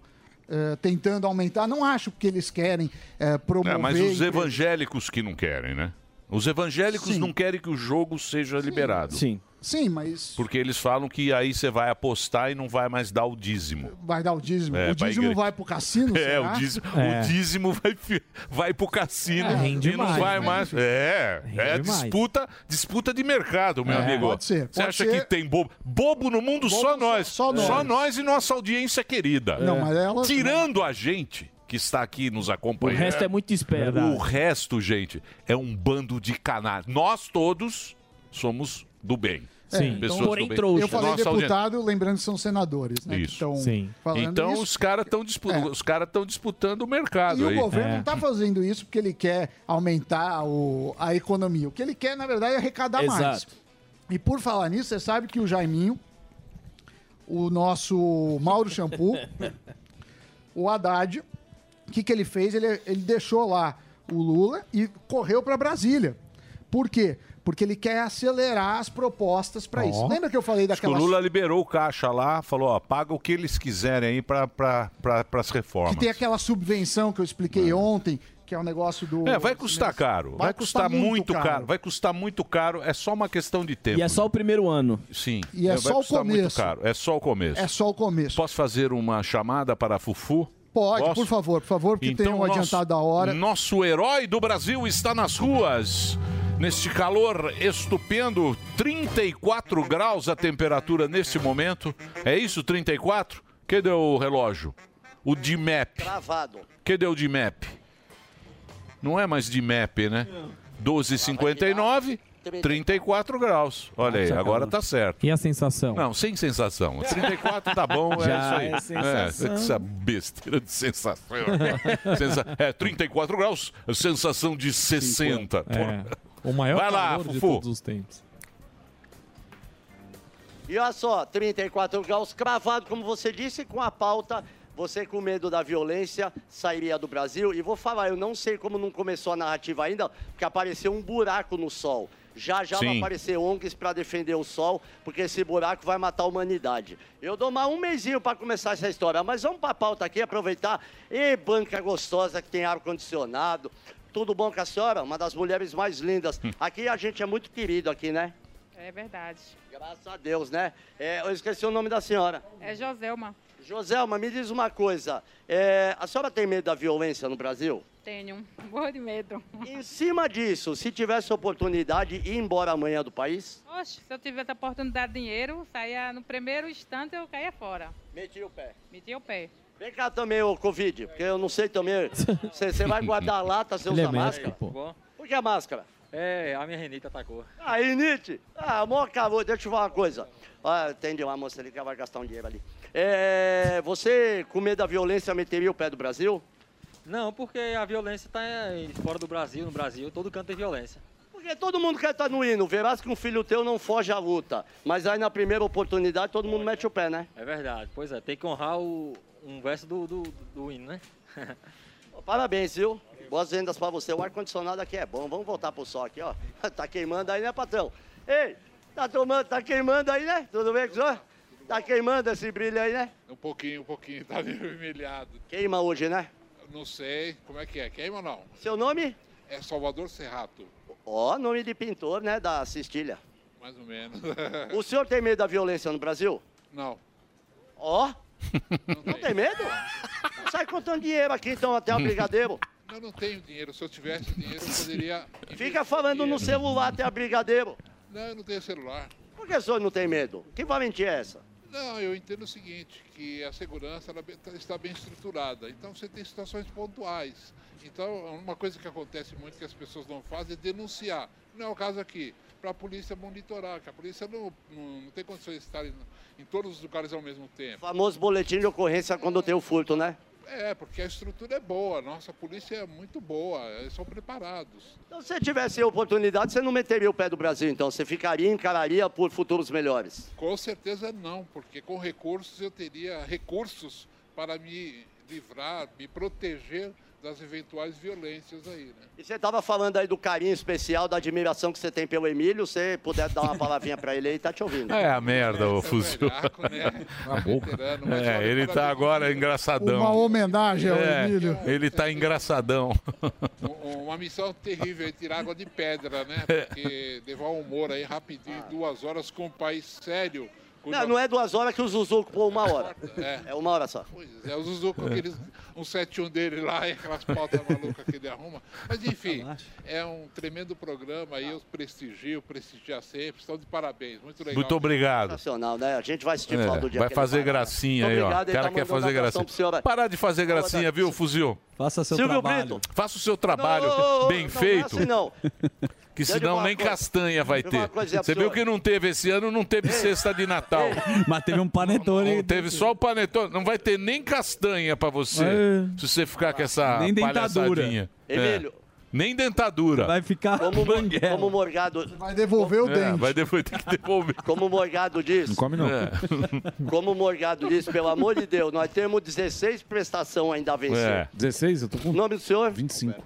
[SPEAKER 13] eh, tentando aumentar. Não acho que eles querem eh, promover.
[SPEAKER 6] É, mas os
[SPEAKER 13] entre-
[SPEAKER 6] evangélicos que não querem, né? Os evangélicos não querem que o jogo seja liberado.
[SPEAKER 11] Sim.
[SPEAKER 13] Sim, mas
[SPEAKER 6] Porque eles falam que aí você vai apostar e não vai mais dar o dízimo.
[SPEAKER 13] vai dar o dízimo.
[SPEAKER 6] É,
[SPEAKER 13] o
[SPEAKER 6] pra
[SPEAKER 13] dízimo
[SPEAKER 6] igreja.
[SPEAKER 13] vai pro cassino?
[SPEAKER 6] É,
[SPEAKER 13] será?
[SPEAKER 6] o dízimo, o dízimo vai, fi- vai pro cassino
[SPEAKER 13] É,
[SPEAKER 6] e
[SPEAKER 13] rende
[SPEAKER 6] não
[SPEAKER 13] mais,
[SPEAKER 6] vai
[SPEAKER 13] né?
[SPEAKER 6] mais. É, é
[SPEAKER 13] mais.
[SPEAKER 6] disputa, disputa de mercado, meu
[SPEAKER 13] É,
[SPEAKER 6] amigo.
[SPEAKER 13] pode ser,
[SPEAKER 6] Você
[SPEAKER 13] pode
[SPEAKER 6] acha
[SPEAKER 13] ser.
[SPEAKER 6] que tem bobo? Bobo no mundo só nós. Só,
[SPEAKER 13] nós.
[SPEAKER 6] nós e nossa audiência querida.
[SPEAKER 13] Não, mas ela-
[SPEAKER 6] Tirando a gente que está aqui nos acompanhando.
[SPEAKER 11] O resto é muito esperto.
[SPEAKER 6] O resto, gente, é um bando de canais. Nós todos somos do bem.
[SPEAKER 13] É,
[SPEAKER 6] Pessoas
[SPEAKER 13] então,
[SPEAKER 6] do
[SPEAKER 13] porém
[SPEAKER 6] bem.
[SPEAKER 13] Eu falei
[SPEAKER 6] Nossa audiência-
[SPEAKER 13] deputado, lembrando que são senadores, né?
[SPEAKER 6] Isso.
[SPEAKER 13] Então, falando
[SPEAKER 6] então
[SPEAKER 13] isso.
[SPEAKER 6] os caras estão disputando o mercado.
[SPEAKER 13] E
[SPEAKER 6] aí.
[SPEAKER 13] o governo
[SPEAKER 11] É.
[SPEAKER 13] não está fazendo isso porque ele quer aumentar o- a economia. O que ele quer, na verdade, é arrecadar mais.
[SPEAKER 11] Exato.
[SPEAKER 13] E por falar nisso, você sabe que o Jaiminho, o nosso Mauro Shampoo, o Haddad, o que, que ele fez? Ele, ele deixou lá o Lula e correu para Brasília. Por quê? Porque ele quer acelerar as propostas para isso.
[SPEAKER 6] Ó.
[SPEAKER 13] Lembra que eu falei
[SPEAKER 6] Acho que o
[SPEAKER 13] daquela
[SPEAKER 6] Lula liberou o caixa lá, falou, ó, paga o que eles quiserem aí pra, pra, pra, pras reformas.
[SPEAKER 13] Que tem aquela subvenção que eu expliquei ontem, que é o negócio do.
[SPEAKER 6] É, vai custar caro. Vai, custar, muito caro. Vai custar muito caro. É só uma questão de tempo.
[SPEAKER 11] E é só o primeiro ano.
[SPEAKER 6] Sim.
[SPEAKER 13] E é
[SPEAKER 6] vai
[SPEAKER 13] só o
[SPEAKER 6] custar muito
[SPEAKER 13] começo.
[SPEAKER 6] caro. É só o começo.
[SPEAKER 13] É só o começo.
[SPEAKER 6] Posso fazer uma chamada para a Fufu?
[SPEAKER 13] Pode,
[SPEAKER 6] Posso? Hum.
[SPEAKER 13] por favor, por favor, porque tem um
[SPEAKER 6] nosso-
[SPEAKER 13] adiantado da hora.
[SPEAKER 6] Então, Nosso herói do Brasil está nas ruas. Neste calor estupendo, 34 graus a temperatura nesse momento. É isso, 34? Cadê o relógio? O DMAP.
[SPEAKER 12] Travado.
[SPEAKER 6] Cadê o DMAP? Não é mais DMAP, né? 12,59, 34 graus. Olha aí,
[SPEAKER 9] Nossa,
[SPEAKER 6] agora
[SPEAKER 9] calma.
[SPEAKER 6] tá certo.
[SPEAKER 9] E a sensação?
[SPEAKER 6] Não, sem sensação. 34 tá bom,
[SPEAKER 9] Já
[SPEAKER 6] é
[SPEAKER 9] é
[SPEAKER 6] isso aí.
[SPEAKER 9] sensação.
[SPEAKER 6] essa besteira de sensação. Sensa- É 34 graus, sensação Um de 60.
[SPEAKER 9] É.
[SPEAKER 6] porra.
[SPEAKER 9] O maior
[SPEAKER 6] Vai lá,
[SPEAKER 9] calor de
[SPEAKER 6] Fufu.
[SPEAKER 9] todos os tempos.
[SPEAKER 12] E olha só, 34 graus cravado, como você disse, com a pauta. Você com medo da violência sairia do Brasil. E vou falar, eu não sei como não começou a narrativa ainda, porque apareceu um buraco no sol. Já já vai
[SPEAKER 21] Sim.
[SPEAKER 12] aparecer ONGs para defender o sol, porque esse buraco vai matar a humanidade. Eu dou mais um mesinho para começar essa história, mas vamos para a pauta aqui, aproveitar. E banca gostosa que tem ar-condicionado. Tudo bom com a senhora? Uma das mulheres mais lindas. Aqui a gente é muito querido aqui, né?
[SPEAKER 22] É verdade.
[SPEAKER 12] Graças a Deus, né? É, eu esqueci o nome da senhora.
[SPEAKER 22] É Joselma.
[SPEAKER 12] Joselma, me diz uma coisa. É, a senhora tem medo da violência no Brasil?
[SPEAKER 22] Tenho um morro de medo.
[SPEAKER 12] Em cima disso, se tivesse oportunidade, ir embora amanhã do país?
[SPEAKER 22] Oxe, se eu tivesse a oportunidade de dinheiro, saía no primeiro instante eu caía fora.
[SPEAKER 12] Meti o pé.
[SPEAKER 22] Meti o pé.
[SPEAKER 12] Vem cá também, ô Covid, porque eu não sei também. Você você vai guardar a lata, você
[SPEAKER 23] Ele
[SPEAKER 12] usa
[SPEAKER 23] é
[SPEAKER 12] máscara?
[SPEAKER 23] médico, pô.
[SPEAKER 12] Por que a máscara?
[SPEAKER 23] É, a minha renita atacou.
[SPEAKER 12] Aí, Nietzsche, ah, amor, acabou. Deixa eu te falar uma coisa. Ah, tem de uma moça ali que ela vai gastar um dinheiro ali. É, você, com medo da violência, meteria o pé do Brasil?
[SPEAKER 23] Não, porque a violência tá eh, fora do Brasil, no Brasil, todo canto tem violência.
[SPEAKER 12] Porque todo mundo quer estar no hino. Verás que um filho teu não foge à luta. Mas aí, na primeira oportunidade, todo mundo mete o pé, né?
[SPEAKER 23] É verdade, pois é, tem que honrar o, um verso do, do, do hino, né?
[SPEAKER 12] Parabéns, viu? Boas vendas pra você. O ar-condicionado aqui é bom. Vamos voltar pro sol aqui, ó. Tá queimando aí, né, patrão? Ei, tá tomando, tá queimando aí, né? Tudo bem com o senhor? Tá queimando esse brilho aí, né?
[SPEAKER 19] Um pouquinho, um pouquinho, tá meio vermelhado.
[SPEAKER 12] Queima hoje, né?
[SPEAKER 19] Não sei, como é que é? Queima ou não?
[SPEAKER 12] Seu nome?
[SPEAKER 19] É Salvador Serrato,
[SPEAKER 12] Ó, nome de pintor, né? Da Cistilha.
[SPEAKER 19] mais ou menos.
[SPEAKER 12] O senhor tem medo da violência no Brasil?
[SPEAKER 19] Não.
[SPEAKER 12] Ó. Não tem medo? Sai contando dinheiro aqui, então, até o brigadeiro.
[SPEAKER 19] Eu não tenho dinheiro, se eu tivesse dinheiro eu poderia...
[SPEAKER 12] Fica falando no celular até a brigadeiro.
[SPEAKER 19] Não, eu não tenho celular.
[SPEAKER 12] Por que o senhor não tem medo? Que valentia é essa?
[SPEAKER 19] Não, eu entendo o seguinte, que a segurança ela be- tá- está bem estruturada, então você tem situações pontuais. Então, uma coisa que acontece muito que as pessoas não fazem é denunciar. Não é o caso aqui, para a polícia monitorar, que a polícia não, não, não tem condições de estar em, em todos os lugares ao mesmo tempo.
[SPEAKER 12] Famoso boletim de ocorrência quando tem o furto, né?
[SPEAKER 19] É, porque a estrutura é boa, nossa polícia é muito boa, eles são preparados.
[SPEAKER 12] Então, se você tivesse a oportunidade, você não meteria o pé do Brasil, então. Você ficaria e encararia por futuros melhores.
[SPEAKER 19] Com certeza não, porque com recursos eu teria recursos para me livrar, me proteger das eventuais violências aí, né?
[SPEAKER 12] E você estava falando aí do carinho especial, da admiração que você tem pelo Emílio. Se você puder dar uma palavrinha para ele aí, tá te ouvindo.
[SPEAKER 6] É a merda, ô Fuzil. É, ele tá agora engraçadão.
[SPEAKER 13] Uma homenagem ao
[SPEAKER 6] É,
[SPEAKER 13] Emílio.
[SPEAKER 6] Ele tá engraçadão.
[SPEAKER 19] Um, Uma missão terrível é tirar água de pedra, né? Porque levar o humor aí rapidinho, duas horas com um país sério.
[SPEAKER 12] Não, não é duas horas que o Zuzu ocupou uma hora. É uma hora só.
[SPEAKER 19] É o Zuzu com aqueles 171 dele lá e aquelas pautas malucas que ele arruma. Mas enfim, é um tremendo programa aí, eu prestigio, prestigia sempre. Estão de parabéns, muito legal.
[SPEAKER 6] Muito obrigado.
[SPEAKER 12] Sensacional, né? A gente vai assistir
[SPEAKER 6] É,
[SPEAKER 12] falar do dia
[SPEAKER 6] vai
[SPEAKER 12] que ele
[SPEAKER 6] fazer
[SPEAKER 12] vai, né?
[SPEAKER 6] gracinha
[SPEAKER 12] Muito
[SPEAKER 6] aí, ó.
[SPEAKER 12] obrigado,
[SPEAKER 6] O
[SPEAKER 12] ele
[SPEAKER 6] cara
[SPEAKER 12] tá
[SPEAKER 6] quer
[SPEAKER 12] mandando
[SPEAKER 6] fazer
[SPEAKER 12] abração
[SPEAKER 6] gracinha.
[SPEAKER 12] pro senhor aí.
[SPEAKER 6] Parar de fazer gracinha, viu, Fuzil?
[SPEAKER 4] Faça seu
[SPEAKER 12] Silvio
[SPEAKER 6] trabalho.
[SPEAKER 12] Brito.
[SPEAKER 6] Faça o seu trabalho
[SPEAKER 12] Não,
[SPEAKER 6] bem
[SPEAKER 12] não, não é
[SPEAKER 6] feito.
[SPEAKER 12] assim, não.
[SPEAKER 6] Que
[SPEAKER 12] Deixa eu
[SPEAKER 6] senão
[SPEAKER 12] falar
[SPEAKER 6] nem
[SPEAKER 12] uma coisa.
[SPEAKER 6] castanha vai
[SPEAKER 12] Deixa eu
[SPEAKER 6] ter.
[SPEAKER 12] falar uma coisa,
[SPEAKER 6] Você viu que não teve esse ano, não teve cesta de Natal.
[SPEAKER 4] Mas teve um panetone.
[SPEAKER 6] Teve só o panetone. Não vai ter nem castanha pra você.
[SPEAKER 4] É.
[SPEAKER 6] Se você ficar com essa
[SPEAKER 4] Nem dentadura.
[SPEAKER 6] palhaçadinha. É.
[SPEAKER 4] Emílio.
[SPEAKER 6] Nem dentadura.
[SPEAKER 4] Vai ficar
[SPEAKER 12] como, como Morgado.
[SPEAKER 13] Vai devolver o
[SPEAKER 6] É,
[SPEAKER 13] dente.
[SPEAKER 6] vai depois ter que devolver. É.
[SPEAKER 12] Como Morgado diz. Não
[SPEAKER 6] come, não.
[SPEAKER 12] Como o Morgado disse, pelo amor de Deus, nós temos 16 prestação ainda a
[SPEAKER 6] É.
[SPEAKER 12] vencer.
[SPEAKER 20] 16? Eu tô com. O
[SPEAKER 12] nome do senhor? é?
[SPEAKER 20] 25.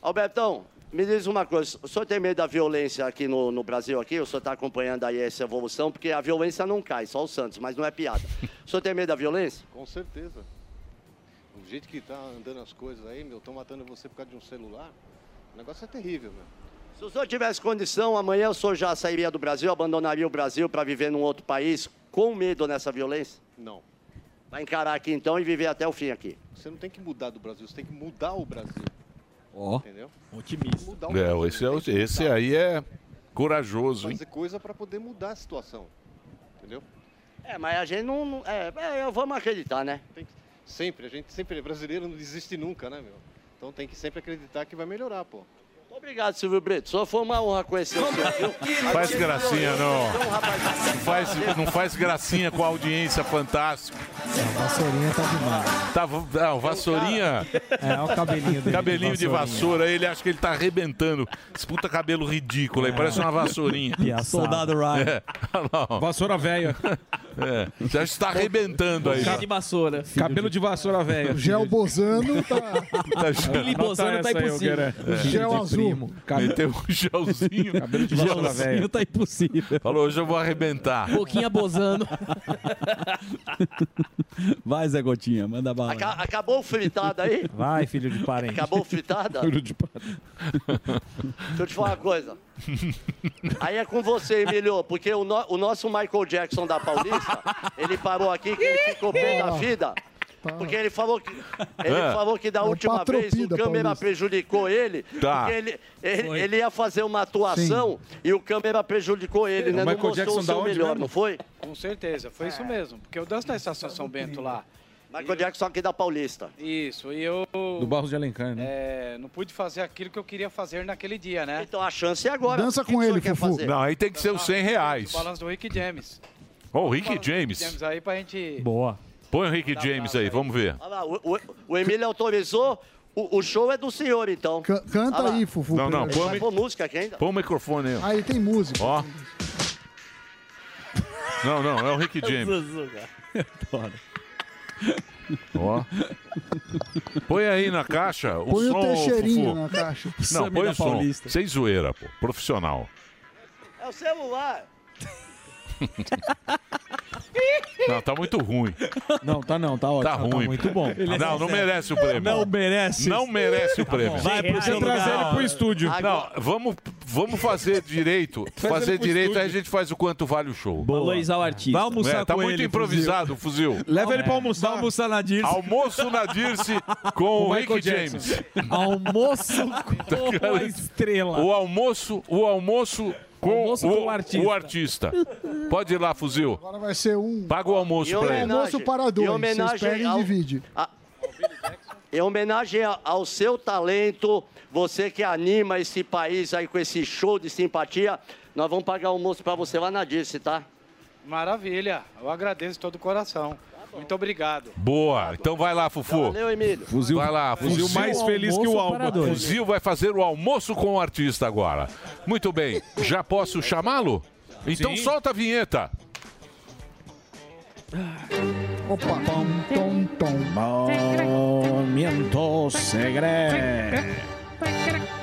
[SPEAKER 12] Albertão, me diz uma coisa. O senhor tem medo da violência aqui no, no Brasil? Aqui? O senhor está acompanhando aí essa evolução? Porque a violência não cai, só o Santos, mas não é piada. O senhor tem medo da violência?
[SPEAKER 21] Com certeza. O jeito que tá andando as coisas aí, meu, estão matando você por causa de um celular. O negócio é terrível, meu.
[SPEAKER 12] Se o senhor tivesse condição, amanhã o senhor já sairia do Brasil, abandonaria o Brasil para viver num outro país com medo nessa violência?
[SPEAKER 21] Não.
[SPEAKER 12] Vai encarar aqui então e viver até o fim aqui.
[SPEAKER 21] Você não tem que mudar do Brasil, você tem que mudar o Brasil.
[SPEAKER 6] Ó.
[SPEAKER 21] Entendeu?
[SPEAKER 11] Otimista.
[SPEAKER 21] Mudar o Brasil.
[SPEAKER 6] É, esse, é o- esse aí é corajoso, hein?
[SPEAKER 21] Fazer coisa para poder mudar a situação. Entendeu?
[SPEAKER 12] É, mas a gente não. não- é, é, vamos acreditar, né?
[SPEAKER 21] Sempre, a gente sempre. Brasileiro não desiste nunca, né, meu? Então tem que sempre acreditar que vai melhorar, pô.
[SPEAKER 12] Obrigado, Silvio Brito. Só foi uma honra conhecer o senhor. viu?
[SPEAKER 6] Faz gracinha, não.
[SPEAKER 12] Então, rapaz,
[SPEAKER 6] Não faz, não faz gracinha com a audiência fantástica.
[SPEAKER 9] A vassourinha tá demais.
[SPEAKER 6] Tá, ah, o Vassourinha.
[SPEAKER 9] É, olha o cabelinho dele.
[SPEAKER 6] Cabelinho de vassoura, ele acha que ele tá arrebentando. Esse puta cabelo ridículo aí,
[SPEAKER 9] É.
[SPEAKER 6] parece uma vassourinha.
[SPEAKER 9] Piaçada. Soldado Ryan.
[SPEAKER 6] É, olha lá, ó.
[SPEAKER 18] Vassoura velha.
[SPEAKER 6] É, você acha que tá arrebentando aí.
[SPEAKER 11] Boca de vassoura.
[SPEAKER 18] Cabelo de vassoura velha.
[SPEAKER 13] O Gel Bozano tá.
[SPEAKER 11] Billy Bozano tá impossível.
[SPEAKER 18] é
[SPEAKER 13] Gel azul.
[SPEAKER 6] É. Meteu um gelzinho. Cabelo
[SPEAKER 11] de vassoura velha.
[SPEAKER 6] tá impossível. Falou, hoje eu vou arrebentar.
[SPEAKER 11] Boquinha bozando.
[SPEAKER 4] Vai, Zé Gotinha, manda bala.
[SPEAKER 12] aca- acabou o fritado aí?
[SPEAKER 9] Vai, filho de parente.
[SPEAKER 12] Acabou o fritada? Filho de Deixa eu te falar uma coisa. Aí é com você, Emilio, porque o, no- o nosso Michael Jackson da Paulista, ele parou aqui, que ele ficou bem da vida. Porque ele falou que, ele
[SPEAKER 6] É.
[SPEAKER 12] falou que da
[SPEAKER 6] Tá. É um
[SPEAKER 12] última vez o
[SPEAKER 6] patropida,
[SPEAKER 12] câmera
[SPEAKER 6] Paulista.
[SPEAKER 12] prejudicou ele,
[SPEAKER 6] Tá.
[SPEAKER 12] porque ele, ele, ele ia fazer uma atuação e o câmera prejudicou ele, né? Não mostrou o seu melhor, não foi?
[SPEAKER 24] Com certeza, foi isso mesmo. Porque eu danço na Estação São Bento lá.
[SPEAKER 12] Michael Jackson aqui da Paulista.
[SPEAKER 24] Isso, e eu
[SPEAKER 18] Do Barros de Alencar, né?
[SPEAKER 24] é, não pude fazer aquilo que eu queria fazer naquele dia, né?
[SPEAKER 12] Então a chance é agora.
[SPEAKER 13] Dança com ele, Fufu.
[SPEAKER 6] Não, aí tem que ser os 100 reais.
[SPEAKER 24] O balanço do Rick James.
[SPEAKER 6] Ó, o Rick James.
[SPEAKER 24] James aí pra gente.
[SPEAKER 6] Boa. Põe o Rick James aí, vamos ver.
[SPEAKER 12] Olha lá, o, o, o Emílio autorizou. O, o show é do senhor, então.
[SPEAKER 13] canta
[SPEAKER 12] Olha lá.
[SPEAKER 13] aí, Fufu.
[SPEAKER 6] Não, não,
[SPEAKER 13] pra-
[SPEAKER 6] põe o
[SPEAKER 12] Vai pôr música aqui ainda.
[SPEAKER 6] Põe o microfone aí. ó.
[SPEAKER 13] Aí tem música.
[SPEAKER 6] Ó. Não, não, é o Rick James.
[SPEAKER 4] Adoro.
[SPEAKER 6] Ó. Põe aí na caixa o
[SPEAKER 13] Põe o
[SPEAKER 6] som,
[SPEAKER 13] Teixeirinha
[SPEAKER 6] Fufu.
[SPEAKER 13] na caixa.
[SPEAKER 6] Não,
[SPEAKER 13] Samba
[SPEAKER 6] põe
[SPEAKER 13] da
[SPEAKER 6] o som.
[SPEAKER 13] Paulista.
[SPEAKER 6] Sem zoeira, pô. Profissional.
[SPEAKER 12] É o celular.
[SPEAKER 6] Não, tá muito ruim.
[SPEAKER 18] Não, tá não, tá ótimo.
[SPEAKER 6] Tá ruim.
[SPEAKER 18] muito bom.
[SPEAKER 6] Ele é não, não merece o prêmio.
[SPEAKER 18] Não merece.
[SPEAKER 6] Não merece o
[SPEAKER 18] Tá
[SPEAKER 6] prêmio.
[SPEAKER 18] bom. Vai pro seu lugar.
[SPEAKER 6] Não, vamos, vamos fazer direito.
[SPEAKER 18] Faz ele
[SPEAKER 6] fazer
[SPEAKER 18] pro
[SPEAKER 6] direito,
[SPEAKER 18] estúdio.
[SPEAKER 6] aí a gente faz o quanto vale o show.
[SPEAKER 18] Valorizar o artista. Vai almoçar
[SPEAKER 6] tá
[SPEAKER 18] com
[SPEAKER 6] muito
[SPEAKER 18] ele,
[SPEAKER 6] improvisado
[SPEAKER 18] fuzil.
[SPEAKER 6] o fuzil.
[SPEAKER 18] Leva ele pra almoçar.
[SPEAKER 6] Vai
[SPEAKER 18] almoçar na Dirce.
[SPEAKER 6] Almoço na Dirce com
[SPEAKER 18] Com
[SPEAKER 6] o
[SPEAKER 18] Michael
[SPEAKER 6] Rick
[SPEAKER 18] Jackson.
[SPEAKER 6] James.
[SPEAKER 9] Almoço
[SPEAKER 6] com a
[SPEAKER 9] estrela.
[SPEAKER 6] O almoço, o almoço com,
[SPEAKER 13] Almoço
[SPEAKER 6] o,
[SPEAKER 13] com o artista.
[SPEAKER 6] o artista. Pode ir lá, fuzil.
[SPEAKER 13] Agora vai ser um.
[SPEAKER 6] Paga o almoço pra ele.
[SPEAKER 13] almoço para
[SPEAKER 12] Em
[SPEAKER 13] dois.
[SPEAKER 12] homenagem
[SPEAKER 13] Vocês pegam
[SPEAKER 12] ao-
[SPEAKER 13] e dividem.
[SPEAKER 12] Em homenagem a- ao seu talento, você que anima esse país aí com esse show de simpatia, nós vamos pagar almoço pra você lá na Dirce, tá?
[SPEAKER 24] Maravilha. Eu agradeço de todo o coração. Muito obrigado.
[SPEAKER 6] Boa. Então vai lá, Fufu.
[SPEAKER 24] Valeu,
[SPEAKER 12] Tá Emílio.
[SPEAKER 6] Fuzil, vai lá,
[SPEAKER 18] Fuzil mais feliz que o Alba.
[SPEAKER 6] Fuzil vai fazer o almoço com o artista agora. Muito bem. Já posso chamá-lo? Então
[SPEAKER 18] Sim.
[SPEAKER 6] solta a vinheta.
[SPEAKER 13] Opa. Tom, tom, tom.
[SPEAKER 20] Momento segredo.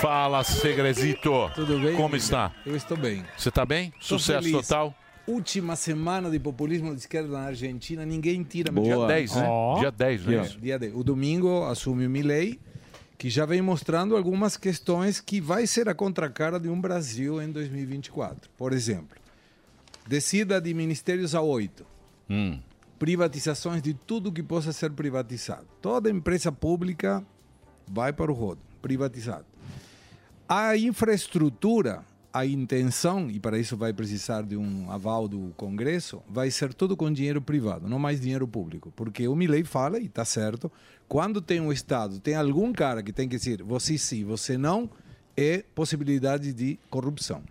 [SPEAKER 6] Fala, Segresito. Tudo bem? Como está?
[SPEAKER 1] Eu estou bem.
[SPEAKER 6] Você está bem?
[SPEAKER 1] Tô
[SPEAKER 6] Sucesso
[SPEAKER 1] feliz.
[SPEAKER 6] total?
[SPEAKER 1] Última semana de populismo de esquerda na Argentina, ninguém tira
[SPEAKER 6] Boa.
[SPEAKER 1] meu
[SPEAKER 6] Dia 10, né?
[SPEAKER 1] Ó.
[SPEAKER 6] Dia 10, não é
[SPEAKER 1] É,
[SPEAKER 6] isso?
[SPEAKER 1] Dia 10. O domingo assume o Milei, que já vem mostrando algumas questões que vai ser a contracara de um Brasil em 2024. Por exemplo, descida de ministérios a oito.
[SPEAKER 6] Hum.
[SPEAKER 1] privatizações de tudo que possa ser privatizado. Toda empresa pública vai para o rodo, privatizado. A infraestrutura, a intenção, e para isso vai precisar de um aval do Congresso, vai ser tudo com dinheiro privado, não mais dinheiro público. Porque o Milei fala, e está certo, quando tem um Estado, tem algum cara que tem que dizer você sim, você não, é possibilidade de corrupção.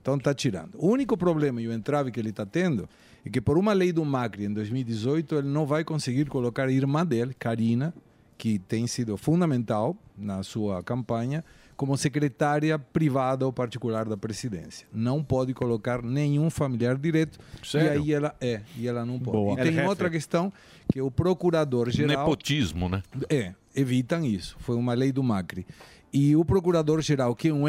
[SPEAKER 1] Então está tirando. O único problema e o entrave que ele está tendo é que por uma lei do Macri em 2018 ele não vai conseguir colocar a irmã dele, Karina, que tem sido fundamental na sua campanha, como secretária privada ou particular da presidência. Não pode colocar nenhum familiar direto. E
[SPEAKER 6] Sério?
[SPEAKER 1] aí ela é, e ela não pode.
[SPEAKER 6] Boa. é
[SPEAKER 1] E tem
[SPEAKER 6] Chefe.
[SPEAKER 1] outra questão que o procurador geral
[SPEAKER 6] Nepotismo, né?
[SPEAKER 1] é, evitam isso. Foi uma lei do Macri. E o procurador-geral, que é um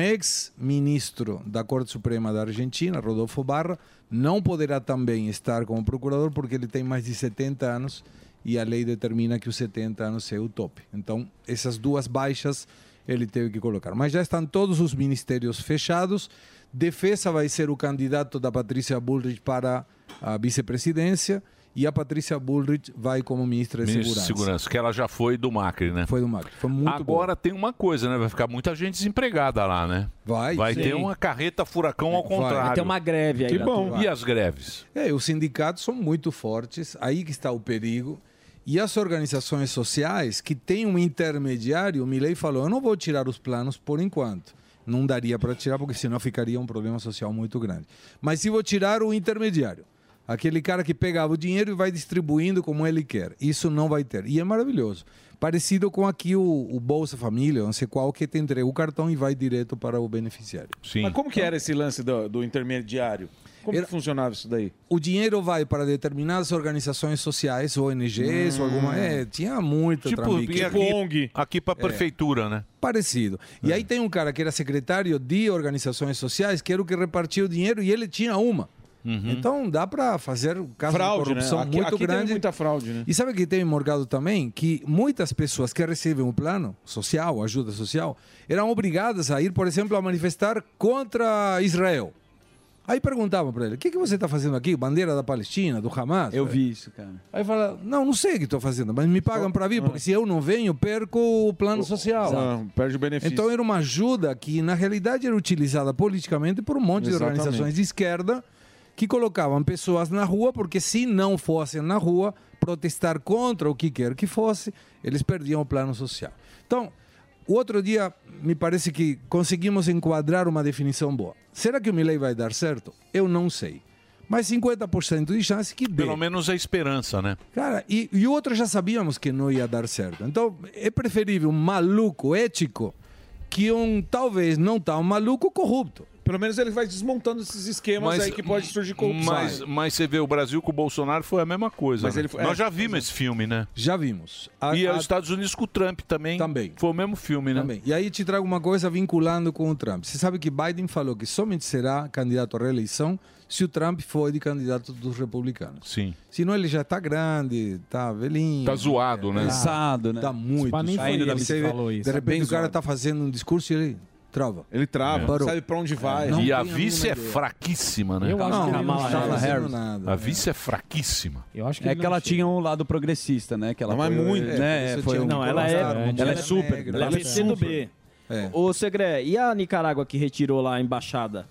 [SPEAKER 1] ex-ministro da Corte Suprema da Argentina, Rodolfo Barra, não poderá também estar como procurador porque ele tem mais de 70 anos e a lei determina que os 70 anos é o top. Então, essas duas baixas ele teve que colocar. Mas já estão todos os ministérios fechados. Defesa vai ser o candidato da Patrícia Bullrich para a vice-presidência e a Patrícia Bullrich vai como ministra de
[SPEAKER 6] Ministro de
[SPEAKER 1] Segurança.
[SPEAKER 6] Segurança, que ela já foi do Macri, né?
[SPEAKER 1] Foi do Macri. Foi muito
[SPEAKER 6] Agora tem uma coisa, né? Vai ficar muita gente desempregada lá, né?
[SPEAKER 1] Vai.
[SPEAKER 6] Vai
[SPEAKER 1] sim.
[SPEAKER 6] ter uma carreta furacão ao contrário.
[SPEAKER 1] Vai ter uma greve aí
[SPEAKER 6] Que
[SPEAKER 1] na
[SPEAKER 6] bom.
[SPEAKER 1] turma.
[SPEAKER 6] E as greves?
[SPEAKER 1] É, os sindicatos são muito fortes, aí que está o perigo. E as organizações sociais, que têm um intermediário, o Milei falou: eu não vou tirar os planos por enquanto. Não daria para tirar, porque senão ficaria um problema social muito grande. Mas se vou tirar o intermediário, aquele cara que pegava o dinheiro e vai distribuindo como ele quer, isso não vai ter. E é maravilhoso. Parecido com aqui o, o Bolsa Família, não sei qual, que te entrega o cartão e vai direto para o beneficiário.
[SPEAKER 6] Sim.
[SPEAKER 18] Mas como que era esse lance do, do intermediário? Como que funcionava isso daí?
[SPEAKER 1] o dinheiro vai para determinadas organizações sociais, ONGs,
[SPEAKER 6] Hum.
[SPEAKER 1] ou alguma. É, tinha muito
[SPEAKER 6] Tipo,
[SPEAKER 1] trambique.
[SPEAKER 6] e aqui, aqui pra
[SPEAKER 1] É.
[SPEAKER 6] prefeitura, né?
[SPEAKER 1] Parecido. E aí tem um cara que era secretário de organizações sociais, que era o que repartia o dinheiro e ele tinha uma. Então dá para fazer um caso
[SPEAKER 18] Fraude,
[SPEAKER 1] de corrupção
[SPEAKER 18] né? Aqui-
[SPEAKER 1] muito
[SPEAKER 18] aqui teve
[SPEAKER 1] grande.
[SPEAKER 18] muita fraude,
[SPEAKER 4] Uhum.
[SPEAKER 18] né?
[SPEAKER 1] E sabe que tem morgado também que muitas pessoas que recebem o plano social, ajuda social, eram obrigadas a ir, por exemplo, a manifestar contra Israel. Aí perguntavam para ele: o que, que você está fazendo aqui? Bandeira da Palestina, do Hamas?
[SPEAKER 4] Eu vi isso, cara. Ah.
[SPEAKER 1] Aí fala, não, não sei o que estou fazendo, mas me pagam para vir, porque se eu não venho, perco o plano social.
[SPEAKER 18] Ah, perde o benefício.
[SPEAKER 1] Então era uma ajuda que, na realidade, era utilizada politicamente por um monte
[SPEAKER 18] Exatamente.
[SPEAKER 1] de organizações de esquerda que colocavam pessoas na rua, porque se não fossem na rua protestar contra o que quer que fosse, eles perdiam o plano social. Então, O outro dia, me parece que conseguimos enquadrar uma definição boa. Será que o Milei vai dar certo? Eu não sei. Mas 50% de chance que dê.
[SPEAKER 6] Pelo menos a esperança, né?
[SPEAKER 1] Cara, e, e outro já sabíamos que não ia dar certo. Então, é preferível um maluco ético que um talvez não tão maluco corrupto.
[SPEAKER 10] Pelo menos ele vai desmontando esses esquemas aí que pode surgir corrupção.
[SPEAKER 6] Mas, mas você vê, o Brasil com o Bolsonaro foi a mesma coisa.
[SPEAKER 10] Mas
[SPEAKER 6] né?
[SPEAKER 10] ele foi-
[SPEAKER 6] Nós
[SPEAKER 10] é,
[SPEAKER 6] já vimos esse filme, né?
[SPEAKER 1] Já vimos.
[SPEAKER 6] e
[SPEAKER 1] A-
[SPEAKER 6] os Estados Unidos com o Trump também. Também. Foi o mesmo filme, né?
[SPEAKER 1] Também. E aí te trago uma coisa vinculando com o Trump. Você sabe que Biden falou que somente será candidato à reeleição se o Trump for de candidato dos republicanos.
[SPEAKER 6] Sim.
[SPEAKER 1] Senão ele já tá grande, tá velhinho.
[SPEAKER 6] Tá zoado, né? Cansado,
[SPEAKER 1] Cansado,
[SPEAKER 6] né?
[SPEAKER 1] Tá muito.
[SPEAKER 6] Esse
[SPEAKER 1] zoado.
[SPEAKER 6] pai nem foi ele
[SPEAKER 1] Você-
[SPEAKER 6] que falou isso.
[SPEAKER 1] De
[SPEAKER 6] Tá
[SPEAKER 1] repente
[SPEAKER 6] bem
[SPEAKER 1] o cara
[SPEAKER 6] zoado.
[SPEAKER 1] tá fazendo um discurso e ele trava.
[SPEAKER 10] Ele trava,
[SPEAKER 1] Parou.
[SPEAKER 10] não sabe pra onde vai.
[SPEAKER 1] Não
[SPEAKER 6] É. e a
[SPEAKER 1] tem
[SPEAKER 6] vice é
[SPEAKER 1] mínima ideia.
[SPEAKER 6] fraquíssima, né?
[SPEAKER 1] Eu acho Não, que ele não Kamala tá Harris. fazendo
[SPEAKER 6] A
[SPEAKER 1] nada,
[SPEAKER 6] vice é fraquíssima.
[SPEAKER 9] Eu acho
[SPEAKER 4] é que ela tinha um lado progressista, né? Que ela
[SPEAKER 6] Não, mas
[SPEAKER 4] foi-
[SPEAKER 6] muito.
[SPEAKER 4] Né,
[SPEAKER 6] Isso
[SPEAKER 4] foi
[SPEAKER 6] tinha
[SPEAKER 4] um-
[SPEAKER 6] um
[SPEAKER 11] Não, ela é,
[SPEAKER 4] Ela
[SPEAKER 11] ela é
[SPEAKER 4] negra,
[SPEAKER 11] super.
[SPEAKER 4] ela
[SPEAKER 1] né?
[SPEAKER 11] Ela é
[SPEAKER 4] é
[SPEAKER 1] um
[SPEAKER 11] PC do B. Ô, Segré, e a Nicarágua que retirou lá a embaixada?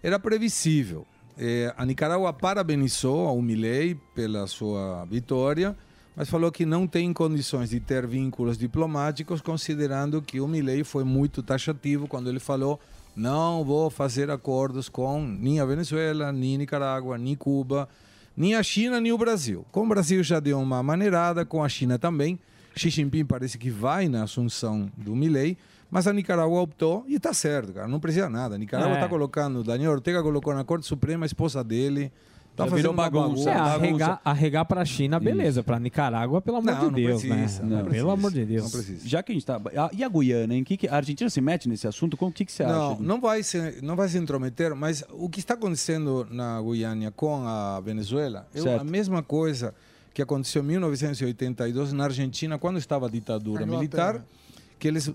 [SPEAKER 1] Era previsível. É, a Nicarágua parabenizou ao Milei pela sua vitória, mas falou que não tem condições de ter vínculos diplomáticos, considerando que o Milei foi muito taxativo quando ele falou não vou fazer acordos com nem a Venezuela, nem Nicarágua, nem Cuba, nem a China, nem o Brasil. Com o Brasil já deu uma maneirada, com a China também. Xi Jinping parece que vai na assunção do Milei, mas a Nicarágua optou e está certo, cara. Não precisa nada. A Nicarágua
[SPEAKER 9] É.
[SPEAKER 1] está colocando, Daniel Ortega colocou na Corte Suprema a esposa dele. Tá
[SPEAKER 9] Já
[SPEAKER 1] fazendo
[SPEAKER 9] virou
[SPEAKER 1] uma bagunça.
[SPEAKER 9] É, arregar, arregar pra China, beleza. Pra Nicarágua, pelo amor
[SPEAKER 1] Não,
[SPEAKER 9] de
[SPEAKER 1] não
[SPEAKER 9] Deus,
[SPEAKER 1] precisa,
[SPEAKER 9] né?
[SPEAKER 1] não
[SPEAKER 9] pelo
[SPEAKER 1] precisa,
[SPEAKER 9] amor de Deus.
[SPEAKER 1] não precisa.
[SPEAKER 4] Já que a gente tá. Ah, E a Guiana, hein? Que que- A Argentina se mete nesse assunto? Como- O que, que você
[SPEAKER 1] Não,
[SPEAKER 4] acha?
[SPEAKER 1] não vai, se, não vai se intrometer, mas o que está acontecendo na Guiana com a Venezuela é a
[SPEAKER 4] Certo.
[SPEAKER 1] mesma coisa que aconteceu em 1982 na Argentina, quando estava a ditadura
[SPEAKER 13] Na
[SPEAKER 1] militar,
[SPEAKER 13] Inglaterra.
[SPEAKER 1] que eles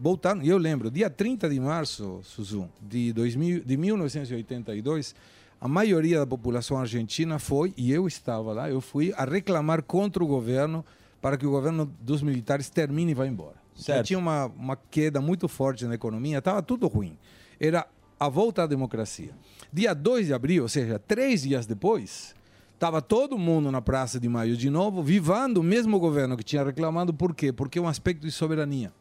[SPEAKER 1] voltaram, e eu lembro, dia 30 de março, Suzu, de, 2000, de 1982, a maioria da população argentina foi, e eu estava lá, eu fui a reclamar contra o governo para que o governo dos militares termine e vá embora. Já
[SPEAKER 4] Certo.
[SPEAKER 1] Tinha uma, uma queda muito forte na economia, estava tudo ruim. Era a volta à democracia. Dia 2 de abril, ou seja, três dias depois, Tava todo mundo na Praça de Maio de novo, vivando o mesmo governo que tinha reclamado. Por quê? Porque é um aspecto de soberania.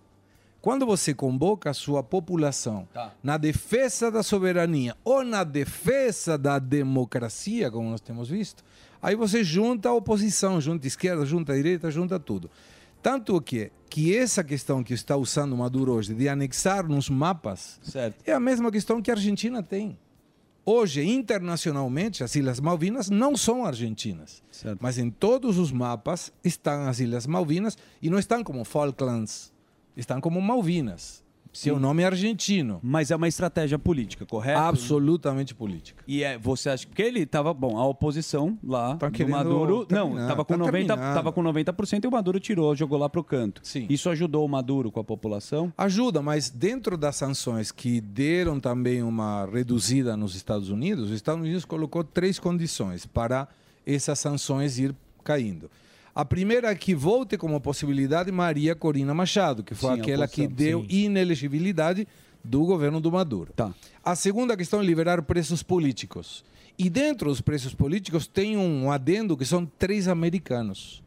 [SPEAKER 1] Quando você convoca a sua população
[SPEAKER 4] Tá.
[SPEAKER 1] na defesa da soberania ou na defesa da democracia, como nós temos visto, aí você junta a oposição, junta a esquerda, junta a direita, junta tudo. Tanto que, que essa questão que está usando Maduro hoje de anexar nos mapas é a mesma questão que a Argentina tem. Hoje, internacionalmente, as Ilhas Malvinas não são argentinas. Mas em todos os mapas estão as Ilhas Malvinas e não estão como Falklands, estão como Malvinas. Seu nome é argentino.
[SPEAKER 4] Mas é uma estratégia política, correto?
[SPEAKER 1] Absolutamente política.
[SPEAKER 4] E é, você acha porque ele tava,
[SPEAKER 9] Então,
[SPEAKER 4] bom, a oposição lá do
[SPEAKER 1] Tá querendo
[SPEAKER 4] Maduro, não,
[SPEAKER 1] terminar,
[SPEAKER 4] tava com
[SPEAKER 1] tá
[SPEAKER 4] 90,
[SPEAKER 1] terminando.
[SPEAKER 4] tava com 90% e o Maduro tirou, jogou lá pro canto. Isso ajudou o Maduro com a população?
[SPEAKER 1] Ajuda, mas dentro das sanções que deram também uma reduzida nos Estados Unidos, os Estados Unidos colocou três condições para essas sanções ir caindo. A primeira é que volte como possibilidade Maria Corina Machado, que foi
[SPEAKER 4] Sim, a
[SPEAKER 1] aquela que
[SPEAKER 4] oposição,
[SPEAKER 1] deu
[SPEAKER 4] sim. Tá.
[SPEAKER 1] inelegibilidade do governo do Maduro. A segunda questão é liberar presos políticos. E dentro dos presos políticos tem um adendo que são três americanos.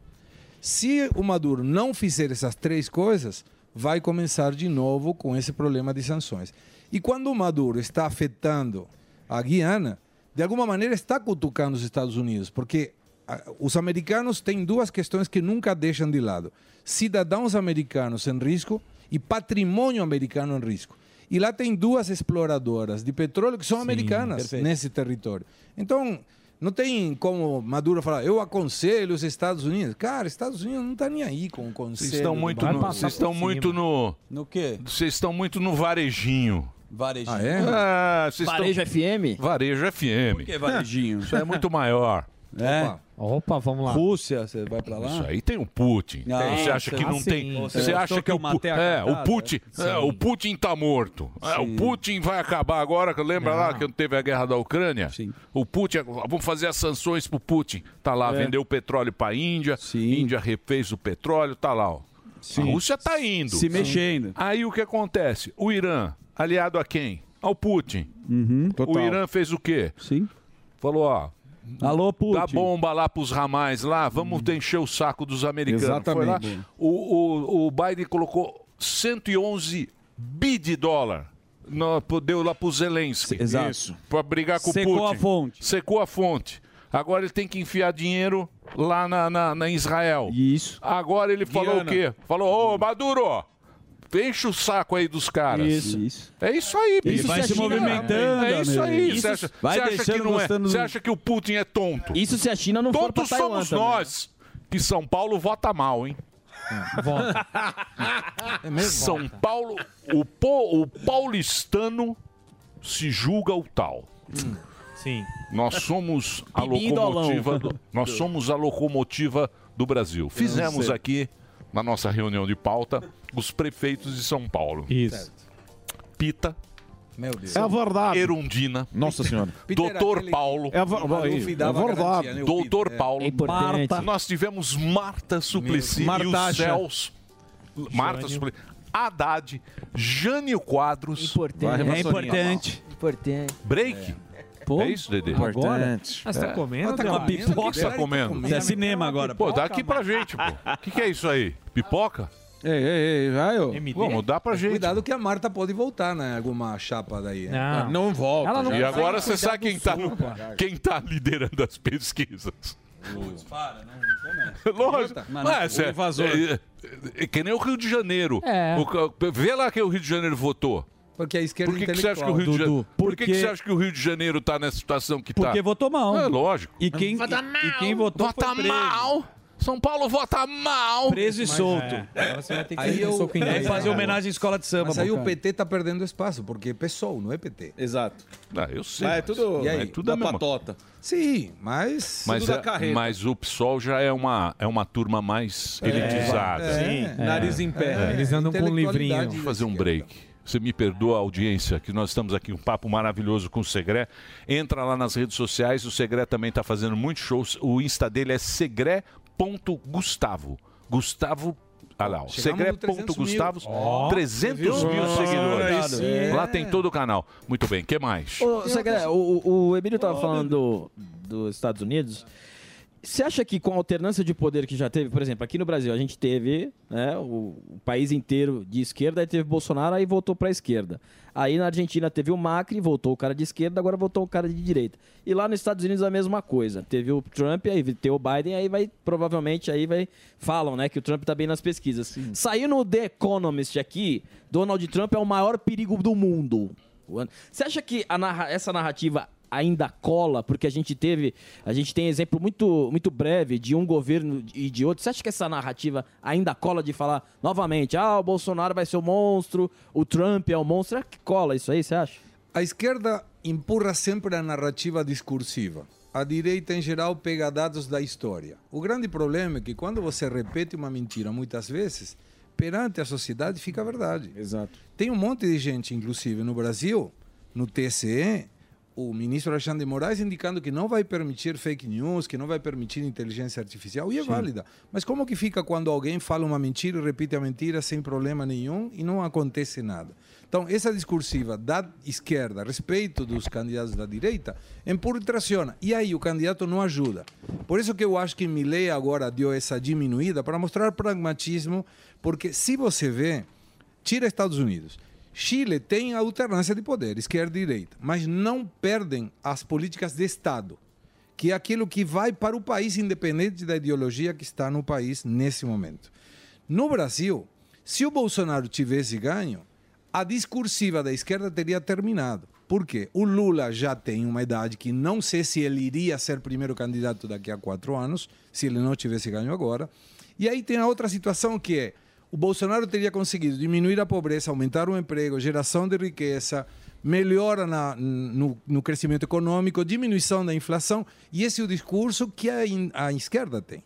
[SPEAKER 1] Se o Maduro não fizer essas três coisas, vai começar de novo com esse problema de sanções. E quando o Maduro está afetando a Guiana, de alguma maneira está cutucando os Estados Unidos, porque ah, os americanos têm duas questões que nunca deixam de lado: cidadãos americanos em risco e patrimônio americano em risco. E lá tem duas exploradoras de petróleo que são americanas né?
[SPEAKER 4] perfeito.
[SPEAKER 1] nesse território. Então, não tem como Maduro falar, eu aconselho os Estados Unidos. Cara, Estados Unidos não está nem aí com o conselho.
[SPEAKER 6] Vocês estão muito
[SPEAKER 1] Vai
[SPEAKER 6] no.
[SPEAKER 1] passar
[SPEAKER 6] Vocês
[SPEAKER 1] por
[SPEAKER 6] estão
[SPEAKER 1] cima.
[SPEAKER 6] muito no.
[SPEAKER 4] No quê?
[SPEAKER 6] Vocês estão muito no varejinho.
[SPEAKER 4] Varejinho.
[SPEAKER 6] Ah, é? Ah, vocês
[SPEAKER 11] Varejo FM?
[SPEAKER 6] Varejo FM. Por
[SPEAKER 4] que varejinho?
[SPEAKER 6] Isso aí é muito maior.
[SPEAKER 4] É.
[SPEAKER 9] Opa, vamos lá.
[SPEAKER 4] Rússia, você vai pra lá?
[SPEAKER 6] Isso aí tem o Putin.
[SPEAKER 4] Ah,
[SPEAKER 6] Tem. você acha
[SPEAKER 4] sim.
[SPEAKER 6] que não
[SPEAKER 4] Ah, sim.
[SPEAKER 6] tem.
[SPEAKER 4] Você
[SPEAKER 6] Você
[SPEAKER 4] achou
[SPEAKER 6] acha
[SPEAKER 4] que
[SPEAKER 6] que
[SPEAKER 4] eu
[SPEAKER 6] o, Pu-
[SPEAKER 4] matei a
[SPEAKER 6] é,
[SPEAKER 4] cartada?
[SPEAKER 6] o Putin. é,
[SPEAKER 4] Sim.
[SPEAKER 6] o Putin tá morto. É, o Putin vai acabar agora. que Lembra
[SPEAKER 4] Ah.
[SPEAKER 6] lá que teve a guerra da Ucrânia? O Putin. Vamos fazer as sanções pro Putin. Tá
[SPEAKER 4] É.
[SPEAKER 6] lá, vendeu petróleo pra Índia. Índia refez o petróleo, tá lá, ó. A Rússia tá indo.
[SPEAKER 4] Se mexendo.
[SPEAKER 6] Aí o que acontece? O Irã, aliado a quem? Ao Putin. um
[SPEAKER 18] Uhum.
[SPEAKER 6] O
[SPEAKER 4] Total.
[SPEAKER 6] Irã fez o quê?
[SPEAKER 4] Sim.
[SPEAKER 6] Falou, ó.
[SPEAKER 4] Alô, Putin.
[SPEAKER 6] Dá bomba lá pros ramais lá, vamos encher o saco dos americanos. Foi lá,
[SPEAKER 4] Exatamente.
[SPEAKER 6] o, o, o Biden colocou 111 bi de dólar. No, deu lá pro Zelensky.
[SPEAKER 4] exato. Isso.
[SPEAKER 6] Pra brigar com o Putin.
[SPEAKER 4] Secou a fonte.
[SPEAKER 6] Secou a fonte. Agora ele tem que enfiar dinheiro lá na, na, na Israel.
[SPEAKER 4] Isso.
[SPEAKER 6] Agora ele falou o
[SPEAKER 4] Guiana.
[SPEAKER 6] quê? Falou, ô Maduro, enche o saco aí dos caras.
[SPEAKER 4] Isso.
[SPEAKER 6] É isso aí,
[SPEAKER 4] Ele
[SPEAKER 6] bicho.
[SPEAKER 4] vai
[SPEAKER 6] Isso
[SPEAKER 4] se
[SPEAKER 6] é China.
[SPEAKER 4] movimentando,
[SPEAKER 6] É isso
[SPEAKER 4] amigo.
[SPEAKER 6] aí.
[SPEAKER 4] Isso
[SPEAKER 6] você acha,
[SPEAKER 4] vai
[SPEAKER 6] você acha que
[SPEAKER 4] deixando
[SPEAKER 6] não
[SPEAKER 4] mostrando-
[SPEAKER 6] é? Você acha que o Putin é tonto?
[SPEAKER 11] Isso se a China não for pra
[SPEAKER 6] Tontos
[SPEAKER 11] Taiwan
[SPEAKER 6] somos
[SPEAKER 11] também.
[SPEAKER 6] nós, que São Paulo vota mal, hein?
[SPEAKER 1] Vota.
[SPEAKER 20] É
[SPEAKER 6] São Paulo, o, po- o paulistano se julga o tal.
[SPEAKER 9] Sim.
[SPEAKER 6] Nós somos a
[SPEAKER 9] Pibindolão.
[SPEAKER 6] locomotiva. Do, nós somos a locomotiva do Brasil. Fizemos
[SPEAKER 9] sei.
[SPEAKER 6] aqui na nossa reunião de pauta os prefeitos de São Paulo.
[SPEAKER 9] Isso.
[SPEAKER 6] Pita.
[SPEAKER 1] Meu Deus.
[SPEAKER 6] É verdade. Erundina.
[SPEAKER 20] Nossa senhora.
[SPEAKER 6] Doutor Paulo.
[SPEAKER 20] É a ver- Maluf dava é verdade. garantia, né, o Pita?
[SPEAKER 6] Doutor
[SPEAKER 20] É.
[SPEAKER 6] Paulo.
[SPEAKER 20] É importante.
[SPEAKER 6] Marta. Nós tivemos Marta Suplicy
[SPEAKER 20] Meu Deus.
[SPEAKER 6] e os
[SPEAKER 20] Martaxa.
[SPEAKER 6] Céus. Marta
[SPEAKER 20] Jânio.
[SPEAKER 6] Suplicy. Haddad. Jânio Quadros.
[SPEAKER 5] Importante. É importante. Importante.
[SPEAKER 6] Break?
[SPEAKER 5] Pô,
[SPEAKER 6] é isso, Dedê?
[SPEAKER 5] agora? Importante. Ah, você tá
[SPEAKER 6] É.
[SPEAKER 5] comendo,
[SPEAKER 6] Ah, tá
[SPEAKER 5] Dela?
[SPEAKER 6] com pipoca?
[SPEAKER 5] Você tá
[SPEAKER 6] Tá comendo. Tá
[SPEAKER 5] comendo. É cinema agora,
[SPEAKER 6] Pô,
[SPEAKER 5] pô.
[SPEAKER 6] dá aqui pra gente, pô. O que, que é isso aí? Pipoca?
[SPEAKER 20] Ei, ei, ei, vai, ô.
[SPEAKER 6] MD? Vamos, dá pra gente.
[SPEAKER 1] Cuidado que a Marta pode voltar, né? Alguma chapa daí. né?
[SPEAKER 4] Ah,
[SPEAKER 20] Não. Não volta, Ela não
[SPEAKER 6] e
[SPEAKER 20] consegue
[SPEAKER 6] agora você
[SPEAKER 20] cuidar
[SPEAKER 6] sabe
[SPEAKER 20] do
[SPEAKER 6] quem tá, no-
[SPEAKER 20] suco,
[SPEAKER 6] quem tá liderando as pesquisas.
[SPEAKER 4] Para, não.
[SPEAKER 6] Lógico.
[SPEAKER 4] Mas
[SPEAKER 6] Ué,
[SPEAKER 4] não-
[SPEAKER 6] cê-
[SPEAKER 4] o invasor.
[SPEAKER 6] É, é, é que nem o Rio de Janeiro.
[SPEAKER 4] É.
[SPEAKER 6] O ca- vê lá que o Rio de Janeiro votou.
[SPEAKER 1] Porque a esquerda
[SPEAKER 6] Por que, que você acha que
[SPEAKER 1] intelectual,
[SPEAKER 6] o Rio de
[SPEAKER 1] Dudu.
[SPEAKER 6] Janeiro... Por que, que
[SPEAKER 1] Porque-
[SPEAKER 6] você acha que o Rio de Janeiro tá nessa situação que tá?
[SPEAKER 4] Porque votou mal.
[SPEAKER 6] É lógico.
[SPEAKER 4] E quem,
[SPEAKER 6] Vota
[SPEAKER 4] e- e quem votou
[SPEAKER 6] Vota
[SPEAKER 4] foi preso.
[SPEAKER 6] mal. São Paulo vota mal.
[SPEAKER 4] Preso e
[SPEAKER 1] Mas,
[SPEAKER 4] solto.
[SPEAKER 1] é.
[SPEAKER 4] Agora você vai ter que
[SPEAKER 1] Aí
[SPEAKER 4] fazer
[SPEAKER 1] eu-
[SPEAKER 4] soco em
[SPEAKER 1] é,
[SPEAKER 4] dois,
[SPEAKER 1] fazer
[SPEAKER 4] né?
[SPEAKER 1] homenagem
[SPEAKER 20] à escola de samba,
[SPEAKER 1] Mas aí o
[SPEAKER 20] Bocardi.
[SPEAKER 1] PT tá perdendo espaço, porque é PSOL, não é PT.
[SPEAKER 20] Exato.
[SPEAKER 6] Ah, eu sei.
[SPEAKER 20] Mas é
[SPEAKER 6] mas-
[SPEAKER 20] tudo-
[SPEAKER 6] e aí?
[SPEAKER 20] é tudo da
[SPEAKER 6] a mesma-
[SPEAKER 20] patota.
[SPEAKER 1] Sim, mas.
[SPEAKER 6] Mas,
[SPEAKER 20] Tudo da
[SPEAKER 6] é-
[SPEAKER 20] carreta.
[SPEAKER 6] mas o PSOL já é uma, é uma turma mais
[SPEAKER 20] É,
[SPEAKER 6] elitizada.
[SPEAKER 20] sim. É. Nariz em pé. É,
[SPEAKER 9] Eles andam com um livrinho.
[SPEAKER 6] Vamos fazer um break. Você me perdoa a audiência, que nós estamos aqui um papo maravilhoso com o Segré. Entra lá nas redes sociais, o Segré também está fazendo muitos shows. O Insta dele é segré.gustavo. Gustavo. Ah lá, ó,
[SPEAKER 20] Chegamos no 300 mil.
[SPEAKER 6] Segré.gustavo, 300 mil,
[SPEAKER 20] Ó, viu? é.
[SPEAKER 6] seguidores.
[SPEAKER 20] Aí sim.
[SPEAKER 6] Lá tem todo o canal. Muito bem, o que mais?
[SPEAKER 11] Ô, Segre, o, o- o Emílio estava falando do- dos Estados Unidos. Você acha que com a alternância de poder que já teve, por exemplo, aqui no Brasil, a gente teve né, o, o país inteiro de esquerda, aí teve Bolsonaro, aí voltou para a esquerda. Aí na Argentina teve o Macri, voltou o cara de esquerda, agora voltou o cara de direita. E lá nos Estados Unidos a mesma coisa. Teve o Trump, aí teve o Biden, aí vai, provavelmente, aí vai, falam, né, que o Trump tá bem nas pesquisas. Saiu no The Economist aqui, Donald Trump é o maior perigo do mundo. O ano- Você acha que a narra- essa narrativa ainda cola? Porque a gente teve, a gente tem exemplo muito, muito breve de um governo e de outro. Você acha que essa narrativa ainda cola de falar novamente, ah, o Bolsonaro vai ser o monstro, o Trump é o monstro? Será que cola isso aí, você acha?
[SPEAKER 1] A esquerda empurra sempre a narrativa discursiva. A direita, em geral, pega dados da história. O grande problema é que quando você repete uma mentira muitas vezes, perante a sociedade fica a verdade.
[SPEAKER 20] Exato.
[SPEAKER 1] Tem um monte de gente, inclusive no Brasil, no TCE, o ministro Alexandre de Moraes indicando que não vai permitir fake news, que não vai permitir inteligência artificial, e é
[SPEAKER 20] Sim.
[SPEAKER 1] válida. Mas como que fica quando alguém fala uma mentira e repete a mentira sem problema nenhum e não acontece nada? Então, essa discursiva da esquerda a respeito dos candidatos da direita empurraciona. E aí o candidato não ajuda. Por isso que eu acho que Milei agora deu essa diminuída para mostrar pragmatismo, porque se você vê, tira Estados Unidos. Chile tem a alternância de poder, esquerda e direita, mas não perdem as políticas de Estado, que é aquilo que vai para o país, independente da ideologia que está no país nesse momento. No Brasil, se o Bolsonaro tivesse ganho, a discursiva da esquerda teria terminado. Por quê? O Lula já tem uma idade que não sei se ele iria ser primeiro candidato daqui a quatro anos, se ele não tivesse ganho agora. E aí tem a outra situação que é: o Bolsonaro teria conseguido diminuir a pobreza, aumentar o emprego, geração de riqueza, melhora na- no, no crescimento econômico, diminuição da inflação. E esse é o discurso que a in- a esquerda tem.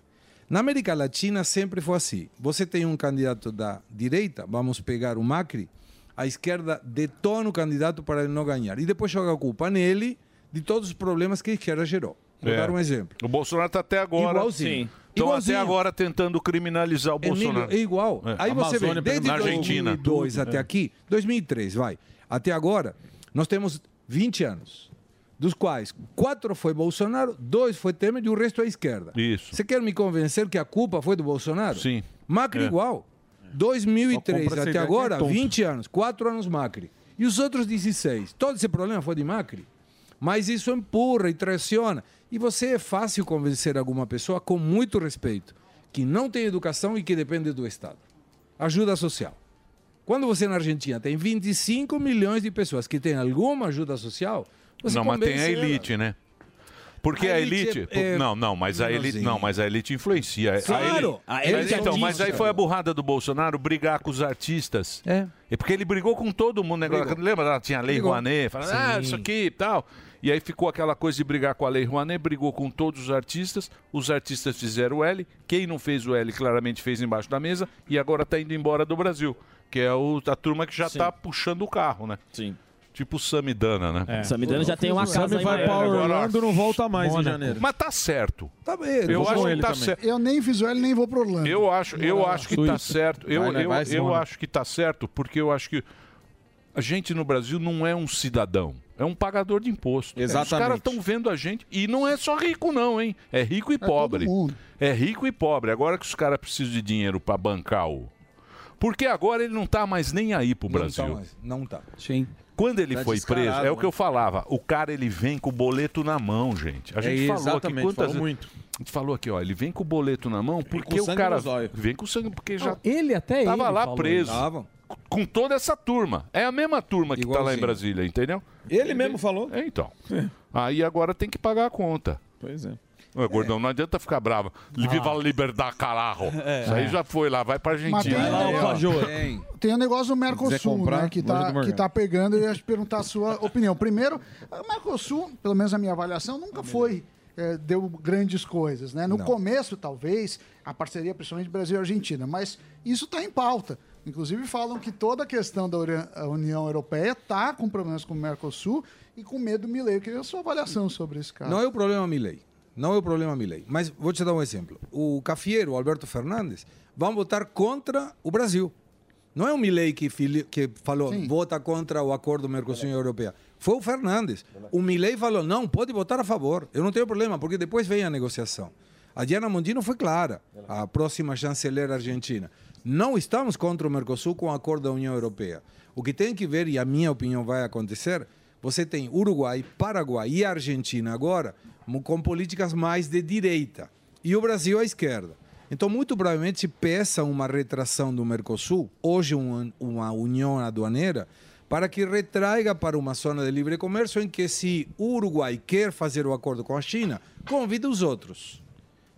[SPEAKER 1] Na América Latina sempre foi assim. Você tem um candidato da direita, vamos pegar o Macri, a esquerda detona o candidato para ele não ganhar. E depois joga a culpa nele de todos os problemas que a esquerda gerou. Vou
[SPEAKER 6] É.
[SPEAKER 1] dar um exemplo.
[SPEAKER 6] O Bolsonaro tá está até agora.
[SPEAKER 1] Igualzinho.
[SPEAKER 6] Estão até
[SPEAKER 1] Igualzinho.
[SPEAKER 6] agora tentando criminalizar o
[SPEAKER 1] Emílio,
[SPEAKER 6] Bolsonaro.
[SPEAKER 1] é igual.
[SPEAKER 6] É.
[SPEAKER 1] Aí você vê,
[SPEAKER 6] Amazônia,
[SPEAKER 1] desde
[SPEAKER 6] na Argentina. É.
[SPEAKER 1] 2002 até aqui, 2003, vai, até agora, nós temos 20 anos, dos quais quatro foi Bolsonaro, dois foi Temer e o resto é esquerda.
[SPEAKER 6] Isso.
[SPEAKER 1] Você quer me convencer que a culpa foi do Bolsonaro?
[SPEAKER 6] Sim.
[SPEAKER 1] Macri
[SPEAKER 6] É.
[SPEAKER 1] igual. 2003
[SPEAKER 10] Só compra essa
[SPEAKER 1] até
[SPEAKER 10] ideia
[SPEAKER 1] agora,
[SPEAKER 10] que é tonto.
[SPEAKER 1] 20 anos, 4 anos Macri. E os outros 16. Todo esse problema foi de Macri. Mas isso empurra e traciona. E você é fácil convencer alguma pessoa, com muito respeito, que não tem educação e que depende do Estado. Ajuda social. Quando você na Argentina tem 25 milhões de pessoas que têm alguma ajuda social, você
[SPEAKER 6] não, mas tem a
[SPEAKER 1] convence ela.
[SPEAKER 6] elite, né? Porque
[SPEAKER 1] A
[SPEAKER 6] a
[SPEAKER 1] elite
[SPEAKER 6] elite.
[SPEAKER 1] é- é-
[SPEAKER 6] não, não, mas a elite.
[SPEAKER 1] menorzinha.
[SPEAKER 6] Não, mas a elite influencia.
[SPEAKER 1] Claro,
[SPEAKER 6] A
[SPEAKER 1] a
[SPEAKER 6] elite,
[SPEAKER 1] elite
[SPEAKER 6] então, mas
[SPEAKER 1] artista.
[SPEAKER 6] aí foi a burrada do Bolsonaro brigar com os artistas.
[SPEAKER 1] É.
[SPEAKER 6] É porque ele brigou com todo mundo. Né? Lembra? Ela tinha a Lei
[SPEAKER 1] Brigou.
[SPEAKER 6] Rouanet, falando, ah,
[SPEAKER 1] Sim.
[SPEAKER 6] isso aqui e tal. E aí ficou aquela coisa de brigar com a Lei Rouanet, brigou com todos os artistas, os artistas fizeram o L, quem não fez o L claramente fez embaixo da mesa, e agora está indo embora do Brasil, que é o- a turma que já está puxando o carro, né?
[SPEAKER 11] Sim.
[SPEAKER 6] Tipo o Samidana, né?
[SPEAKER 11] É. Samidana já tem uma O casa Sami aí vai maior. pra Orlando,
[SPEAKER 6] não volta mais
[SPEAKER 11] em janeiro.
[SPEAKER 6] Mas tá certo.
[SPEAKER 1] Tá bem,
[SPEAKER 6] Eu acho que tá certo.
[SPEAKER 13] Eu nem fiz o L, nem vou pro Orlando.
[SPEAKER 6] Eu acho, eu
[SPEAKER 13] Não.
[SPEAKER 6] acho que tá
[SPEAKER 13] Suíça.
[SPEAKER 6] certo. Eu,
[SPEAKER 13] Vai, né?
[SPEAKER 6] eu,
[SPEAKER 13] Vai,
[SPEAKER 6] eu
[SPEAKER 13] Simone.
[SPEAKER 6] acho que tá certo, porque eu acho que a gente no Brasil não é um cidadão, é um pagador de imposto.
[SPEAKER 18] Exatamente.
[SPEAKER 6] Os caras estão vendo a gente e não é só rico não, hein? É rico e pobre. É rico e pobre. Agora que os caras precisam de dinheiro para bancar o porque agora ele não tá mais nem aí pro Brasil.
[SPEAKER 1] Não tá mais, Não tá.
[SPEAKER 4] Sim.
[SPEAKER 6] Quando ele
[SPEAKER 1] Tá
[SPEAKER 6] foi
[SPEAKER 1] descarado,
[SPEAKER 6] preso, é o que
[SPEAKER 1] né?
[SPEAKER 6] eu falava. O cara ele vem com o boleto na mão, gente. A
[SPEAKER 18] É,
[SPEAKER 6] gente falou aqui
[SPEAKER 18] exatamente,
[SPEAKER 6] quantas
[SPEAKER 18] falou
[SPEAKER 6] vezes-
[SPEAKER 18] muito.
[SPEAKER 6] A gente falou aqui, ó, ele vem com o boleto na mão porque
[SPEAKER 18] com
[SPEAKER 6] o
[SPEAKER 18] sangue
[SPEAKER 6] cara
[SPEAKER 18] nos olhos.
[SPEAKER 6] vem com sangue porque já
[SPEAKER 9] Não, ele até
[SPEAKER 6] tava
[SPEAKER 9] ele
[SPEAKER 6] lá
[SPEAKER 9] falou.
[SPEAKER 6] preso.
[SPEAKER 9] Tava.
[SPEAKER 6] Com toda essa turma. É a mesma turma que tá lá em
[SPEAKER 18] Igualzinho.
[SPEAKER 6] Brasília, entendeu?
[SPEAKER 18] Ele mesmo falou.
[SPEAKER 6] É, então. Aí agora tem que pagar a conta. Pois é. Ué, gordão, não adianta ficar bravo. Ah. Viva a liberdade, caralho.
[SPEAKER 18] É.
[SPEAKER 6] Isso aí
[SPEAKER 18] É.
[SPEAKER 6] já foi lá, vai pra Argentina.
[SPEAKER 13] Mas tem- Vai lá, ó, Fajor.
[SPEAKER 1] Tem.
[SPEAKER 13] Tem o negócio do
[SPEAKER 6] quiser
[SPEAKER 13] Mercosul,
[SPEAKER 6] comprar,
[SPEAKER 13] né, que,
[SPEAKER 6] loja do
[SPEAKER 13] tá,
[SPEAKER 6] Morgan.
[SPEAKER 13] que tá pegando e eu ia te perguntar a sua opinião. Primeiro, o Mercosul, pelo menos na minha avaliação, nunca foi. eh, deu grandes coisas, né? No
[SPEAKER 1] Não.
[SPEAKER 13] começo, talvez, a parceria principalmente Brasil e Argentina, mas isso está em pauta. Inclusive, falam que toda a questão da Uri- a União Europeia está com problemas com o Mercosul e com medo do Milei. Eu queria a sua avaliação sobre esse caso.
[SPEAKER 1] Não é o problema Milei. Não é o problema Milei. Mas vou te dar um exemplo. O Cafiero, o Alberto Fernandes, vão votar contra o Brasil. Não é o Milei que, fili- que falou vota contra o acordo Mercosul União Europeia. Foi o Fernandes. O Milei falou não, pode votar a favor. Eu não tenho problema porque depois vem a negociação. A Diana Mondino foi clara, a próxima chanceler argentina. Não estamos contra o Mercosul com o acordo da União Europeia. O que tem que ver, e a minha opinião vai acontecer, você tem Uruguai, Paraguai e Argentina agora mo- com políticas mais de direita e o Brasil à esquerda. Então, muito provavelmente, se peça uma retração do Mercosul, hoje um- uma união aduaneira, para que retraiga para uma zona de livre comércio em que, se o Uruguai quer fazer o acordo com a China, convida os outros.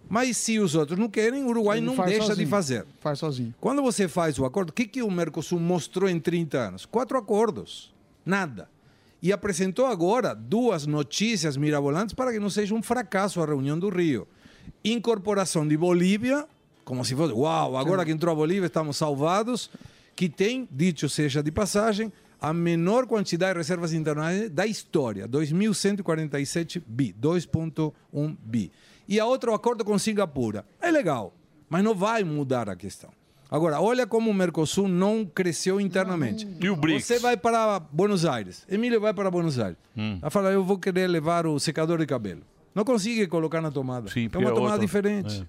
[SPEAKER 1] Mas se os outros não querem, o Uruguai
[SPEAKER 13] Ele
[SPEAKER 1] não
[SPEAKER 13] faz
[SPEAKER 1] deixa
[SPEAKER 13] sozinho.
[SPEAKER 1] de fazer.
[SPEAKER 13] Faz sozinho.
[SPEAKER 1] Quando você faz o acordo, o que, que o Mercosul mostrou em 30 anos? Quatro acordos. Nada. E apresentou agora duas notícias mirabolantes para que não seja um fracasso a reunião do Rio. Incorporação de Bolívia, como se fosse, uau, agora que entrou a Bolívia estamos salvados, que tem, dito seja de passagem, a menor quantidade de reservas internacionais da história, 2.147 bi, 2.1 bi. E a outro acordo com Singapura. É legal, mas não vai mudar a questão. Agora, olha como o Mercosul não cresceu internamente.
[SPEAKER 6] E o BRICS?
[SPEAKER 1] Você vai para Buenos Aires. Emílio vai para Buenos Aires.
[SPEAKER 6] Hum.
[SPEAKER 1] Ela fala, eu vou querer levar o secador de cabelo. Não consegue colocar na tomada.
[SPEAKER 6] Sim,
[SPEAKER 1] é uma
[SPEAKER 6] porque é
[SPEAKER 1] tomada
[SPEAKER 6] outro.
[SPEAKER 1] diferente.
[SPEAKER 6] É.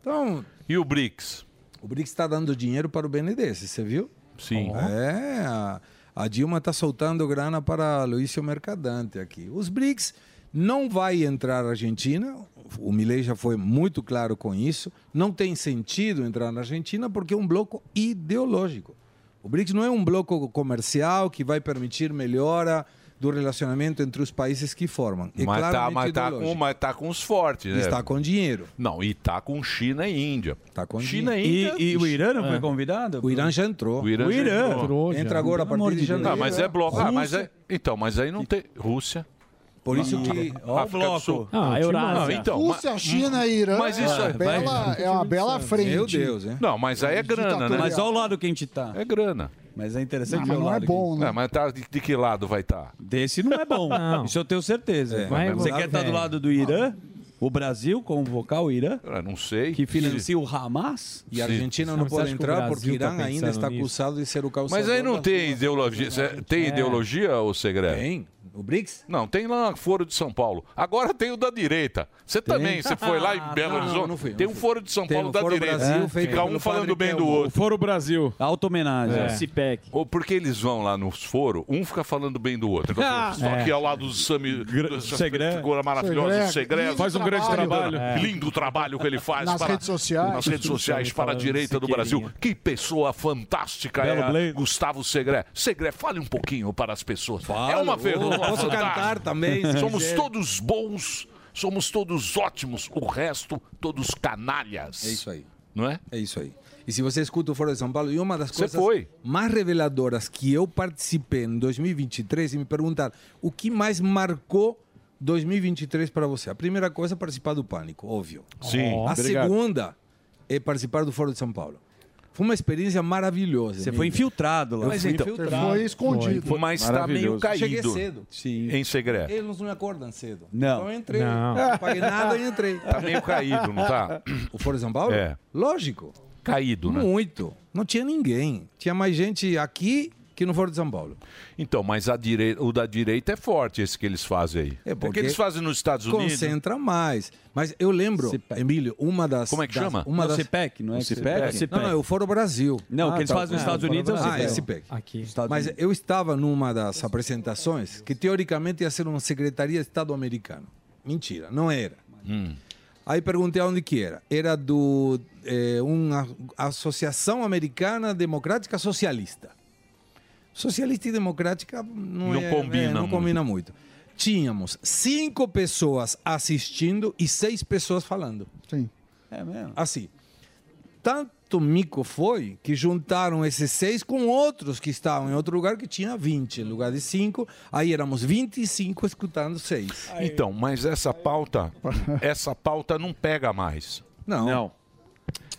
[SPEAKER 1] Então,
[SPEAKER 6] E o BRICS?
[SPEAKER 1] o BRICS está dando dinheiro para o BNDES, você viu?
[SPEAKER 6] Sim.
[SPEAKER 1] É, a, a Dilma está soltando grana para Luísio Mercadante aqui. Os BRICS não vai entrar a Argentina, o Milei já foi muito claro com isso, não tem sentido entrar na Argentina porque é um bloco ideológico. O BRICS não é um bloco comercial que vai permitir melhora do relacionamento entre os países que formam. É
[SPEAKER 6] mas, tá,
[SPEAKER 1] claramente
[SPEAKER 6] mas, tá com,
[SPEAKER 1] ideológico.
[SPEAKER 6] mas tá com os fortes,
[SPEAKER 1] E
[SPEAKER 6] né?
[SPEAKER 1] está com dinheiro.
[SPEAKER 6] Não, e tá com China e Índia.
[SPEAKER 1] Tá com
[SPEAKER 6] China e
[SPEAKER 1] dinheiro.
[SPEAKER 6] Índia.
[SPEAKER 1] E- e o Irã não foi
[SPEAKER 6] convidado?
[SPEAKER 1] O Irã já entrou.
[SPEAKER 6] O Irã,
[SPEAKER 1] O
[SPEAKER 6] já
[SPEAKER 1] Irã entrou já. Entra agora a
[SPEAKER 6] Pelo
[SPEAKER 1] partir
[SPEAKER 6] amor
[SPEAKER 1] de janeiro.
[SPEAKER 6] Ah, mas é bloco. Ah, mas é...
[SPEAKER 1] Rússia.
[SPEAKER 6] Então, mas aí não tem... Rússia.
[SPEAKER 1] Por isso que-
[SPEAKER 13] Ó o
[SPEAKER 6] África do
[SPEAKER 13] bloco.
[SPEAKER 6] Sul.
[SPEAKER 13] Ah, a Eurásia.
[SPEAKER 6] Não, então,
[SPEAKER 13] Rússia,
[SPEAKER 6] mas-
[SPEAKER 13] China e Irã
[SPEAKER 6] Mas isso
[SPEAKER 13] é uma bela- é uma bela frente. Meu Deus, hein?
[SPEAKER 6] Não, mas aí é grana, né?
[SPEAKER 4] Mas olha o lado que a gente tá.
[SPEAKER 6] É grana.
[SPEAKER 4] Mas é interessante
[SPEAKER 6] Não,
[SPEAKER 4] ver
[SPEAKER 6] mas
[SPEAKER 4] o
[SPEAKER 6] não é
[SPEAKER 4] lado que a gente-
[SPEAKER 13] né?
[SPEAKER 6] É, mas tá de, de que lado vai tá? estar?
[SPEAKER 4] Desse não é bom.
[SPEAKER 6] Não.
[SPEAKER 4] Isso eu tenho certeza.
[SPEAKER 6] É, Vai,
[SPEAKER 4] Você
[SPEAKER 6] vamos lá,
[SPEAKER 4] quer estar do
[SPEAKER 6] velho.
[SPEAKER 4] lado do Irã? O Brasil convocar o Irã?
[SPEAKER 6] não sei.
[SPEAKER 4] Que financia o Hamas?
[SPEAKER 1] E a Argentina não, pode entrar porque o
[SPEAKER 6] tá
[SPEAKER 1] Irã ainda está acusado de ser o causador.
[SPEAKER 6] Mas aí não
[SPEAKER 1] das-
[SPEAKER 6] tem ideologia. Cê- Tem ideologia ou segredo?
[SPEAKER 1] Tem. O BRICS?
[SPEAKER 6] Não, tem lá foro de São Paulo. Agora tem o da direita. Você
[SPEAKER 1] Tem?
[SPEAKER 6] também, você foi lá em
[SPEAKER 1] Ah,
[SPEAKER 6] Belo
[SPEAKER 1] não, não,
[SPEAKER 6] Horizonte.
[SPEAKER 1] não fui, não
[SPEAKER 6] tem um
[SPEAKER 1] fui.
[SPEAKER 6] foro de São
[SPEAKER 1] Tem
[SPEAKER 6] Paulo
[SPEAKER 1] um
[SPEAKER 6] da
[SPEAKER 1] foro
[SPEAKER 6] direita.
[SPEAKER 1] Brasil
[SPEAKER 6] É,
[SPEAKER 1] feito
[SPEAKER 6] Fica um
[SPEAKER 1] pelo
[SPEAKER 6] falando
[SPEAKER 1] padre
[SPEAKER 6] bem do
[SPEAKER 1] Telmo.
[SPEAKER 6] outro.
[SPEAKER 4] Foro Brasil. Alta homenagem.
[SPEAKER 6] É. Ou porque eles vão lá nos foro, um fica falando bem do outro. Então,
[SPEAKER 4] Ah.
[SPEAKER 6] Só
[SPEAKER 4] É.
[SPEAKER 6] que ao lado do Sami, dessa
[SPEAKER 4] Segre-
[SPEAKER 6] figura maravilhosa,
[SPEAKER 4] Segre-
[SPEAKER 6] o Segredo.
[SPEAKER 4] Faz um grande trabalho.
[SPEAKER 6] É. Lindo trabalho que ele faz.
[SPEAKER 13] Nas
[SPEAKER 6] para,
[SPEAKER 13] redes sociais.
[SPEAKER 6] Nas redes sociais para a direita do Brasil. Que pessoa fantástica
[SPEAKER 1] Belo
[SPEAKER 6] é
[SPEAKER 1] Blade.
[SPEAKER 6] a Gustavo Segré. Segré, fale um pouquinho para as pessoas. é uma
[SPEAKER 1] Ô,
[SPEAKER 6] vergonha.
[SPEAKER 1] posso
[SPEAKER 6] fantástica.
[SPEAKER 1] cantar também, se
[SPEAKER 6] Somos
[SPEAKER 1] quiser.
[SPEAKER 6] todos bons, somos todos ótimos. O resto, todos canalhas.
[SPEAKER 1] É isso aí.
[SPEAKER 6] Não é?
[SPEAKER 1] É isso aí. E se você escuta o Foro de São Paulo, e uma das
[SPEAKER 6] Você
[SPEAKER 1] coisas
[SPEAKER 6] foi.
[SPEAKER 1] mais reveladoras que eu participei em 2023 e me perguntaram o que mais marcou 2023 para você. A primeira coisa é participar do Pânico, óbvio.
[SPEAKER 6] Sim.
[SPEAKER 1] A
[SPEAKER 6] Obrigado.
[SPEAKER 1] segunda é participar do Foro de São Paulo. Foi uma experiência maravilhosa.
[SPEAKER 4] Você
[SPEAKER 1] minha
[SPEAKER 4] foi
[SPEAKER 1] vida.
[SPEAKER 4] infiltrado lá.
[SPEAKER 1] Eu fui infiltrado.
[SPEAKER 6] Foi, mas está meio caído.
[SPEAKER 1] Cheguei cedo.
[SPEAKER 6] Em segredo.
[SPEAKER 1] Eles não me acordam cedo.
[SPEAKER 6] Não.
[SPEAKER 1] Então eu entrei.
[SPEAKER 6] Não.
[SPEAKER 1] Não, paguei nada e entrei.
[SPEAKER 6] Tá meio caído, não tá?
[SPEAKER 1] O Foro de São Paulo?
[SPEAKER 6] É.
[SPEAKER 1] Lógico.
[SPEAKER 6] Caído, né?
[SPEAKER 1] Muito. Não tinha ninguém. Tinha mais gente aqui que no Foro de São Paulo.
[SPEAKER 6] Então, mas a direi- o da direita é forte, esse que eles fazem aí. É porque eles fazem nos Estados Unidos. né?
[SPEAKER 1] Concentra mais. Mas eu lembro, Emílio, uma das.
[SPEAKER 6] Como é que
[SPEAKER 1] das-
[SPEAKER 6] chama?
[SPEAKER 1] Uma
[SPEAKER 6] É o
[SPEAKER 1] das...
[SPEAKER 6] CPEC, não é? O CPEC?
[SPEAKER 1] Não, não, é o Foro Brasil.
[SPEAKER 4] Não, o que eles fazem nos
[SPEAKER 1] Ah,
[SPEAKER 4] Estados
[SPEAKER 1] Foro
[SPEAKER 4] Unidos é o
[SPEAKER 1] Brasil. Ah, é
[SPEAKER 4] CPEC.
[SPEAKER 1] CPEC. Mas eu estava numa das apresentações que teoricamente ia ser uma Secretaria de Estado americano. Mentira, não era. Aí perguntei onde que era. Era do eh, uma Associação Americana Democrática Socialista. Socialista e democrática não,
[SPEAKER 6] Não
[SPEAKER 1] é-
[SPEAKER 6] combina
[SPEAKER 1] é, não
[SPEAKER 6] muito.
[SPEAKER 1] combina muito. Tínhamos cinco pessoas assistindo e seis pessoas falando.
[SPEAKER 13] Sim.
[SPEAKER 4] É mesmo.
[SPEAKER 1] Assim, tanto mico foi que juntaram esses seis com outros que estavam em outro lugar que tinha 20, no lugar de cinco. Aí éramos 25 escutando seis.
[SPEAKER 6] Então, mas essa pauta, essa pauta não pega mais.
[SPEAKER 1] Não.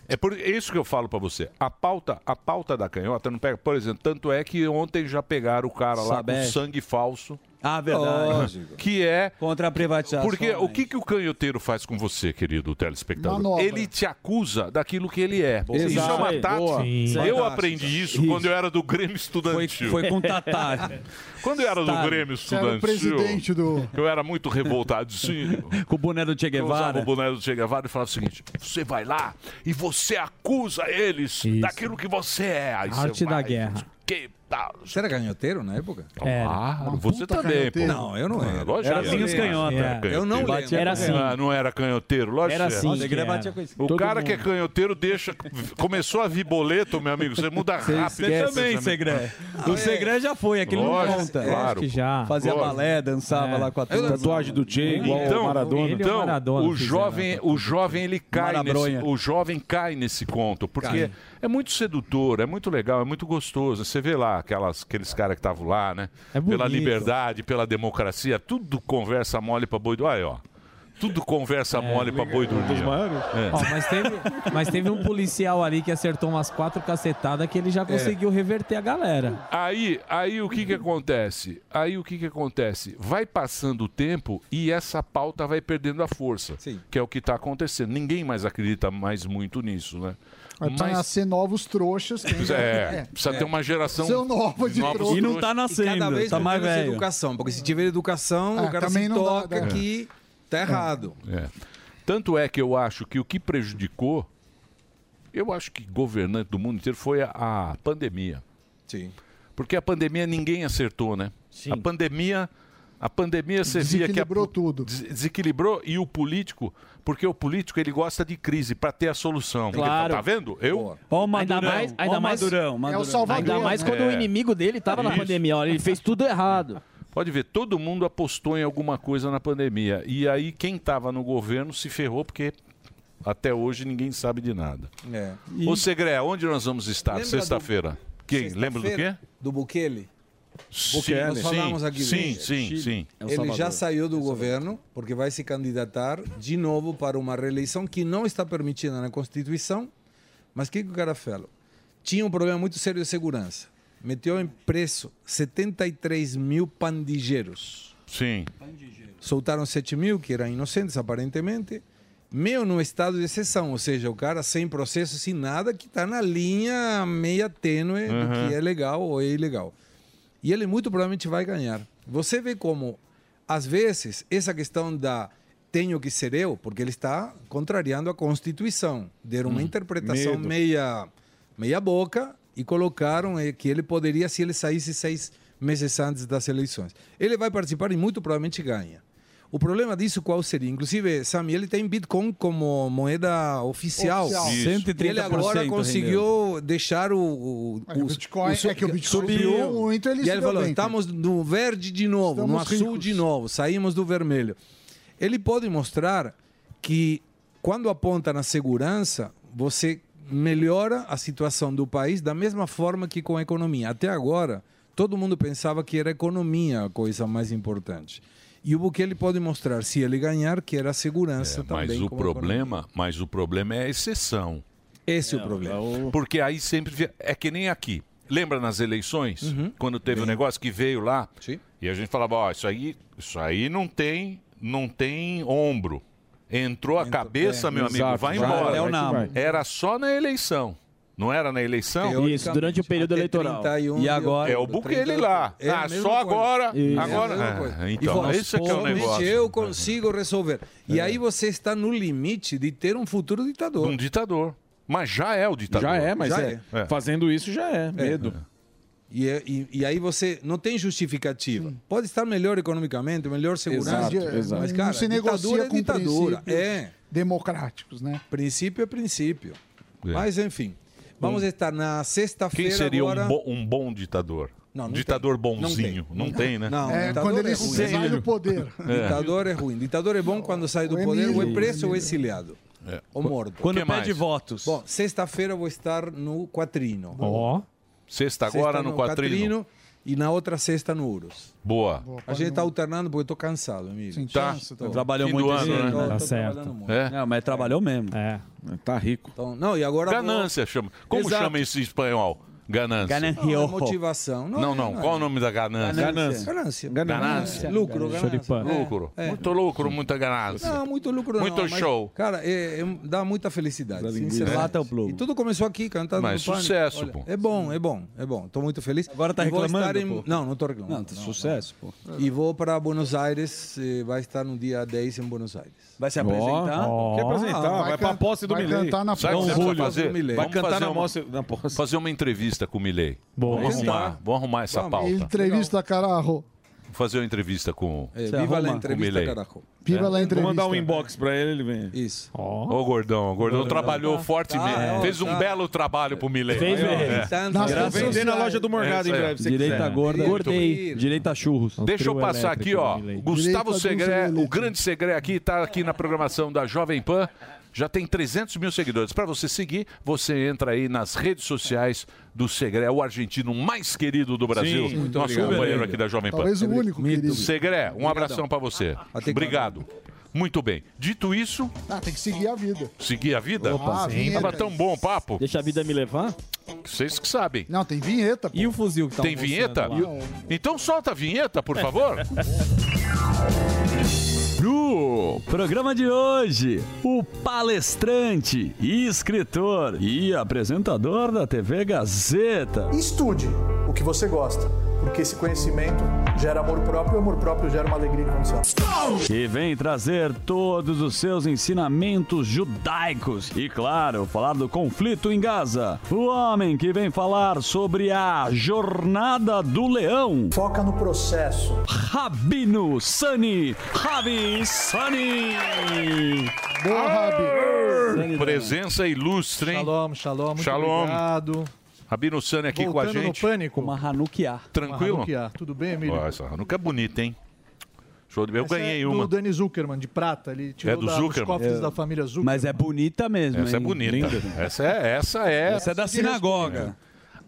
[SPEAKER 6] É por isso que eu falo pra você. A pauta, a pauta da canhota não pega. Por exemplo, tanto é que ontem já pegaram o cara lá com
[SPEAKER 4] Sabesp.
[SPEAKER 6] sangue falso.
[SPEAKER 1] é
[SPEAKER 4] Ah, verdade.
[SPEAKER 6] Lógico. Que é.
[SPEAKER 4] Contra a privatização.
[SPEAKER 6] Porque o que, que o canhoteiro faz com você, querido telespectador?
[SPEAKER 4] Manobra.
[SPEAKER 6] Ele te acusa daquilo que ele é.
[SPEAKER 4] Boa.
[SPEAKER 6] Isso é uma
[SPEAKER 4] Exato. Boa.
[SPEAKER 6] tática.
[SPEAKER 4] Sim.
[SPEAKER 6] Eu
[SPEAKER 4] Fantástica.
[SPEAKER 6] aprendi isso,
[SPEAKER 4] Isso.
[SPEAKER 6] quando eu era do Grêmio Estudantil.
[SPEAKER 4] Foi- foi com Tatá.
[SPEAKER 6] quando eu era do
[SPEAKER 4] Stalin.
[SPEAKER 6] Grêmio
[SPEAKER 4] Você era o
[SPEAKER 6] Estudantil.
[SPEAKER 4] presidente
[SPEAKER 13] do...
[SPEAKER 6] Eu era muito revoltado. Sim,
[SPEAKER 4] Com o boné do Che
[SPEAKER 6] eu usava
[SPEAKER 4] Guevara.
[SPEAKER 6] o boné do Che Guevara e falava o seguinte: você vai lá e você acusa eles daquilo que você é. Aí você
[SPEAKER 1] Arte da
[SPEAKER 6] vai,
[SPEAKER 1] guerra.
[SPEAKER 6] Que tal?
[SPEAKER 1] Você era ganhoteiro na época?
[SPEAKER 6] Era. Claro, Uma você puta também, canhoteiro. pô.
[SPEAKER 1] Não, eu não era.
[SPEAKER 6] Ah, lógico que era. Era
[SPEAKER 1] Eu não
[SPEAKER 6] canhoteiro.
[SPEAKER 1] lembro.
[SPEAKER 6] Ah, não era canhoteiro, lógico.
[SPEAKER 1] Era
[SPEAKER 6] que é.
[SPEAKER 1] assim Lógico que que era. batia com isso.
[SPEAKER 6] O
[SPEAKER 1] Todo
[SPEAKER 6] cara
[SPEAKER 1] mundo.
[SPEAKER 6] que é canhoteiro deixa. Começou a vir boleto, meu amigo. Você muda
[SPEAKER 4] Você
[SPEAKER 6] rápido.
[SPEAKER 4] esquece também, Segré. O Segré já foi, aquele não
[SPEAKER 6] Ah, é. Lógico,
[SPEAKER 4] conta.
[SPEAKER 6] claro.
[SPEAKER 4] que já. Fazia
[SPEAKER 6] Lógico. É.
[SPEAKER 4] balé, dançava
[SPEAKER 1] É.
[SPEAKER 4] lá com a turma. Tatuagem do Che,
[SPEAKER 6] então, Então, o
[SPEAKER 1] né?
[SPEAKER 6] jovem, o jovem ele cai nesse,
[SPEAKER 4] Marabronha.
[SPEAKER 6] o jovem cai nesse conto, porque
[SPEAKER 4] Cai.
[SPEAKER 6] é muito sedutor, é muito legal, é muito gostoso. Você vê lá aquelas, aqueles caras que estavam lá, né? pela
[SPEAKER 4] É bonito.
[SPEAKER 6] liberdade, pela democracia, tudo conversa mole pra boi do. Aí, ó. Tudo
[SPEAKER 4] É.
[SPEAKER 6] conversa mole pra boi
[SPEAKER 4] Um
[SPEAKER 6] dormir. É.
[SPEAKER 9] Ó, mas, teve, mas teve um policial ali que acertou umas quatro cacetadas que ele
[SPEAKER 1] É.
[SPEAKER 9] já conseguiu reverter a galera.
[SPEAKER 6] Aí, aí o que que acontece? Aí o que que acontece? Vai passando o tempo e essa pauta vai perdendo a força, que é o que está acontecendo. Ninguém mais acredita mais muito nisso, né?
[SPEAKER 13] Vai
[SPEAKER 6] Mas-
[SPEAKER 13] nascer novos trouxas. quem-
[SPEAKER 6] É, precisa ter uma geração
[SPEAKER 13] São nova um de
[SPEAKER 6] novos
[SPEAKER 13] trouxa.
[SPEAKER 6] trouxas.
[SPEAKER 1] E cada vez menos educação, porque se tiver educação,
[SPEAKER 13] Ah,
[SPEAKER 1] o cara
[SPEAKER 13] também
[SPEAKER 1] se
[SPEAKER 13] não dá,
[SPEAKER 1] toca
[SPEAKER 13] né?
[SPEAKER 1] que tá errado.
[SPEAKER 6] É. Tanto é que eu acho que o que prejudicou, eu acho que governante do mundo inteiro foi a, a pandemia.
[SPEAKER 1] Sim.
[SPEAKER 6] Porque a pandemia ninguém acertou, né? Sim. A pandemia, a pandemia você via que a,
[SPEAKER 13] Desequilibrou tudo.
[SPEAKER 6] des- desequilibrou e o político, porque o político ele gosta de crise para ter a solução. Porque ele fala,
[SPEAKER 11] Claro.
[SPEAKER 6] tá vendo? Eu.
[SPEAKER 4] Ó o
[SPEAKER 11] Ainda mais, ainda mais, É ainda mais quando o
[SPEAKER 6] É.
[SPEAKER 11] inimigo dele tava na
[SPEAKER 6] Isso.
[SPEAKER 11] pandemia. Olha, ele fez tudo errado.
[SPEAKER 6] Pode ver, todo mundo apostou em alguma coisa na pandemia. E aí, quem estava no governo se ferrou, porque até hoje ninguém sabe de nada.
[SPEAKER 1] É.
[SPEAKER 6] Ô, Segré, onde nós vamos estar
[SPEAKER 1] Lembra
[SPEAKER 6] sexta-feira? Quem? Lembra do quê?
[SPEAKER 1] Do Bukele.
[SPEAKER 6] Sim,
[SPEAKER 1] Nós
[SPEAKER 6] sim,
[SPEAKER 1] falamos aqui
[SPEAKER 6] sim,
[SPEAKER 1] dele.
[SPEAKER 6] sim, Chile. sim. É o
[SPEAKER 1] Ele
[SPEAKER 6] Salvador.
[SPEAKER 1] já saiu do governo porque vai se candidatar de novo para uma reeleição que não está permitida na Constituição. Mas o que, que o cara falou? Tinha um problema muito sério de segurança. Meteu em preço 73 mil pandilheiros.
[SPEAKER 6] Sim.
[SPEAKER 1] Soltaram 7 mil, que eram inocentes, aparentemente. Meio no estado de exceção, ou seja, o cara sem processo, sem nada, que está na linha meia tênue
[SPEAKER 6] Uhum.
[SPEAKER 1] do que é legal ou é ilegal. E ele muito provavelmente vai ganhar. Você vê como, às vezes, essa questão da tenho que ser eu, porque ele está contrariando a Constituição. Deram uma
[SPEAKER 3] Hum,
[SPEAKER 1] interpretação
[SPEAKER 3] medo.
[SPEAKER 1] meia, meia boca e colocaram eh, que ele poderia, se ele saísse seis meses antes das eleições. Ele vai participar e muito provavelmente ganha. O problema disso qual seria? Inclusive, Sami, ele tem Bitcoin como moeda oficial.
[SPEAKER 13] Oficial. Isso.
[SPEAKER 1] E ele agora
[SPEAKER 13] 130%
[SPEAKER 1] conseguiu deixar o... o,
[SPEAKER 13] É que o Bitcoin- é que o Bitcoin
[SPEAKER 1] subiu.
[SPEAKER 13] subiu muito, ele
[SPEAKER 1] E
[SPEAKER 13] se
[SPEAKER 1] ele
[SPEAKER 13] deu
[SPEAKER 1] falou,
[SPEAKER 13] bem, cara.
[SPEAKER 1] estamos no verde de novo, no
[SPEAKER 13] Estamos
[SPEAKER 1] azul
[SPEAKER 13] ricos."
[SPEAKER 1] de novo, saímos do vermelho. Ele pode mostrar que quando aponta na segurança, você melhora a situação do país da mesma forma que com a economia. Até agora, todo mundo pensava que era a economia a coisa mais importante. E o que ele pode mostrar, se ele ganhar, que era a segurança também.
[SPEAKER 6] É, Mas o
[SPEAKER 1] como a economia.
[SPEAKER 6] problema, mas o problema é a exceção.
[SPEAKER 1] Esse é, o problema.
[SPEAKER 6] Porque aí sempre vi- é que nem aqui. Lembra nas eleições,
[SPEAKER 1] Uhum.
[SPEAKER 6] quando teve o negócio que veio lá, e a gente falava, ó, isso aí, isso aí não tem, não tem ombro. Entrou a cabeça,
[SPEAKER 4] é,
[SPEAKER 6] meu amigo,
[SPEAKER 4] exato,
[SPEAKER 6] vai
[SPEAKER 4] vai,
[SPEAKER 6] embora.
[SPEAKER 4] é o nabo.
[SPEAKER 6] Era só na eleição. Não era na eleição?
[SPEAKER 4] Teoricamente, Isso, durante o período até eleitoral. 31
[SPEAKER 6] e
[SPEAKER 4] de
[SPEAKER 6] agora? É o
[SPEAKER 4] outubro,
[SPEAKER 6] Bukele
[SPEAKER 4] 30
[SPEAKER 6] lá.
[SPEAKER 1] É a
[SPEAKER 6] ah,
[SPEAKER 1] mesma
[SPEAKER 6] só
[SPEAKER 1] coisa.
[SPEAKER 6] agora.
[SPEAKER 1] Isso.
[SPEAKER 6] Agora.
[SPEAKER 1] É a mesma coisa.
[SPEAKER 6] Ah,
[SPEAKER 1] E
[SPEAKER 6] então,
[SPEAKER 1] fala,
[SPEAKER 6] esse aqui é o
[SPEAKER 1] "Somente
[SPEAKER 6] negócio. É.
[SPEAKER 1] eu consigo resolver. E aí você está no limite de ter um futuro ditador.
[SPEAKER 6] Um ditador. Mas já é o ditador.
[SPEAKER 1] Já é,
[SPEAKER 6] mas é.
[SPEAKER 1] Fazendo isso já é. Medo. E, é- e- e aí você não tem justificativa. Pode estar melhor economicamente, melhor segurança. Mas, cara,
[SPEAKER 13] não se negocia
[SPEAKER 1] ditadura é
[SPEAKER 13] com
[SPEAKER 1] ditadura.
[SPEAKER 13] princípios
[SPEAKER 1] É.
[SPEAKER 13] democráticos, né?
[SPEAKER 1] Princípio é princípio. Mas, enfim. Vamos estar na sexta-feira
[SPEAKER 6] É. Quem seria
[SPEAKER 1] agora...
[SPEAKER 6] um, bo- um bom ditador?
[SPEAKER 1] Não, não
[SPEAKER 6] ditador bonzinho. Não tem, né?
[SPEAKER 1] Não,
[SPEAKER 13] É,
[SPEAKER 1] ditador
[SPEAKER 13] quando ele
[SPEAKER 1] ruim.
[SPEAKER 13] sai do poder.
[SPEAKER 6] É.
[SPEAKER 1] Ditador é ruim. Ditador é bom quando sai do poder, ou é
[SPEAKER 13] Emílio.
[SPEAKER 1] preso ou exiliado.
[SPEAKER 6] É.
[SPEAKER 1] Ou morto.
[SPEAKER 6] Quando Que pede mais?
[SPEAKER 1] votos. Bom, sexta-feira eu vou estar no Quatrino.
[SPEAKER 6] Ó. Sexta agora no Quatrino.
[SPEAKER 1] E na outra sexta no Urus.
[SPEAKER 6] Boa.
[SPEAKER 1] A gente tá alternando porque eu tô cansado, amigo. Sim,
[SPEAKER 6] Tá. chance, tô. Trabalhou Fim muito do ano, esse né? ano. Tá certo. É.
[SPEAKER 4] Não, mas trabalhou mesmo.
[SPEAKER 9] É.
[SPEAKER 20] Tá rico.
[SPEAKER 1] Então, não, e agora vou-
[SPEAKER 6] Ganância chama. Como
[SPEAKER 1] Exato.
[SPEAKER 6] chama isso em espanhol? Ganância.
[SPEAKER 1] Não, é motivação. Não,
[SPEAKER 6] Não, não.
[SPEAKER 1] é,
[SPEAKER 6] Qual o nome da ganância?
[SPEAKER 1] Ganância. Ganância.
[SPEAKER 6] Ganância.
[SPEAKER 1] Lucro, ganância.
[SPEAKER 6] Lucro.
[SPEAKER 1] É.
[SPEAKER 6] Muito lucro, muita ganância.
[SPEAKER 1] Não, Ah, muito lucro
[SPEAKER 6] Muito
[SPEAKER 1] não, mas,
[SPEAKER 6] show.
[SPEAKER 1] cara, é- é- dá muita felicidade. Sinceramente.
[SPEAKER 6] Lata
[SPEAKER 1] E tudo começou aqui, cantando
[SPEAKER 6] Mas
[SPEAKER 1] no Pânico.
[SPEAKER 6] sucesso,
[SPEAKER 1] Olha,
[SPEAKER 6] pô.
[SPEAKER 1] É bom, é bom, é bom. Tô muito feliz. Agora
[SPEAKER 4] tá reclamando, pô.
[SPEAKER 1] Não, não tô reclamando.
[SPEAKER 4] Não, tá sucesso, pô.
[SPEAKER 1] E vou para Buenos Aires, eh, vai estar no dia 10 em Buenos Aires.
[SPEAKER 4] Vai se apresentar? Ó, Quer apresentar?
[SPEAKER 1] Ah,
[SPEAKER 4] Vai pra
[SPEAKER 1] can-
[SPEAKER 4] posse do
[SPEAKER 1] vai
[SPEAKER 4] Milei.
[SPEAKER 1] cantar na
[SPEAKER 6] Sabe o que
[SPEAKER 1] posse.
[SPEAKER 6] você precisa fazer?
[SPEAKER 1] Milei.
[SPEAKER 6] Vamos fazer uma- Fazer uma entrevista com o Milei.
[SPEAKER 13] Boa.
[SPEAKER 6] Vamos
[SPEAKER 13] Tentar.
[SPEAKER 6] arrumar, vamos arrumar essa pauta.
[SPEAKER 13] Entrevista, caralho.
[SPEAKER 6] Vou fazer uma entrevista com,
[SPEAKER 13] É,
[SPEAKER 6] com
[SPEAKER 13] viva
[SPEAKER 6] o
[SPEAKER 13] lá a
[SPEAKER 6] Milei. É.
[SPEAKER 13] entrevista, caraca.
[SPEAKER 10] É.
[SPEAKER 13] Viva lá a
[SPEAKER 20] Vou
[SPEAKER 13] entrevista.
[SPEAKER 20] mandar um inbox pra ele, ele vem.
[SPEAKER 1] Isso.
[SPEAKER 6] Ô, gordão, o gordão
[SPEAKER 20] Gordão.
[SPEAKER 6] trabalhou
[SPEAKER 20] Tá,
[SPEAKER 6] fortemente.
[SPEAKER 20] tá,
[SPEAKER 6] Fez um
[SPEAKER 20] tá.
[SPEAKER 6] belo trabalho pro Milei.
[SPEAKER 20] Fez mesmo.
[SPEAKER 4] Tá
[SPEAKER 20] Tanto- Nas redes
[SPEAKER 6] Vender
[SPEAKER 20] sociais. É isso aí.
[SPEAKER 4] Direita gorda, gordei. Direita churros.
[SPEAKER 6] Deixa eu passar aqui, ó.
[SPEAKER 4] né?
[SPEAKER 6] Gustavo Segré, o grande Segré aqui, tá aqui na programação da Jovem Pan. Já tem 300 mil seguidores. Para você seguir, você entra aí nas redes sociais do Segré, o argentino mais querido do Brasil.
[SPEAKER 1] Sim, muito
[SPEAKER 6] nosso
[SPEAKER 1] obrigado.
[SPEAKER 6] companheiro aqui da Jovem Pan.
[SPEAKER 1] Talvez o único querido.
[SPEAKER 6] Segré, um
[SPEAKER 1] Obrigadão.
[SPEAKER 6] abração para você.
[SPEAKER 1] Até
[SPEAKER 6] Obrigado. Muito bem. Dito isso,
[SPEAKER 13] Ah, tem que seguir a vida.
[SPEAKER 6] seguir a vida?
[SPEAKER 13] Opa, Ah, sim. vinheta.
[SPEAKER 6] Tava tão bom o papo.
[SPEAKER 11] Deixa a vida me levar?
[SPEAKER 6] Vocês que sabem.
[SPEAKER 13] Não, tem vinheta.
[SPEAKER 9] E o fuzil
[SPEAKER 6] Tem vinheta? Então solta a vinheta, por favor.
[SPEAKER 8] No programa de hoje, o palestrante, escritor e apresentador da TV Gazeta.
[SPEAKER 25] Estude o que você gosta, porque esse conhecimento gera amor próprio e amor próprio gera uma alegria incondicional.
[SPEAKER 8] que vem trazer todos os seus ensinamentos judaicos e, claro, falar do conflito em Gaza. O homem que vem falar sobre a jornada do leão. Foca no processo. Rabino Sani, Rabi Sani.
[SPEAKER 13] Boa, Rabi.
[SPEAKER 6] Presença ilustre, hein? Shalom,
[SPEAKER 26] shalom.
[SPEAKER 6] Muito
[SPEAKER 26] obrigado.
[SPEAKER 6] Rabino Sani aqui
[SPEAKER 26] Voltando
[SPEAKER 6] com a gente.
[SPEAKER 26] no pânico.
[SPEAKER 4] Uma Hanukiá.
[SPEAKER 6] Tranquilo?
[SPEAKER 26] Hanukkah. Tudo bem, Emílio?
[SPEAKER 6] Ó, essa Hanukkah é bonita, hein? Show de... Eu
[SPEAKER 26] Essa
[SPEAKER 6] ganhei
[SPEAKER 26] é
[SPEAKER 6] uma.
[SPEAKER 26] Do Danny Zuckerman, de prata. Ele tirou
[SPEAKER 6] É do
[SPEAKER 26] da- dos
[SPEAKER 6] Zuckerman.
[SPEAKER 26] cofres
[SPEAKER 6] É.
[SPEAKER 26] da família Zuckerman.
[SPEAKER 4] Mas é bonita mesmo,
[SPEAKER 6] Essa é
[SPEAKER 4] hein?
[SPEAKER 6] bonita.
[SPEAKER 4] Linda.
[SPEAKER 6] Essa é, essa é.
[SPEAKER 4] Essa é da sinagoga.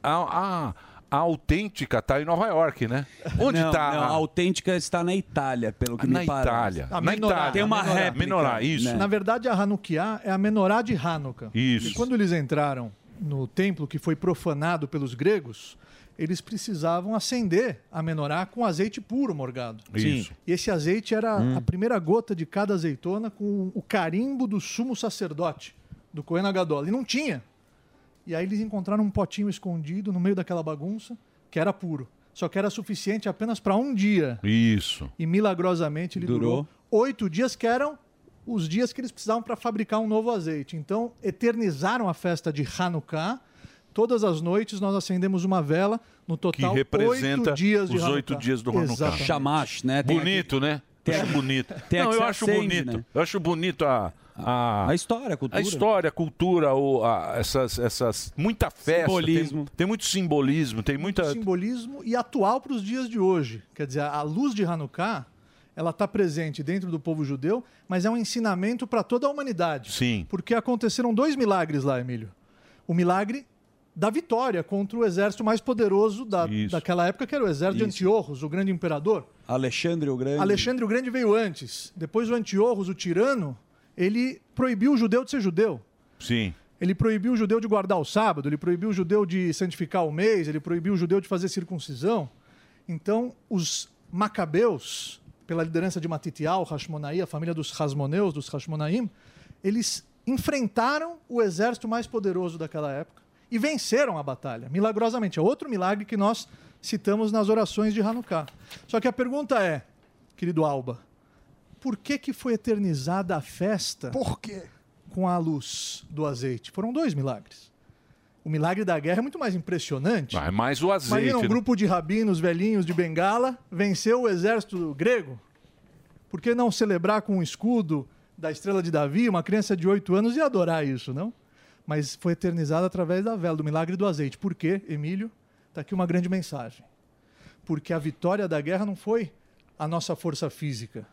[SPEAKER 6] A, a- a autêntica tá em Nova York, né? Onde
[SPEAKER 4] não,
[SPEAKER 6] tá?
[SPEAKER 4] não,
[SPEAKER 6] a-
[SPEAKER 4] a autêntica está na Itália, pelo que
[SPEAKER 6] na
[SPEAKER 4] me parece.
[SPEAKER 6] Itália.
[SPEAKER 26] A
[SPEAKER 6] na
[SPEAKER 26] menorá.
[SPEAKER 6] Itália.
[SPEAKER 26] Tem uma réplica,
[SPEAKER 6] Menorá, É, isso.
[SPEAKER 26] Na verdade, a Hanukkah é a menorá de Hanukkah.
[SPEAKER 6] Isso.
[SPEAKER 26] E quando eles entraram no templo que foi profanado pelos gregos, eles precisavam acender a menorá com azeite puro, morgado.
[SPEAKER 6] Isso.
[SPEAKER 26] E esse azeite era
[SPEAKER 6] Hum.
[SPEAKER 26] a primeira gota de cada azeitona com o carimbo do sumo sacerdote, do Cohen Agadol. E não tinha. E aí eles encontraram um potinho escondido no meio daquela bagunça, que era puro. só que era suficiente apenas para um dia.
[SPEAKER 6] Isso.
[SPEAKER 26] E milagrosamente ele durou.
[SPEAKER 6] Durou.
[SPEAKER 26] oito dias, que eram os dias que eles precisavam para fabricar um novo azeite. Então, eternizaram a festa de Hanukkah. Todas as noites nós acendemos uma vela, no
[SPEAKER 6] Que
[SPEAKER 26] total
[SPEAKER 6] representa
[SPEAKER 26] oito dias de
[SPEAKER 6] os oito
[SPEAKER 26] Hanukkah.
[SPEAKER 6] Tá dias do Hanukkah.
[SPEAKER 26] Exatamente.
[SPEAKER 4] Chamash, né? Tem
[SPEAKER 6] Bonito, né?
[SPEAKER 4] tem
[SPEAKER 6] acho
[SPEAKER 4] aqui-
[SPEAKER 6] bonito.
[SPEAKER 4] tem
[SPEAKER 6] Não,
[SPEAKER 4] aqui
[SPEAKER 6] eu
[SPEAKER 4] que
[SPEAKER 6] acho
[SPEAKER 4] acende,
[SPEAKER 6] bonito.
[SPEAKER 4] né?
[SPEAKER 6] Eu acho bonito a. A,
[SPEAKER 4] história, a cultura.
[SPEAKER 6] A história, a cultura, o, a- essas, essas. Muita festa.
[SPEAKER 26] Simbolismo.
[SPEAKER 6] Tem, tem muito simbolismo, tem muita.
[SPEAKER 26] simbolismo e atual para os dias de hoje. Quer dizer, a luz de Hanukkah, ela está presente dentro do povo judeu, mas é um ensinamento para toda a humanidade.
[SPEAKER 6] Sim.
[SPEAKER 26] Porque aconteceram dois milagres lá, Emílio. O milagre da vitória contra o exército mais poderoso da, daquela época, que era o exército de Antiorros, o grande imperador.
[SPEAKER 4] Alexandre o Grande.
[SPEAKER 26] Alexandre o Grande veio antes. Depois o Antiorros, o tirano, ele proibiu o judeu de ser judeu.
[SPEAKER 6] Sim.
[SPEAKER 26] Ele proibiu o judeu de guardar o sábado, ele proibiu o judeu de santificar o mês, ele proibiu o judeu de fazer circuncisão. Então, os macabeus, pela liderança de Matitial, Hashmonaí, a família dos Hasmoneus, dos Hashmonaim, eles enfrentaram o exército mais poderoso daquela época e venceram a batalha, milagrosamente. É outro milagre que nós citamos nas orações de Hanukkah. Só que a pergunta é, querido Alba, por que, que foi eternizada a festa?
[SPEAKER 13] Por quê?
[SPEAKER 26] com a luz do azeite. Foram dois milagres. O milagre da guerra é muito mais impressionante.
[SPEAKER 6] Ah, é mais o azeite.
[SPEAKER 26] Imagina um
[SPEAKER 6] né?
[SPEAKER 26] grupo de rabinos velhinhos de Bengala venceu o exército grego. Por que não celebrar com um escudo da estrela de Davi, uma criança de 8 anos, e adorar isso, não? Mas foi eternizado através da vela, do milagre do azeite. Por quê, Emílio? Está aqui uma grande mensagem. Porque a vitória da guerra não foi a nossa força física,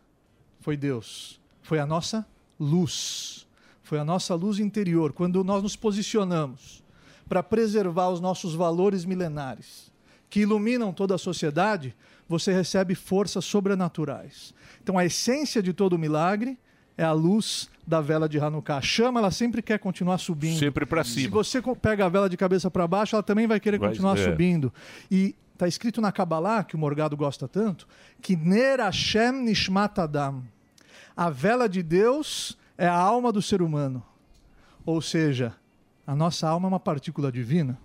[SPEAKER 26] foi Deus. Foi a nossa luz. Foi a nossa luz interior. Quando nós nos posicionamos para preservar os nossos valores milenares, que iluminam toda a sociedade, você recebe forças sobrenaturais. Então, a essência de todo milagre é a luz da vela de Hanukkah. A chama, ela sempre quer continuar subindo.
[SPEAKER 6] Sempre pra cima.
[SPEAKER 26] Se você co- pega a vela de cabeça para baixo, ela também vai querer
[SPEAKER 6] Vai-
[SPEAKER 26] continuar
[SPEAKER 6] é.
[SPEAKER 26] subindo. E está escrito na Kabbalah, que o Morgado gosta tanto, que Ner Hashem Nishmat Adam. A vela de Deus é a alma do ser humano. Ou seja, a nossa alma é uma partícula divina.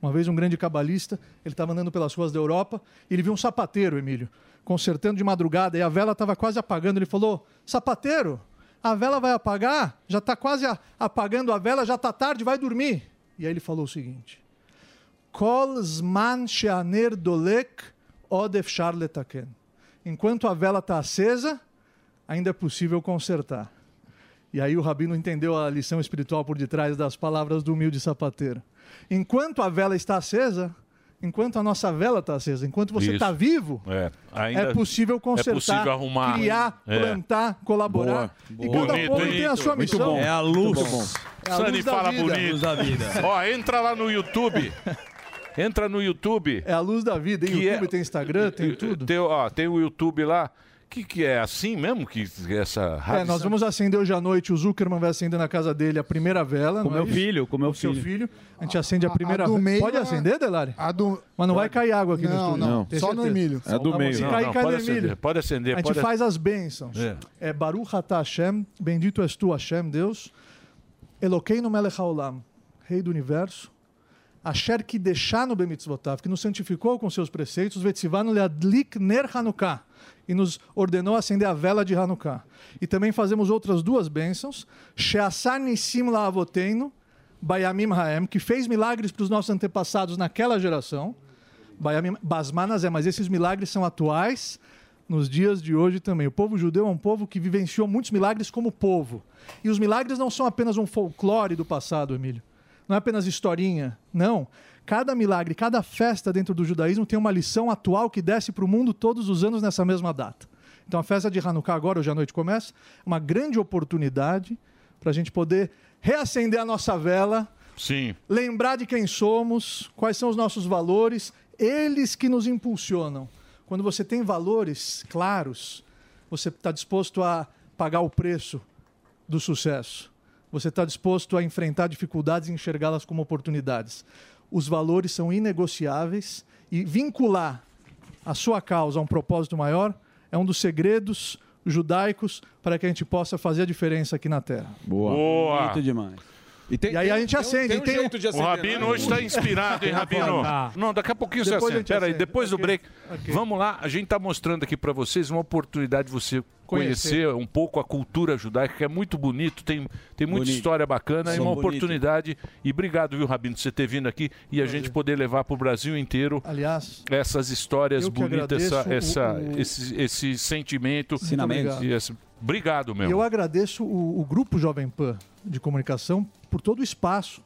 [SPEAKER 26] Uma vez um grande cabalista, ele estava andando pelas ruas da Europa, e ele viu um sapateiro, Emílio, consertando de madrugada, e a vela estava quase apagando. Ele falou, sapateiro, a vela vai apagar? Já está quase a- apagando a vela, já está tarde, vai dormir. E aí ele falou o seguinte, Kol zman she'aner dolek od efshar letaken. Enquanto a vela está acesa, ainda é possível consertar. E aí o rabino entendeu a lição espiritual por detrás das palavras do humilde sapateiro. Enquanto a vela está acesa, enquanto a nossa vela está acesa, enquanto você
[SPEAKER 6] Isso.
[SPEAKER 26] está vivo,
[SPEAKER 6] É, ainda
[SPEAKER 26] é possível consertar,
[SPEAKER 6] é possível arrumar.
[SPEAKER 26] criar,
[SPEAKER 6] É.
[SPEAKER 26] plantar, colaborar.
[SPEAKER 6] Boa,
[SPEAKER 26] E
[SPEAKER 6] boa.
[SPEAKER 26] cada
[SPEAKER 6] Bonito,
[SPEAKER 26] povo
[SPEAKER 6] hein?
[SPEAKER 26] tem a sua
[SPEAKER 6] Muito
[SPEAKER 26] missão.
[SPEAKER 6] bom. É a luz. Muito bom.
[SPEAKER 26] É a
[SPEAKER 6] Sani
[SPEAKER 26] luz da
[SPEAKER 6] fala
[SPEAKER 26] vida.
[SPEAKER 6] bonito.
[SPEAKER 26] Luz da vida.
[SPEAKER 6] Ó, entra lá no YouTube. Entra no YouTube.
[SPEAKER 26] É a luz da vida, hein?
[SPEAKER 6] Que
[SPEAKER 26] YouTube
[SPEAKER 6] é-
[SPEAKER 26] tem Instagram, tem tudo.
[SPEAKER 6] Tem, ó, tem o YouTube lá. que, que é assim mesmo que essa
[SPEAKER 26] É, nós vamos acender hoje à noite. O Zuckerman vai acender na casa dele a primeira vela.
[SPEAKER 4] Com
[SPEAKER 26] não
[SPEAKER 4] meu
[SPEAKER 26] é isso?
[SPEAKER 4] filho, com meu
[SPEAKER 26] o seu
[SPEAKER 4] filho.
[SPEAKER 26] filho. A gente acende a primeira
[SPEAKER 13] do
[SPEAKER 26] vela.
[SPEAKER 13] meio
[SPEAKER 26] Pode
[SPEAKER 13] é-
[SPEAKER 26] acender, Delari?
[SPEAKER 13] A do...
[SPEAKER 26] Mas não vai cair água aqui no
[SPEAKER 13] Não,
[SPEAKER 26] estúdio.
[SPEAKER 13] não.
[SPEAKER 26] Tem
[SPEAKER 13] Só no
[SPEAKER 26] certeza?
[SPEAKER 13] Emílio.
[SPEAKER 26] Só uma música.
[SPEAKER 6] É Não,
[SPEAKER 26] Cai,
[SPEAKER 6] não,
[SPEAKER 26] cai
[SPEAKER 6] pode
[SPEAKER 26] no Emílio.
[SPEAKER 6] acender, pode acender,
[SPEAKER 26] A gente
[SPEAKER 6] pode
[SPEAKER 26] faz
[SPEAKER 6] ac-
[SPEAKER 26] as bênçãos.
[SPEAKER 6] É.
[SPEAKER 26] É, Baruch Atah Hashem, bendito és tu Hashem, Deus. Eloqueinu Melech Haolam, Rei do Universo. Asher que deixar no Bemitzvotav, que nos santificou com seus preceitos, Vetzivanu Leadlik Ner Hanukkah, e nos ordenou acender a vela de Hanukkah. E também fazemos outras duas bênçãos, Sheasar Nissim Laavoteinu, Bayamim Haem, que fez milagres para os nossos antepassados naquela geração, Bayamim- Basmanas é, mas esses milagres são atuais nos dias de hoje também. O povo judeu é um povo que vivenciou muitos milagres como povo. E os milagres não são apenas um folclore do passado, Emílio. Não é apenas historinha, não. Cada milagre, cada festa dentro do judaísmo tem uma lição atual que desce para o mundo todos os anos nessa mesma data. Então a festa de Hanukkah agora, hoje à noite começa, uma grande oportunidade para a gente poder reacender a nossa vela,
[SPEAKER 6] Sim.
[SPEAKER 26] lembrar de quem somos, quais são os nossos valores, eles que nos impulsionam. Quando você tem valores claros, você está disposto a pagar o preço do sucesso. Você está disposto a enfrentar dificuldades e enxergá-las como oportunidades. Os valores são inegociáveis e vincular a sua causa a um propósito maior é um dos segredos judaicos para que a gente possa fazer a diferença aqui na Terra.
[SPEAKER 6] Boa. Boa.
[SPEAKER 4] Bonito demais.
[SPEAKER 26] E, aí a gente acende.
[SPEAKER 6] um
[SPEAKER 26] e tem
[SPEAKER 6] o Rabino hoje está inspirado, hein, Rabino? Não, daqui a pouquinho você
[SPEAKER 26] Depois a
[SPEAKER 6] acende.
[SPEAKER 26] gente
[SPEAKER 6] Peraí,
[SPEAKER 26] acende.
[SPEAKER 6] depois do
[SPEAKER 26] Ok,
[SPEAKER 6] break.
[SPEAKER 26] ok.
[SPEAKER 6] Vamos lá, a gente está mostrando aqui para vocês uma oportunidade de você conhecer
[SPEAKER 26] Conhecer.
[SPEAKER 6] um pouco a cultura judaica, que é muito bonito, tem, tem muita
[SPEAKER 18] Bonito.
[SPEAKER 6] história bacana e
[SPEAKER 18] São
[SPEAKER 6] uma
[SPEAKER 18] bonito.
[SPEAKER 6] oportunidade. E obrigado, viu, Rabino, por você ter vindo aqui e a gente poder levar para o Brasil inteiro
[SPEAKER 26] Aliás,
[SPEAKER 6] essas histórias
[SPEAKER 26] eu que
[SPEAKER 6] bonitas, essa,
[SPEAKER 26] agradeço
[SPEAKER 6] essa-
[SPEAKER 26] o- o-
[SPEAKER 6] Esse, esse sentimento.
[SPEAKER 26] Ensinamento. obrigado.
[SPEAKER 6] E esse- Obrigado,
[SPEAKER 26] E
[SPEAKER 6] meu.
[SPEAKER 26] Eu agradeço o, o Grupo Jovem Pan de Comunicação por todo o espaço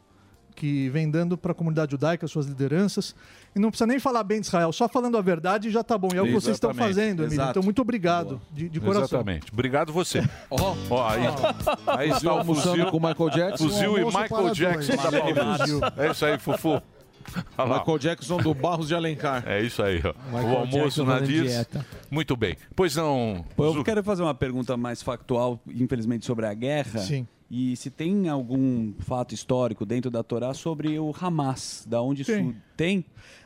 [SPEAKER 26] que vem dando para a comunidade judaica, suas lideranças. E não precisa nem falar bem de Israel, só falando a verdade já tá bom. E é o que vocês estão
[SPEAKER 6] Exatamente.
[SPEAKER 26] fazendo, Emílio.
[SPEAKER 6] Exato.
[SPEAKER 26] Então, muito obrigado, de, de coração.
[SPEAKER 6] Exatamente. Obrigado você. Ó, aí, aí
[SPEAKER 20] Fuzil
[SPEAKER 6] está o
[SPEAKER 20] almoçando
[SPEAKER 6] fuzil
[SPEAKER 20] com o Michael Jackson.
[SPEAKER 6] Fuzil
[SPEAKER 20] Um
[SPEAKER 6] e
[SPEAKER 20] almoço para
[SPEAKER 6] Michael
[SPEAKER 20] dois.
[SPEAKER 6] Jackson da
[SPEAKER 20] Valeu, Fuzil.
[SPEAKER 6] Palmeiras. É isso aí, Fufu.
[SPEAKER 20] Michael
[SPEAKER 6] Jackson do Barros de Alencar. É isso aí, ó.
[SPEAKER 8] Michael
[SPEAKER 6] o almoço
[SPEAKER 8] Jackson
[SPEAKER 6] na
[SPEAKER 8] fazendo
[SPEAKER 6] Dias.
[SPEAKER 8] dieta.
[SPEAKER 6] Muito bem. Pois não.
[SPEAKER 8] Pô, eu quero fazer uma pergunta mais factual, infelizmente, sobre a guerra.
[SPEAKER 26] Sim.
[SPEAKER 8] E se tem algum fato histórico dentro da Torá sobre o Hamas, da onde isso tem?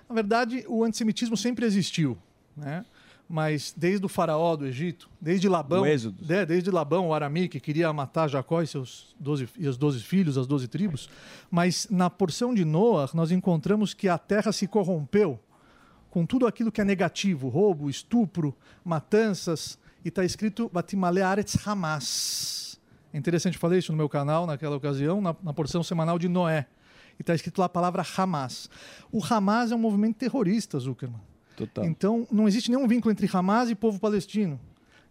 [SPEAKER 26] Na verdade, o antissemitismo sempre existiu, né? Mas desde o faraó do Egito, desde Labão,
[SPEAKER 8] O Êxodo.
[SPEAKER 26] né, desde Labão, o Arami, que queria matar Jacó e seus 12, e os 12 filhos, as 12 tribos, mas na porção de Noah nós encontramos que a terra se corrompeu com tudo aquilo que é negativo, roubo, estupro, matanças, e está escrito Batimale Aretz Hamas. É interessante, eu falei isso no meu canal naquela ocasião, na, na porção semanal de Noé. E está escrito lá a palavra Hamas. O Hamas é um movimento terrorista, Zuckerman.
[SPEAKER 8] Total.
[SPEAKER 26] Então, não existe nenhum vínculo entre Hamas e povo palestino.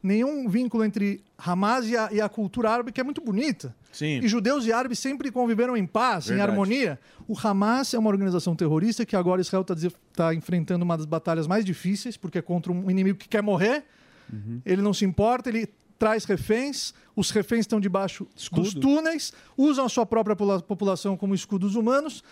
[SPEAKER 26] Nenhum vínculo entre Hamas e a, e a cultura árabe, que é muito bonita.
[SPEAKER 18] Sim.
[SPEAKER 26] E judeus e árabes sempre conviveram em
[SPEAKER 18] Verdade.
[SPEAKER 26] paz, Assim, em harmonia. O Hamas é uma organização terrorista que agora Israel está enfrentando uma das batalhas mais difíceis, porque é contra um inimigo que quer morrer.
[SPEAKER 4] Uhum.
[SPEAKER 26] Ele não se importa, ele traz reféns, os reféns estão debaixo dos túneis, usam a sua própria popula- população como escudos humanos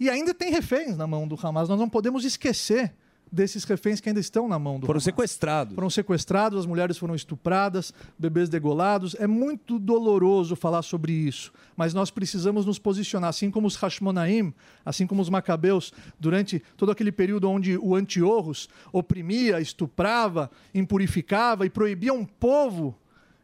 [SPEAKER 26] e ainda tem reféns na mão do Hamas. Nós não podemos esquecer desses reféns que ainda estão na mão do
[SPEAKER 8] Foram
[SPEAKER 26] Hamas.
[SPEAKER 8] sequestrados.
[SPEAKER 26] Foram sequestrados, as mulheres foram estupradas, bebês degolados. É muito doloroso falar sobre isso, mas nós precisamos nos posicionar, assim como os Hashmonaim, assim como os Macabeus, durante todo aquele período onde o Antiorros oprimia, estuprava, impurificava e proibia um povo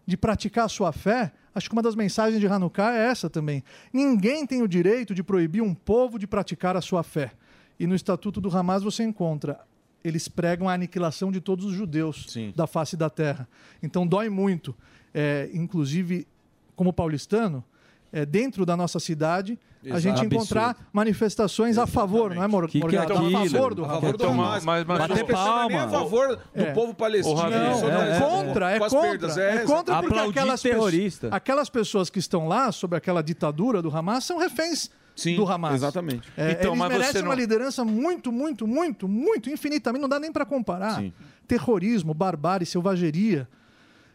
[SPEAKER 26] de praticar a sua fé. Acho que uma das mensagens de Hanukkah é essa também. Ninguém tem o direito de proibir um povo de praticar a sua fé. E no Estatuto do Hamas você encontra eles pregam a aniquilação de todos os judeus da face da terra. Então dói muito. É, inclusive, como paulistano, é, dentro da nossa cidade, a
[SPEAKER 6] Exato.
[SPEAKER 26] gente encontrar
[SPEAKER 6] Absurdo.
[SPEAKER 26] manifestações a favor, não é, Mor
[SPEAKER 6] Que
[SPEAKER 10] Tá
[SPEAKER 6] que é
[SPEAKER 26] Morgado? a
[SPEAKER 6] aquilo?
[SPEAKER 26] favor do
[SPEAKER 6] A
[SPEAKER 26] Hamas. É.
[SPEAKER 6] favor do Então, Hamas. mas- mas- é Bater
[SPEAKER 26] Não tô pensando nem
[SPEAKER 10] é
[SPEAKER 6] palma.
[SPEAKER 26] a favor
[SPEAKER 10] do povo palestino,
[SPEAKER 26] Não,
[SPEAKER 10] solidariedade
[SPEAKER 26] é contra, é
[SPEAKER 10] com as
[SPEAKER 26] contra.
[SPEAKER 10] perdas, é
[SPEAKER 26] é
[SPEAKER 10] essa.
[SPEAKER 26] contra porque
[SPEAKER 10] Aplaudir
[SPEAKER 26] aquelas, pe-
[SPEAKER 10] terrorista.
[SPEAKER 26] aquelas pessoas que estão lá, sob aquela ditadura do Hamas, são reféns do Hamas.
[SPEAKER 18] exatamente.
[SPEAKER 26] É,
[SPEAKER 18] Então,
[SPEAKER 26] eles
[SPEAKER 18] mas você
[SPEAKER 26] merecem
[SPEAKER 18] não-
[SPEAKER 26] uma liderança muito, muito, muito, muito infinitamente. Não dá nem para comparar. Terrorismo, barbárie, selvageria,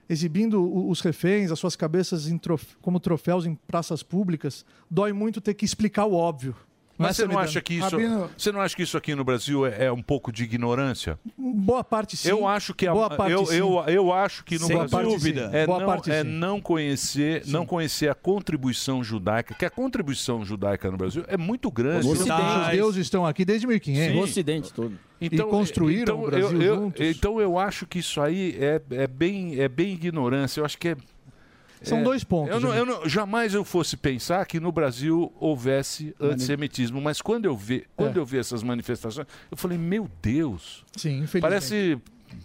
[SPEAKER 26] exibindo o- os reféns, as suas cabeças em trof- como troféus em praças públicas. Dói muito ter que explicar o óbvio. é,
[SPEAKER 6] Mas
[SPEAKER 26] Essa
[SPEAKER 6] você
[SPEAKER 26] me
[SPEAKER 6] não
[SPEAKER 26] dá-
[SPEAKER 6] acha que isso.
[SPEAKER 26] Rabino,
[SPEAKER 6] Você não acha que isso aqui no Brasil é, é um pouco de ignorância?
[SPEAKER 26] Boa parte sim.
[SPEAKER 6] Eu acho que a,
[SPEAKER 26] Boa parte,
[SPEAKER 6] eu,
[SPEAKER 26] sim.
[SPEAKER 6] eu, eu acho que no
[SPEAKER 26] Sem
[SPEAKER 6] Brasil
[SPEAKER 26] dúvida.
[SPEAKER 6] é,
[SPEAKER 26] Boa
[SPEAKER 6] não,
[SPEAKER 26] parte,
[SPEAKER 6] é
[SPEAKER 26] sim.
[SPEAKER 6] não conhecer não conhecer a contribuição judaica que a contribuição judaica no Brasil é muito grande.
[SPEAKER 26] Os judeus estão aqui desde 1500.
[SPEAKER 6] Sim. O Ocidente
[SPEAKER 26] todo.
[SPEAKER 6] Então,
[SPEAKER 26] e construíram
[SPEAKER 6] então,
[SPEAKER 26] o
[SPEAKER 6] eu,
[SPEAKER 26] Brasil
[SPEAKER 6] eu-
[SPEAKER 26] juntos.
[SPEAKER 6] Então eu acho que isso aí é, é bem, é bem ignorância. Eu acho que é.
[SPEAKER 26] São
[SPEAKER 6] é-
[SPEAKER 26] dois pontos, né?
[SPEAKER 6] Eu não-
[SPEAKER 26] gente.
[SPEAKER 6] eu não- jamais eu fosse pensar que no Brasil houvesse
[SPEAKER 26] Mani- É.
[SPEAKER 6] antissemitismo, mas quando eu vi, quando eu vi essas manifestações, eu falei, meu Deus.
[SPEAKER 26] Sim, infelizmente.
[SPEAKER 6] Parece,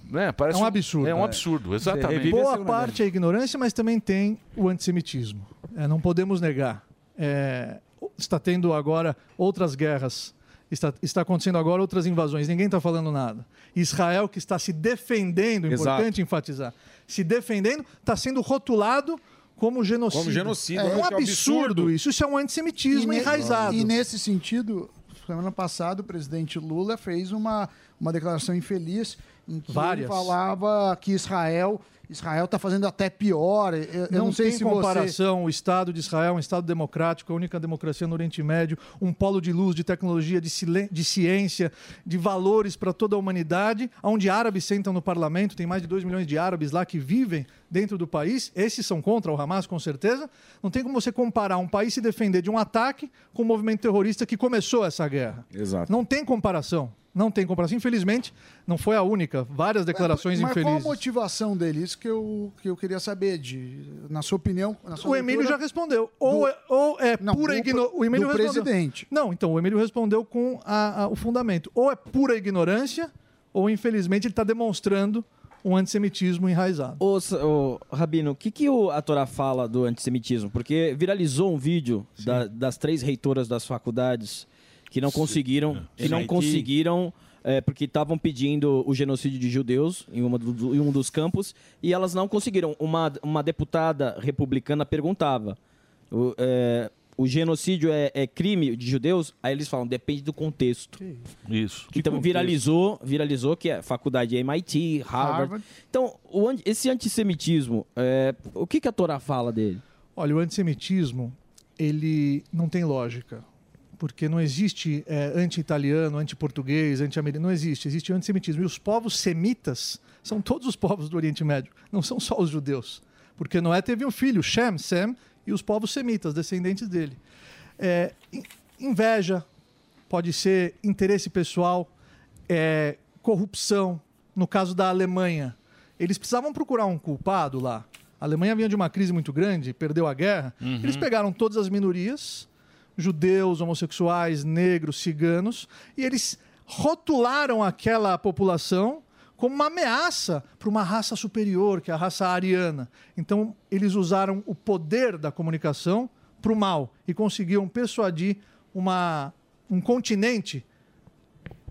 [SPEAKER 6] né, parece
[SPEAKER 26] É um absurdo.
[SPEAKER 6] É um absurdo, exatamente.
[SPEAKER 10] assim
[SPEAKER 26] Boa parte é ignorância, mas também tem o antissemitismo. É, não podemos negar. É, está tendo agora outras guerras. Está, está acontecendo agora outras invasões. Ninguém está falando nada. Israel, que está se defendendo,
[SPEAKER 10] Exato.
[SPEAKER 26] importante enfatizar, se defendendo, está sendo rotulado como genocida.
[SPEAKER 10] Como genocida,
[SPEAKER 26] É,
[SPEAKER 10] olha
[SPEAKER 26] um
[SPEAKER 10] que absurdo.
[SPEAKER 26] absurdo isso. Isso é um antissemitismo
[SPEAKER 10] E ne-
[SPEAKER 26] enraizado.
[SPEAKER 10] e
[SPEAKER 26] nesse
[SPEAKER 10] nesse
[SPEAKER 26] sentido. Exato.
[SPEAKER 3] Nesse sentido, semana passada o presidente Lula fez uma, uma declaração infeliz em que
[SPEAKER 26] Várias.
[SPEAKER 3] ele falava que Israel Israel está fazendo até pior. Eu, eu
[SPEAKER 26] não,
[SPEAKER 3] não sei
[SPEAKER 26] tem
[SPEAKER 3] se você...
[SPEAKER 26] comparação. O Estado de Israel é um Estado democrático, a única democracia no Oriente Médio, um polo de luz, de tecnologia, de, silen- de ciência, de valores para toda a humanidade, onde árabes sentam no parlamento, tem mais de 2 milhões de árabes lá que vivem dentro do país. Esses são contra o Hamas, com certeza. Não tem como você comparar um país se defender de um ataque com o movimento terrorista que começou essa guerra.
[SPEAKER 20] Exato.
[SPEAKER 26] Não tem comparação. Não tem comparação. Infelizmente, não foi a única. Várias declarações
[SPEAKER 3] mas, mas
[SPEAKER 26] infelizes.
[SPEAKER 3] qual a motivação dele? Isso que eu, que eu queria saber, de, na sua opinião. Na sua
[SPEAKER 26] O Emílio
[SPEAKER 3] leitura-
[SPEAKER 26] já respondeu. Ou
[SPEAKER 3] Do-
[SPEAKER 26] é, ou é
[SPEAKER 3] Não,
[SPEAKER 26] pura
[SPEAKER 3] do pre-
[SPEAKER 26] ignorância. O Emílio
[SPEAKER 3] do
[SPEAKER 26] respondeu.
[SPEAKER 3] presidente.
[SPEAKER 26] Não, então, o Emílio respondeu com a- a- o fundamento. Ou é pura ignorância, ou infelizmente ele está demonstrando um antissemitismo enraizado.
[SPEAKER 11] Ô, S- ô, Rabino, o que, que o, a Torá fala do antissemitismo? Porque viralizou um vídeo da- das três reitoras das faculdades que não conseguiram, que
[SPEAKER 2] Sim.
[SPEAKER 11] não
[SPEAKER 2] Sim.
[SPEAKER 11] conseguiram, é, porque estavam pedindo o genocídio de judeus em, uma do- em um dos campos, e elas não conseguiram. Uma, uma deputada republicana perguntava: o, é, o genocídio é, é crime de judeus? Aí eles falam, depende do contexto.
[SPEAKER 6] Isso.
[SPEAKER 11] então viralizou, viralizou que é faculdade MIT, Harvard.
[SPEAKER 26] Harvard.
[SPEAKER 11] Então, o an- esse antissemitismo, é, o que, que a Torá fala dele?
[SPEAKER 26] Olha, o antissemitismo, ele não tem lógica. Porque não existe eh, anti-italiano, anti-português, anti-americano. Não existe. Existe o antissemitismo. E os povos semitas são todos os povos do Oriente Médio. Não são só os judeus. Porque Noé teve um filho, Shem, Sem, e os povos semitas, descendentes dele. Eh, in- inveja, pode ser interesse pessoal, é, corrupção. No caso da Alemanha, eles precisavam procurar um culpado lá. A Alemanha vinha de uma crise muito grande, perdeu a guerra.
[SPEAKER 7] Uhum.
[SPEAKER 26] Eles pegaram todas as minorias, judeus, homossexuais, negros, ciganos, e eles rotularam aquela população como uma ameaça para uma raça superior, que é a raça ariana. Então, eles usaram o poder da comunicação para o mal e conseguiam persuadir uma, um continente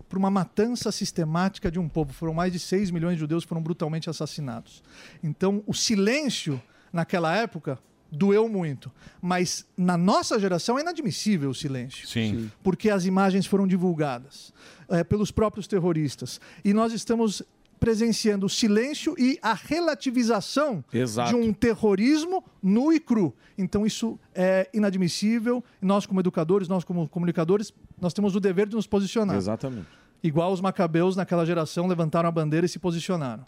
[SPEAKER 26] para uma matança sistemática de um povo. Foram mais de 6 milhões de judeus que foram brutalmente assassinados. Então, o silêncio naquela época doeu muito. Mas na nossa geração é inadmissível o silêncio.
[SPEAKER 6] Sim.
[SPEAKER 26] Porque as imagens foram divulgadas eh, pelos próprios terroristas. E nós estamos presenciando o silêncio e a relativização
[SPEAKER 18] Exato.
[SPEAKER 26] de um terrorismo nu e cru. Então isso é inadmissível. Nós como educadores, nós como comunicadores, nós temos o dever de nos posicionar.
[SPEAKER 18] Exatamente.
[SPEAKER 26] Igual os macabeus naquela geração levantaram a bandeira e se posicionaram.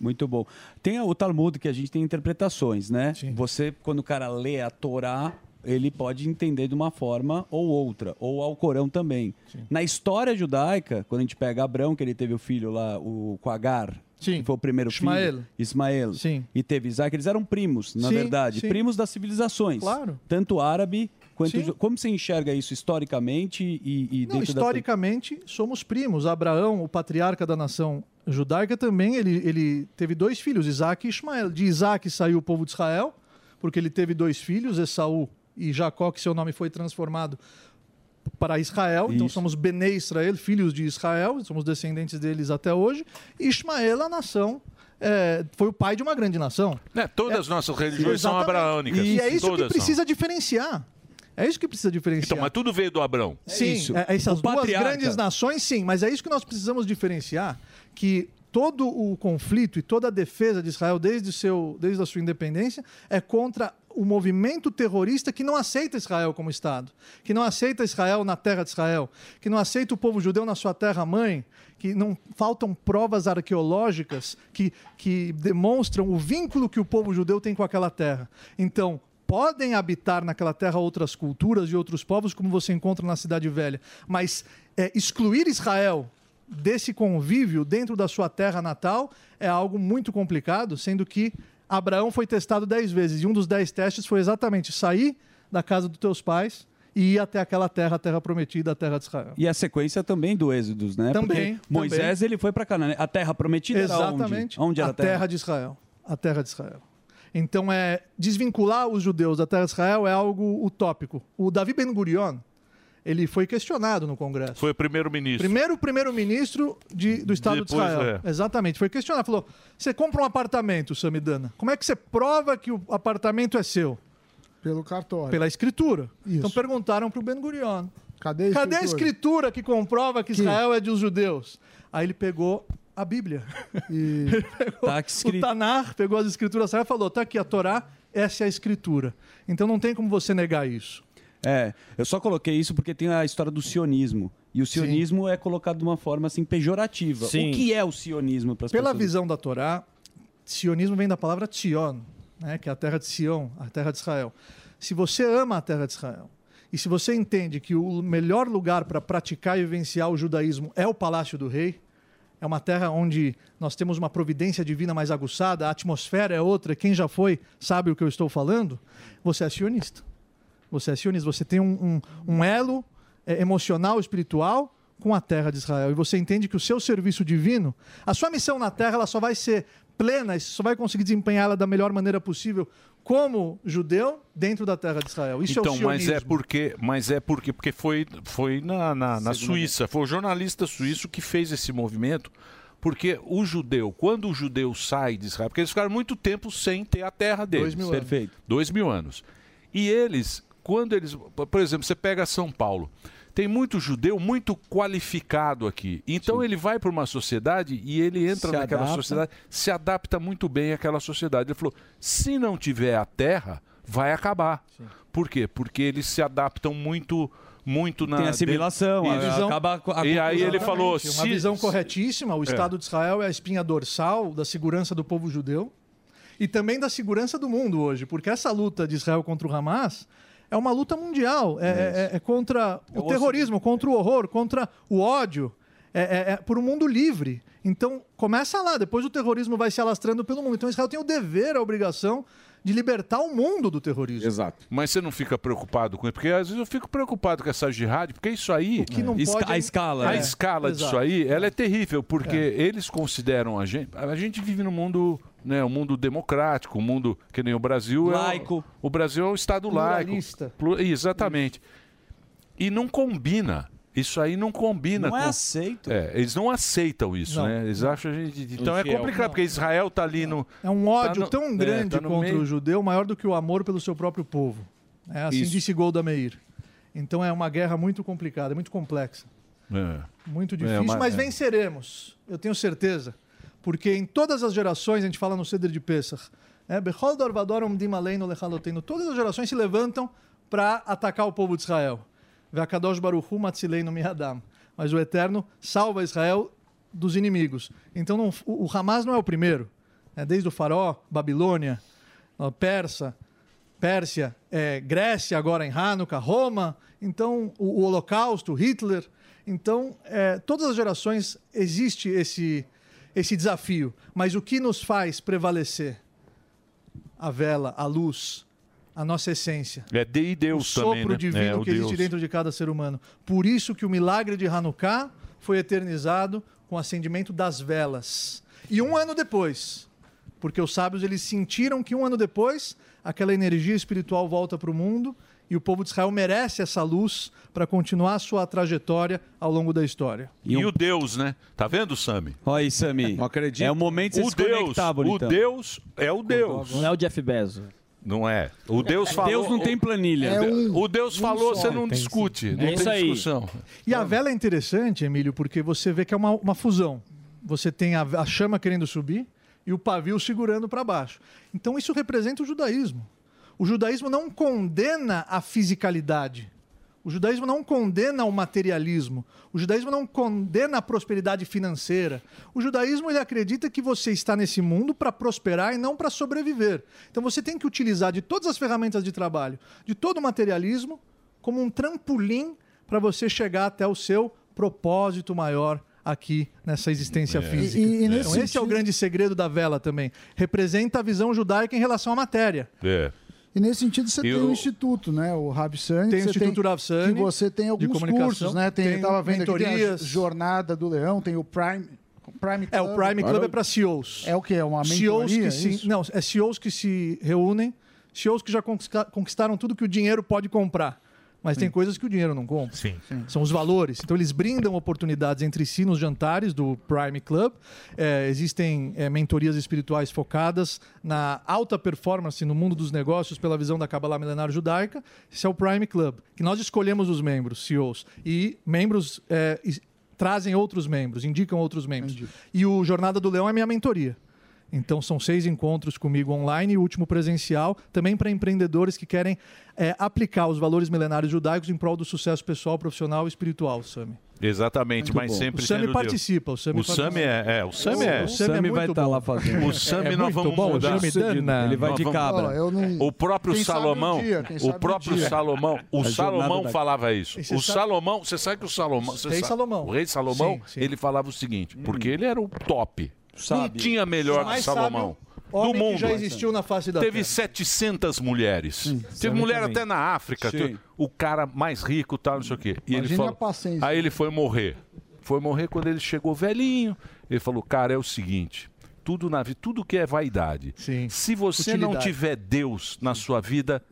[SPEAKER 4] Muito bom. Tem o Talmud que a gente tem interpretações, né? Você, quando o cara lê a Torá, ele pode entender de uma forma ou outra, ou ao Corão também. Na história judaica, quando a gente pega Abrão, que ele teve o filho lá, o com Agar, que foi o primeiro
[SPEAKER 26] Ismael.
[SPEAKER 4] filho, Ismael, e teve Isaac, eles eram primos, na
[SPEAKER 26] Sim,
[SPEAKER 4] verdade,
[SPEAKER 26] sim.
[SPEAKER 4] primos das civilizações,
[SPEAKER 26] Claro.
[SPEAKER 4] tanto árabe quanto
[SPEAKER 26] Sim.
[SPEAKER 4] ju- como você enxerga isso historicamente e, e
[SPEAKER 26] Não,
[SPEAKER 4] dentro da
[SPEAKER 26] historicamente somos primos. Abraão, o patriarca da nação judaica, também ele, ele teve dois filhos, Isaac e Ismael. De Isaac saiu o povo de Israel, porque ele teve dois filhos, Esaú e Jacó, que seu nome foi transformado para Israel. Então
[SPEAKER 17] Isso.
[SPEAKER 26] somos Bene Israel, filhos de Israel, somos descendentes deles até hoje. E Ismael, a nação, eh, foi o pai de uma grande nação.
[SPEAKER 6] Né, todas as nossas religiões são
[SPEAKER 26] É, Exatamente.
[SPEAKER 6] abraâmicas.
[SPEAKER 26] E é isso
[SPEAKER 6] todas
[SPEAKER 26] que precisa diferenciar. É isso que precisa diferenciar.
[SPEAKER 6] São. Então, mas tudo veio do Abrão.
[SPEAKER 26] Sim, é- essas
[SPEAKER 6] O
[SPEAKER 26] duas
[SPEAKER 6] patriarca.
[SPEAKER 26] grandes nações, sim, mas é isso que nós precisamos diferenciar, que todo o conflito e toda a defesa de Israel desde, o seu, desde a sua independência é contra o movimento terrorista que não aceita Israel como Estado, que não aceita Israel na terra de Israel, que não aceita o povo judeu na sua terra-mãe, que não faltam provas arqueológicas que, que demonstram o vínculo que o povo judeu tem com aquela terra. Então, podem habitar naquela terra outras culturas e outros povos, como você encontra na Cidade Velha, mas é, excluir Israel desse convívio dentro da sua terra natal é algo muito complicado, sendo que Abraão foi testado dez vezes e um dos dez testes foi exatamente sair da casa dos teus pais e ir até aquela terra, a terra prometida, a terra de Israel.
[SPEAKER 4] E a sequência também do Êxodos, né?
[SPEAKER 26] Também,
[SPEAKER 4] Porque
[SPEAKER 26] também.
[SPEAKER 4] Moisés ele foi para Canaã, a terra prometida
[SPEAKER 26] Exatamente.
[SPEAKER 4] era onde? Onde era
[SPEAKER 26] a terra? de Israel. A terra de Israel. Então, é, desvincular os judeus da terra de Israel é algo utópico. O Davi Ben-Gurion, ele foi questionado no Congresso.
[SPEAKER 6] Foi o primeiro-ministro.
[SPEAKER 26] Primeiro primeiro-ministro de- do Estado
[SPEAKER 6] Depois,
[SPEAKER 26] de Israel.
[SPEAKER 6] é.
[SPEAKER 26] Exatamente. Foi questionado. Falou: você compra um apartamento, Samidana. Como é que você prova que o apartamento é seu?
[SPEAKER 3] Pelo cartório.
[SPEAKER 26] Pela escritura. Então perguntaram para o Ben Gurion.
[SPEAKER 3] Cadê a
[SPEAKER 26] Cadê a
[SPEAKER 3] escritura?"
[SPEAKER 26] escritura que comprova que
[SPEAKER 3] Que?
[SPEAKER 26] Israel é de os judeus? Aí ele pegou a Bíblia. Ele pegou
[SPEAKER 4] Tá
[SPEAKER 26] o
[SPEAKER 4] escrito.
[SPEAKER 26] Tanar, pegou as escrituras sagradas e falou: tá aqui a Torá, essa é a escritura. Então não tem como você negar isso.
[SPEAKER 4] É, eu só coloquei isso porque tem a história do sionismo. E o sionismo é colocado de uma forma assim pejorativa.
[SPEAKER 26] Sim.
[SPEAKER 4] O que é o sionismo para as
[SPEAKER 26] Pela
[SPEAKER 4] pessoas?
[SPEAKER 26] visão da Torá, sionismo vem da palavra Sion, né, que é a terra de Sião, a terra de Israel. Se você ama a terra de Israel E se você entende que o melhor lugar para praticar e vivenciar o judaísmo é o Palácio do Rei, é uma terra onde nós temos uma providência divina mais aguçada, a atmosfera é outra, quem já foi sabe o que eu estou falando, você é sionista. Você é sionista, você tem um, um- um elo é, emocional, espiritual com a terra de Israel. E você entende que o seu serviço divino, a sua missão na terra, ela só vai ser plena, e só vai conseguir desempenhá-la da melhor maneira possível como judeu dentro da terra de Israel. Isso é o
[SPEAKER 6] então, mas
[SPEAKER 26] sionismo.
[SPEAKER 6] é porque, mas é porque, porque foi, foi na, na, na
[SPEAKER 26] Segunda
[SPEAKER 6] Suíça, foi o jornalista suíço que fez esse movimento, porque o judeu, quando o judeu sai de Israel, porque eles ficaram muito tempo sem ter a terra deles.
[SPEAKER 26] Dois mil anos. Perfeito.
[SPEAKER 6] Dois mil anos. E eles, quando eles, por exemplo, você pega São Paulo, tem muito judeu muito qualificado aqui. Então ele vai para uma sociedade e ele entra
[SPEAKER 8] Se
[SPEAKER 6] naquela
[SPEAKER 8] adapta.
[SPEAKER 6] sociedade, se adapta muito bem àquela sociedade. Ele falou: se não tiver a terra, vai acabar. Por quê? Porque eles se adaptam muito muito na
[SPEAKER 26] Tem assimilação,
[SPEAKER 6] dentro-
[SPEAKER 26] a-
[SPEAKER 6] Isso.
[SPEAKER 26] acaba
[SPEAKER 6] e aí ele
[SPEAKER 26] Exatamente.
[SPEAKER 6] falou
[SPEAKER 26] Uma
[SPEAKER 6] se
[SPEAKER 26] visão corretíssima. O
[SPEAKER 6] É.
[SPEAKER 26] Estado de Israel é a espinha dorsal da segurança do povo judeu e também da segurança do mundo hoje, porque essa luta de Israel contra o Hamas é uma luta mundial. É, é- é contra o terrorismo, contra o horror, contra o ódio. É, é- é por um mundo livre. Então, começa lá, depois o terrorismo vai se alastrando pelo mundo. Então, Israel tem o dever, a obrigação de libertar o mundo do terrorismo.
[SPEAKER 6] Exato. Mas você não fica preocupado com isso? Porque às vezes eu fico preocupado com essa jihad, porque isso aí.
[SPEAKER 26] que não É. pode Esca- a é- escala,
[SPEAKER 6] A
[SPEAKER 26] né?
[SPEAKER 6] escala disso
[SPEAKER 26] Exato.
[SPEAKER 6] aí, ela é terrível, porque
[SPEAKER 26] É.
[SPEAKER 6] eles consideram a gente. A gente vive num mundo. Né, um mundo democrático, um mundo que nem o Brasil
[SPEAKER 26] Laico.
[SPEAKER 6] é. O, o Brasil é um Estado
[SPEAKER 26] Pluralista.
[SPEAKER 6] laico. Plu- Exatamente. E não combina. Isso aí não combina.
[SPEAKER 26] Não é
[SPEAKER 6] aceito. eles não aceitam isso,
[SPEAKER 26] Não.
[SPEAKER 6] né? Eles acham a gente. Então é
[SPEAKER 26] Infiel.
[SPEAKER 6] complicado,
[SPEAKER 26] Não.
[SPEAKER 6] porque Israel tá ali no.
[SPEAKER 26] É um ódio
[SPEAKER 6] tá no-
[SPEAKER 26] tão
[SPEAKER 6] é,
[SPEAKER 26] grande
[SPEAKER 6] tá no
[SPEAKER 26] contra
[SPEAKER 6] meio.
[SPEAKER 26] o judeu, maior do que o amor pelo seu próprio povo. É assim
[SPEAKER 6] Isso.
[SPEAKER 26] disse Golda Meir. Então é uma guerra muito complicada, muito complexa,
[SPEAKER 6] É.
[SPEAKER 26] muito
[SPEAKER 6] É,
[SPEAKER 26] difícil,
[SPEAKER 6] mas-
[SPEAKER 26] mas,
[SPEAKER 6] é.
[SPEAKER 26] venceremos, eu tenho certeza. Porque em todas as gerações, a gente fala no Ceder de Pesach, é, Bechol Darvadorum Dimaleinu Lechaloteinu, todas as gerações se levantam para atacar o povo de Israel. Vakadosh Baruchu Matzileinu Mihadam. Mas o Eterno salva Israel dos inimigos. Então não- o, o Hamas não é o primeiro. É, desde o Faraó, Babilônia, ó, Persa, Pérsia, é, Grécia, agora em Hanukkah, Roma, então o, o Holocausto, Hitler. Então, é, todas as gerações existe esse, esse desafio. Mas o que nos faz prevalecer? A vela, a luz, a nossa essência.
[SPEAKER 6] É de e
[SPEAKER 26] o
[SPEAKER 6] Deus
[SPEAKER 26] sopro
[SPEAKER 6] também, né?
[SPEAKER 26] divino
[SPEAKER 6] é, o
[SPEAKER 26] que existe
[SPEAKER 6] Deus.
[SPEAKER 26] dentro de cada ser humano. Por isso que o milagre de Hanukkah foi eternizado com o acendimento das velas. E um ano depois, porque os sábios eles sentiram que um ano depois aquela energia espiritual volta para o mundo e o povo de Israel merece essa luz para continuar a sua trajetória ao longo da história.
[SPEAKER 6] E, o Deus, né? Tá vendo, Sami?
[SPEAKER 4] Olha aí, Sami.
[SPEAKER 6] Não acredito.
[SPEAKER 4] É o momento de
[SPEAKER 6] o
[SPEAKER 4] você se conectar, bonitão.
[SPEAKER 6] O Deus é o Deus.
[SPEAKER 11] Não é o Jeff Bezos.
[SPEAKER 6] Não é. O Deus falou.
[SPEAKER 4] Deus não tem planilha.
[SPEAKER 6] O
[SPEAKER 4] É
[SPEAKER 6] Deus-
[SPEAKER 4] um-
[SPEAKER 6] o Deus
[SPEAKER 4] um
[SPEAKER 6] falou,
[SPEAKER 4] só.
[SPEAKER 6] você não
[SPEAKER 4] Tem sim.
[SPEAKER 6] discute. Não
[SPEAKER 4] É
[SPEAKER 6] tem
[SPEAKER 4] isso aí.
[SPEAKER 6] discussão.
[SPEAKER 26] E a vela é interessante, Emílio, porque você vê que é uma, uma fusão. Você tem a, a chama querendo subir e o pavio segurando para baixo. Então isso representa o judaísmo. O judaísmo não condena a fisicalidade. O judaísmo não condena o materialismo. O judaísmo não condena a prosperidade financeira. O judaísmo ele acredita que você está nesse mundo para prosperar e não para sobreviver. Então você tem que utilizar de todas as ferramentas de trabalho, de todo o materialismo, como um trampolim para você chegar até o seu propósito maior aqui nessa existência
[SPEAKER 13] É.
[SPEAKER 26] física.
[SPEAKER 13] E- e- e
[SPEAKER 26] então,
[SPEAKER 13] nesse
[SPEAKER 26] esse é o grande segredo da vela também. Representa a visão judaica em relação à matéria.
[SPEAKER 6] É.
[SPEAKER 26] E nesse sentido, você tem o um o- instituto, né? O Rabi Tem o você Instituto Rav Sani, que você tem de alguns comunicação. cursos, né? Tem- eu tava vendo aqui, tem a mentorias. Jornada do Leão, tem o Prime. Prime É, o Prime Club é para CEOs. É o que? É uma CEOs mentoria, que é se, isso? não, é CEOs que se reúnem, CEOs que já conquista- conquistaram tudo que o dinheiro pode comprar. Mas tem coisas que o dinheiro não compra.
[SPEAKER 6] Sim.
[SPEAKER 26] São os valores. Então eles brindam oportunidades entre si nos jantares do Prime Club. É, existem é, mentorias espirituais focadas na alta performance no mundo dos negócios pela visão da Kabbalah milenar judaica. Esse é o Prime Club, que nós escolhemos os membros, CEOs. E membros é, is- trazem outros membros, indicam outros membros. E o Jornada do Leão é minha mentoria. Então são seis encontros comigo online e o último presencial, também para empreendedores que querem é, aplicar os valores milenários judaicos em prol do sucesso pessoal, profissional e espiritual, Sami.
[SPEAKER 6] Exatamente,
[SPEAKER 26] Muito
[SPEAKER 6] mas
[SPEAKER 26] bom.
[SPEAKER 6] sempre
[SPEAKER 26] O Sami
[SPEAKER 6] sendo Deus.
[SPEAKER 26] participa, o Sami participa.
[SPEAKER 6] Sami é, é, o Sami é.
[SPEAKER 26] O Sami é muito
[SPEAKER 6] vai estar
[SPEAKER 26] bom.
[SPEAKER 6] lá fazendo. O Sami
[SPEAKER 26] É
[SPEAKER 6] nós
[SPEAKER 26] muito
[SPEAKER 6] vamos
[SPEAKER 26] bom, o
[SPEAKER 6] mudar.
[SPEAKER 26] Sami Dana. Ele vai
[SPEAKER 6] Nós
[SPEAKER 26] de
[SPEAKER 6] vamos-
[SPEAKER 26] cabra. Ó, né? eu não-
[SPEAKER 6] O próprio
[SPEAKER 26] Quem sabe um
[SPEAKER 6] Salomão,
[SPEAKER 26] dia, quem
[SPEAKER 6] o
[SPEAKER 26] sabe um
[SPEAKER 6] próprio
[SPEAKER 26] dia.
[SPEAKER 6] Salomão,
[SPEAKER 26] A
[SPEAKER 6] o
[SPEAKER 26] jornada
[SPEAKER 6] Salomão
[SPEAKER 26] da-
[SPEAKER 6] falava isso.
[SPEAKER 26] E você
[SPEAKER 6] O
[SPEAKER 26] sabe-
[SPEAKER 6] Salomão, você sabe que o Salomão, você
[SPEAKER 26] Rei
[SPEAKER 6] sabe-
[SPEAKER 26] Salomão.
[SPEAKER 6] o rei Salomão,
[SPEAKER 26] Sim, Hum. sim.
[SPEAKER 6] ele falava o seguinte, porque ele era o top. Não tinha melhor que
[SPEAKER 26] Mais
[SPEAKER 6] Salomão.
[SPEAKER 26] sábio
[SPEAKER 6] Do
[SPEAKER 26] homem
[SPEAKER 6] mundo.
[SPEAKER 26] que já existiu na face da
[SPEAKER 6] Teve
[SPEAKER 26] Terra.
[SPEAKER 6] 700 mulheres. Teve
[SPEAKER 26] Sami
[SPEAKER 6] mulher
[SPEAKER 26] também.
[SPEAKER 6] até na África.
[SPEAKER 26] Sim.
[SPEAKER 6] teve- O cara mais rico, tal, não sei o quê. E ele
[SPEAKER 26] Imagine
[SPEAKER 6] falou,
[SPEAKER 26] a paciência.
[SPEAKER 6] Aí ele foi morrer. Foi morrer quando ele chegou velhinho. Ele falou: "Cara, é o seguinte, tudo na vida, tudo que é vaidade. Se você não
[SPEAKER 26] Utilidade.
[SPEAKER 6] tiver Deus na sua vida,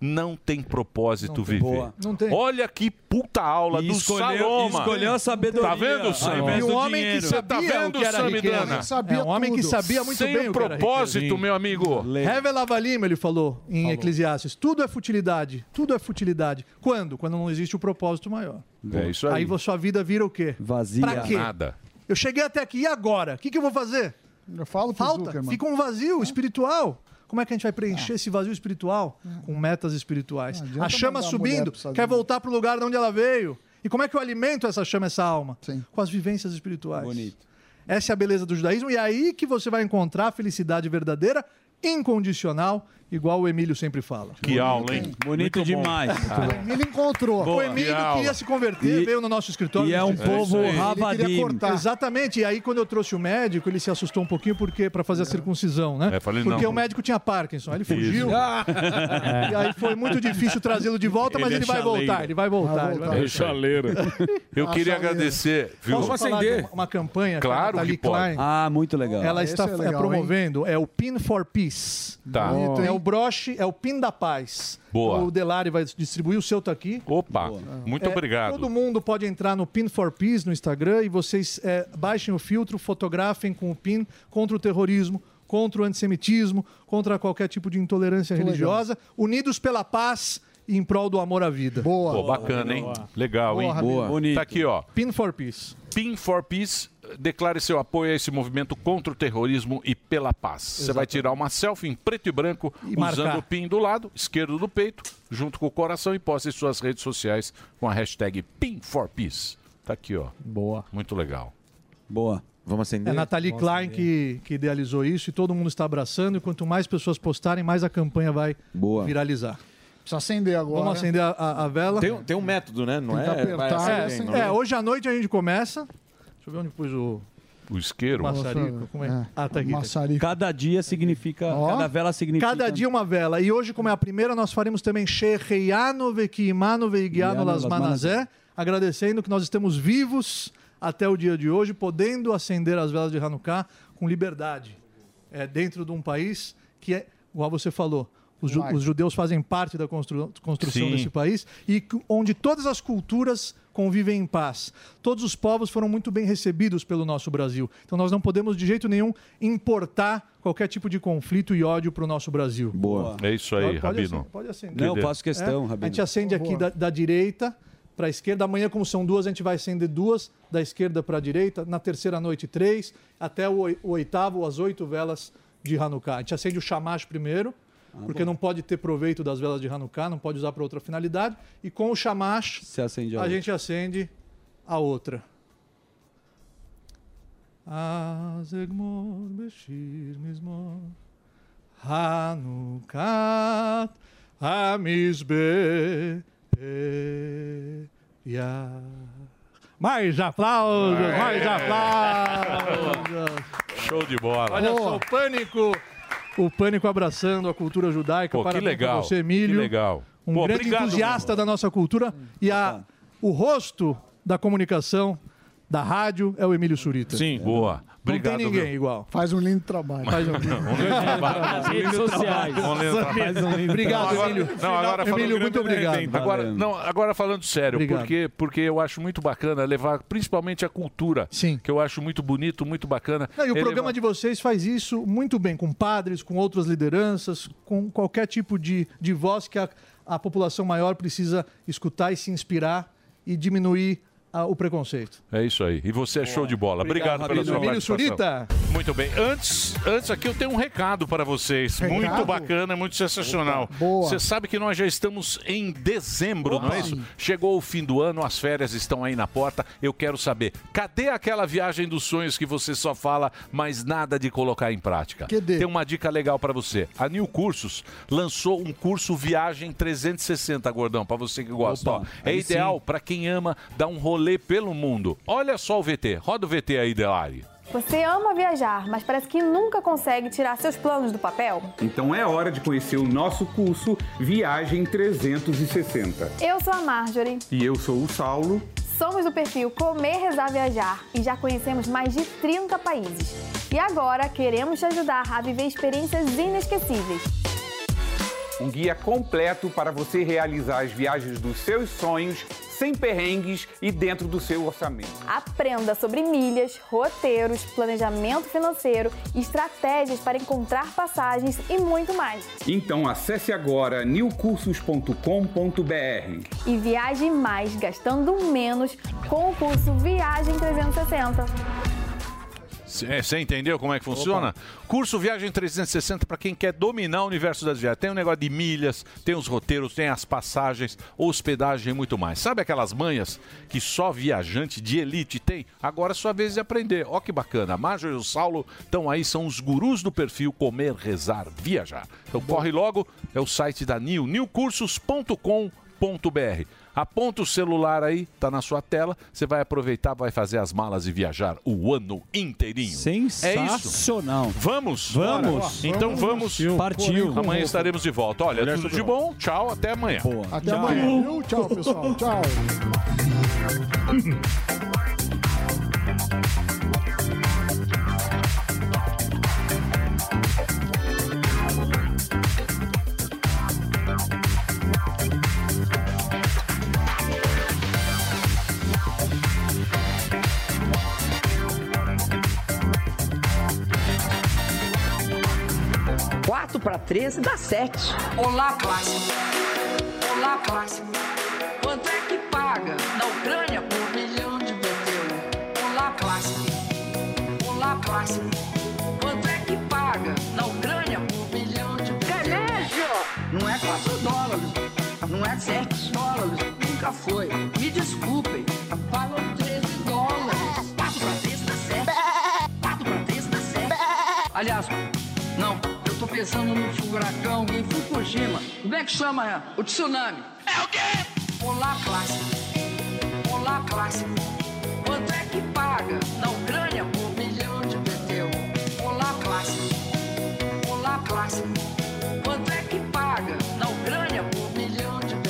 [SPEAKER 6] não tem propósito
[SPEAKER 26] Não tem.
[SPEAKER 6] viver.
[SPEAKER 26] Boa. Não tem.
[SPEAKER 6] Olha que puta aula
[SPEAKER 26] E
[SPEAKER 6] do
[SPEAKER 26] escolheu-
[SPEAKER 6] Saloma.
[SPEAKER 26] escolheu a sabedoria
[SPEAKER 6] Tá vendo,
[SPEAKER 26] ao
[SPEAKER 6] Sam?
[SPEAKER 26] invés E um do homem que dinheiro.
[SPEAKER 6] Você tá
[SPEAKER 26] sabia o
[SPEAKER 6] vendo,
[SPEAKER 26] que era
[SPEAKER 6] Sam
[SPEAKER 26] riqueza,
[SPEAKER 6] Dana?
[SPEAKER 26] sabia É, um homem que tudo. sabia muito
[SPEAKER 6] Sem
[SPEAKER 26] bem o que era
[SPEAKER 6] propósito,
[SPEAKER 26] riqueza.
[SPEAKER 6] meu amigo.
[SPEAKER 26] Revelavalim, ele falou em Eclesiastes. Tudo é futilidade. Tudo é futilidade. Quando? Quando não existe o propósito maior.
[SPEAKER 6] É isso aí.
[SPEAKER 26] vo- sua vida vira o quê?
[SPEAKER 4] Vazia.
[SPEAKER 26] Pra quê?
[SPEAKER 6] Nada.
[SPEAKER 26] Eu cheguei até aqui, e agora? O que, que eu vou fazer? Eu falo Falta.
[SPEAKER 3] Zuckerman.
[SPEAKER 26] Fica um vazio espiritual. Como é que a gente vai preencher esse vazio espiritual? Com metas espirituais.
[SPEAKER 3] adianta
[SPEAKER 26] A chama
[SPEAKER 3] mandar a
[SPEAKER 26] subindo,
[SPEAKER 3] mulher pro
[SPEAKER 26] quer
[SPEAKER 3] Satanás.
[SPEAKER 26] voltar para o lugar de onde ela veio. E como é que eu alimento essa chama, essa alma? Com as vivências espirituais. Bonito. Essa é a beleza do judaísmo. E é aí que você vai encontrar a felicidade verdadeira, incondicional, igual o Emílio sempre fala.
[SPEAKER 6] Que aula, hein?
[SPEAKER 4] Bonito demais.
[SPEAKER 26] O Emílio encontrou.
[SPEAKER 4] Boa.
[SPEAKER 26] O Emílio
[SPEAKER 4] Que aula.
[SPEAKER 26] queria se converter,
[SPEAKER 4] E-
[SPEAKER 26] veio no nosso escritório.
[SPEAKER 4] e é um
[SPEAKER 26] Ele disse,
[SPEAKER 4] povo
[SPEAKER 26] "Ele queria
[SPEAKER 4] rabadim."
[SPEAKER 26] cortar. Exatamente. E aí, quando eu trouxe o médico, ele se assustou um pouquinho porque para fazer a circuncisão, né?
[SPEAKER 6] É, falei,
[SPEAKER 26] porque
[SPEAKER 6] não.
[SPEAKER 26] o médico tinha Parkinson. Aí ele
[SPEAKER 6] Isso. Ah.
[SPEAKER 26] fugiu. e aí foi muito difícil trazê-lo de volta, mas
[SPEAKER 6] Ele é
[SPEAKER 26] ele vai
[SPEAKER 6] chaleiro.
[SPEAKER 26] voltar. Ele vai voltar. ele vai voltar.
[SPEAKER 6] Eu
[SPEAKER 26] A
[SPEAKER 6] queria
[SPEAKER 26] chaleira.
[SPEAKER 6] agradecer, viu?
[SPEAKER 26] Ah, Posso falar de Uma, uma campanha que a
[SPEAKER 6] Claro
[SPEAKER 26] Nathalie
[SPEAKER 6] que pode.
[SPEAKER 26] Klein-
[SPEAKER 4] Ah, muito legal.
[SPEAKER 26] Ela
[SPEAKER 4] Esse
[SPEAKER 26] está
[SPEAKER 4] é
[SPEAKER 26] é
[SPEAKER 4] legal,
[SPEAKER 26] promovendo, é o Pin for Peace.
[SPEAKER 6] Tá. Bonito,
[SPEAKER 26] é
[SPEAKER 6] hein?
[SPEAKER 26] o broche, é o Pin da Paz.
[SPEAKER 6] Boa.
[SPEAKER 26] O Delari vai distribuir, o seu tá aqui.
[SPEAKER 6] Opa, muito
[SPEAKER 26] É,
[SPEAKER 6] obrigado.
[SPEAKER 26] Todo mundo pode entrar no Pin for Peace no Instagram e vocês é, baixem o filtro, fotografem com o Pin contra o terrorismo, contra o antissemitismo, contra qualquer tipo de intolerância
[SPEAKER 6] Muito legal.
[SPEAKER 26] religiosa, unidos pela paz e em prol do amor à vida. Boa.
[SPEAKER 6] Pô, bacana, hein? Legal,
[SPEAKER 26] Boa,
[SPEAKER 6] hein?
[SPEAKER 26] Ramiro. Boa. Bonito.
[SPEAKER 6] Tá aqui, ó.
[SPEAKER 26] Pin for Peace.
[SPEAKER 6] Pin for Peace declare seu apoio a esse movimento contra o terrorismo e pela paz. Você vai tirar uma selfie em preto e branco, usando
[SPEAKER 26] marcar.
[SPEAKER 6] o pin do lado esquerdo do peito, junto com o coração e poste em suas redes sociais com a hashtag Pin for Peace. Tá aqui, ó.
[SPEAKER 26] Boa.
[SPEAKER 6] Muito legal.
[SPEAKER 4] Boa.
[SPEAKER 6] Vamos
[SPEAKER 26] É
[SPEAKER 6] acender?
[SPEAKER 26] a Nathalie Klein que, que idealizou isso e todo mundo está abraçando. E quanto mais pessoas postarem, mais a campanha vai viralizar. Precisa acender agora. Vamos acender a, a- a vela.
[SPEAKER 18] Tem, tem um método, né? Não
[SPEAKER 26] Tentar
[SPEAKER 18] é? vai
[SPEAKER 26] apertar.
[SPEAKER 18] assim,
[SPEAKER 26] É,
[SPEAKER 18] não
[SPEAKER 26] é, hoje à noite a gente começa. Deixa eu ver onde pus o
[SPEAKER 6] O isqueiro.
[SPEAKER 26] maçarico. Como é? Ah, tá aqui.
[SPEAKER 4] Cada dia significa. Cada vela significa.
[SPEAKER 26] Cada dia uma vela. E hoje, como é a primeira, nós faremos também Sheheiano Vekiimano Veigiano
[SPEAKER 4] Guiano
[SPEAKER 26] Las
[SPEAKER 4] Las
[SPEAKER 26] Manazé, agradecendo que nós estamos vivos até o dia de hoje, podendo acender as velas de Hanukkah com liberdade. É dentro de um país que é, igual você falou, os, ju- Vai. os judeus fazem parte da constru- construção
[SPEAKER 6] Sim.
[SPEAKER 26] desse país e c- onde todas as culturas convivem em paz. Todos os povos foram muito bem recebidos pelo nosso Brasil. Então nós não podemos de jeito nenhum importar qualquer tipo de conflito e ódio para o nosso Brasil.
[SPEAKER 4] Boa.
[SPEAKER 6] É isso aí,
[SPEAKER 26] Pode- pode
[SPEAKER 6] Rabino.
[SPEAKER 26] acender, Pode acender.
[SPEAKER 4] Não, faço questão,
[SPEAKER 26] É, A gente
[SPEAKER 4] Rabino.
[SPEAKER 26] acende aqui da, da direita para a esquerda. Amanhã, como são duas, a gente vai acender duas da esquerda para a direita. Na terceira noite, três. Até o, oi- o oitavo, as oito velas de Hanukkah. A gente acende o chamash primeiro,
[SPEAKER 4] Ah,
[SPEAKER 26] porque não pode ter proveito das velas de Hanukkah, não pode usar para outra finalidade. E com o chamash,
[SPEAKER 4] Se acende a
[SPEAKER 26] a
[SPEAKER 4] outra.
[SPEAKER 26] gente acende a outra. Az egmor besir mizmor Hanukat Amizbe Yah. Mais aplausos,
[SPEAKER 6] Aê!
[SPEAKER 26] mais aplausos.
[SPEAKER 6] Show de bola.
[SPEAKER 26] Olha só o pânico. O pânico abraçando a cultura judaica.
[SPEAKER 6] Pô, que
[SPEAKER 26] Parabéns pra
[SPEAKER 6] legal.
[SPEAKER 26] você, Emílio.
[SPEAKER 6] Que legal.
[SPEAKER 26] Um
[SPEAKER 6] Pô,
[SPEAKER 26] grande
[SPEAKER 6] obrigado, Hum,
[SPEAKER 26] entusiasta da nossa cultura. E a, o rosto da comunicação, da rádio, é o Emílio Surita.
[SPEAKER 6] Sim. Boa. Obrigado,
[SPEAKER 26] Não tem ninguém
[SPEAKER 6] meu.
[SPEAKER 26] igual. Faz um lindo trabalho. Faz um
[SPEAKER 6] um lindo trabalho.
[SPEAKER 26] Nas redes sociais.
[SPEAKER 6] tá Vamos ler o trabalho.
[SPEAKER 26] Faz um livro. Obrigado,
[SPEAKER 6] Não, agora-
[SPEAKER 26] Emílio.
[SPEAKER 6] Não, agora falando-
[SPEAKER 26] Emílio, muito obrigado.
[SPEAKER 6] Agora, não, agora falando sério,
[SPEAKER 26] Obrigado.
[SPEAKER 6] porque, porque eu acho muito bacana levar principalmente a cultura, que eu acho muito bonito, muito bacana.
[SPEAKER 26] Não, e o
[SPEAKER 6] Ele-
[SPEAKER 26] programa de vocês faz isso muito bem, com padres, com outras lideranças, com qualquer tipo de, de voz que a, a população maior precisa escutar e se inspirar e diminuir a a- o preconceito.
[SPEAKER 6] É isso aí. E você é show de bola. Obrigado,
[SPEAKER 26] Obrigado,
[SPEAKER 6] pela sua
[SPEAKER 26] Rabino.
[SPEAKER 6] participação.
[SPEAKER 26] Emílio Surita.
[SPEAKER 6] Muito bem. Antes, antes aqui eu tenho um recado para vocês.
[SPEAKER 26] Recado?
[SPEAKER 6] Muito bacana, muito sensacional.
[SPEAKER 26] boa.
[SPEAKER 6] Você sabe que nós já estamos em dezembro, não é isso? Chegou o fim do ano, as férias estão aí na porta. Eu quero saber, cadê aquela viagem dos sonhos que você só fala, mas nada de colocar em prática? Tem uma dica legal para você. A New Cursos lançou um curso Viagem 360, gordão, para você que gosta.
[SPEAKER 8] Opa,
[SPEAKER 6] Ó, é
[SPEAKER 8] aí
[SPEAKER 6] ideal
[SPEAKER 8] sim.
[SPEAKER 6] para quem ama dar um rolê pelo mundo. Olha só o VT. Roda o VT aí, Delari.
[SPEAKER 2] Você ama viajar, mas parece que nunca consegue tirar seus planos do papel?
[SPEAKER 7] Então é hora de conhecer o nosso curso Viagem 360.
[SPEAKER 2] Eu sou a Marjorie.
[SPEAKER 7] E eu sou o Saulo.
[SPEAKER 2] Somos do perfil Comer, Rezar, Viajar e já conhecemos mais de 30 países. E agora queremos te ajudar a viver experiências inesquecíveis.
[SPEAKER 7] Um guia completo para você realizar as viagens dos seus sonhos, sem perrengues e dentro do seu orçamento.
[SPEAKER 2] Aprenda sobre milhas, roteiros, planejamento financeiro, estratégias para encontrar passagens e muito mais.
[SPEAKER 7] Então acesse agora newcursos.com.br.
[SPEAKER 2] E viaje mais gastando menos com o curso Viagem 360.
[SPEAKER 6] Você entendeu como é que funciona? Curso Viagem 360 para quem quer dominar o universo das viagens. Tem um negócio de milhas, tem os roteiros, tem as passagens, hospedagem e muito mais. Sabe aquelas manhas que só viajante de elite tem? Agora é sua vez de aprender. Ó que bacana. A Marjorie e o Saulo estão aí, são os gurus do perfil Comer, Rezar, Viajar. Então corre logo, é o site da Nil, nilcursos.com.br. Aponta o celular aí, tá na sua tela. Você vai aproveitar, vai fazer as malas e viajar o ano inteirinho.
[SPEAKER 4] Sensacional.
[SPEAKER 6] É isso? É Vamos?
[SPEAKER 4] Vamos.
[SPEAKER 6] Bora. Então vamos.
[SPEAKER 4] Partiu. Partiu.
[SPEAKER 6] Amanhã estaremos de volta. Olha, tudo de bom. Tchau, até amanhã.
[SPEAKER 13] Até amanhã. viu? Tchau, pessoal. Tchau.
[SPEAKER 17] Quatro para 13 dá sete.
[SPEAKER 14] Olá, classe. Olá, classe. Quanto é que paga na Ucrânia por milhão de BTU? Olá, classe. Olá, classe. Quanto é que paga na Ucrânia por milhão de BTU? Não é 4 dólares, não é 7 dólares, nunca foi. Me desculpem, falam 13 dólares. 4 para 13 dá 7. 4 para 13 dá 7. Aliás, não, eu tô pensando no furacão em Fukushima. Como é que chama é? o tsunami? É o quê? Olá, classe. Olá, classe. Quanto é que paga na Ucrânia por milhão de BTU? Olá, classe. Olá, classe. Quanto é que paga na Ucrânia por milhão de BTU?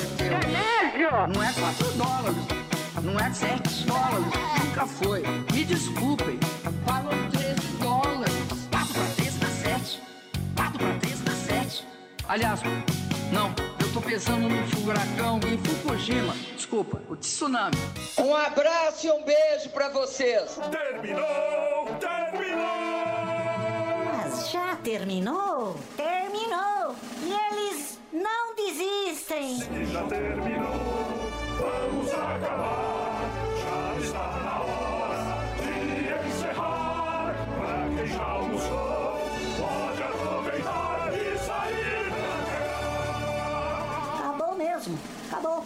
[SPEAKER 14] Não é 4 dólares, não é 7 dólares, nunca foi. Me desculpem, falam 13 dólares. 4 para 13 dá 7. 4 para 13 dá 7. Aliás, não, eu tô pensando no furacão em Fukushima. Desculpa, o tsunami. Um abraço e um beijo para vocês. Terminou, terminou!
[SPEAKER 27] Mas já terminou? Terminou! E eles não desistem! Se já terminou, vamos acabar! Já está na hora de encerrar! Pra quem já almoçou, pode aproveitar e sair Acabou mesmo! Acabou!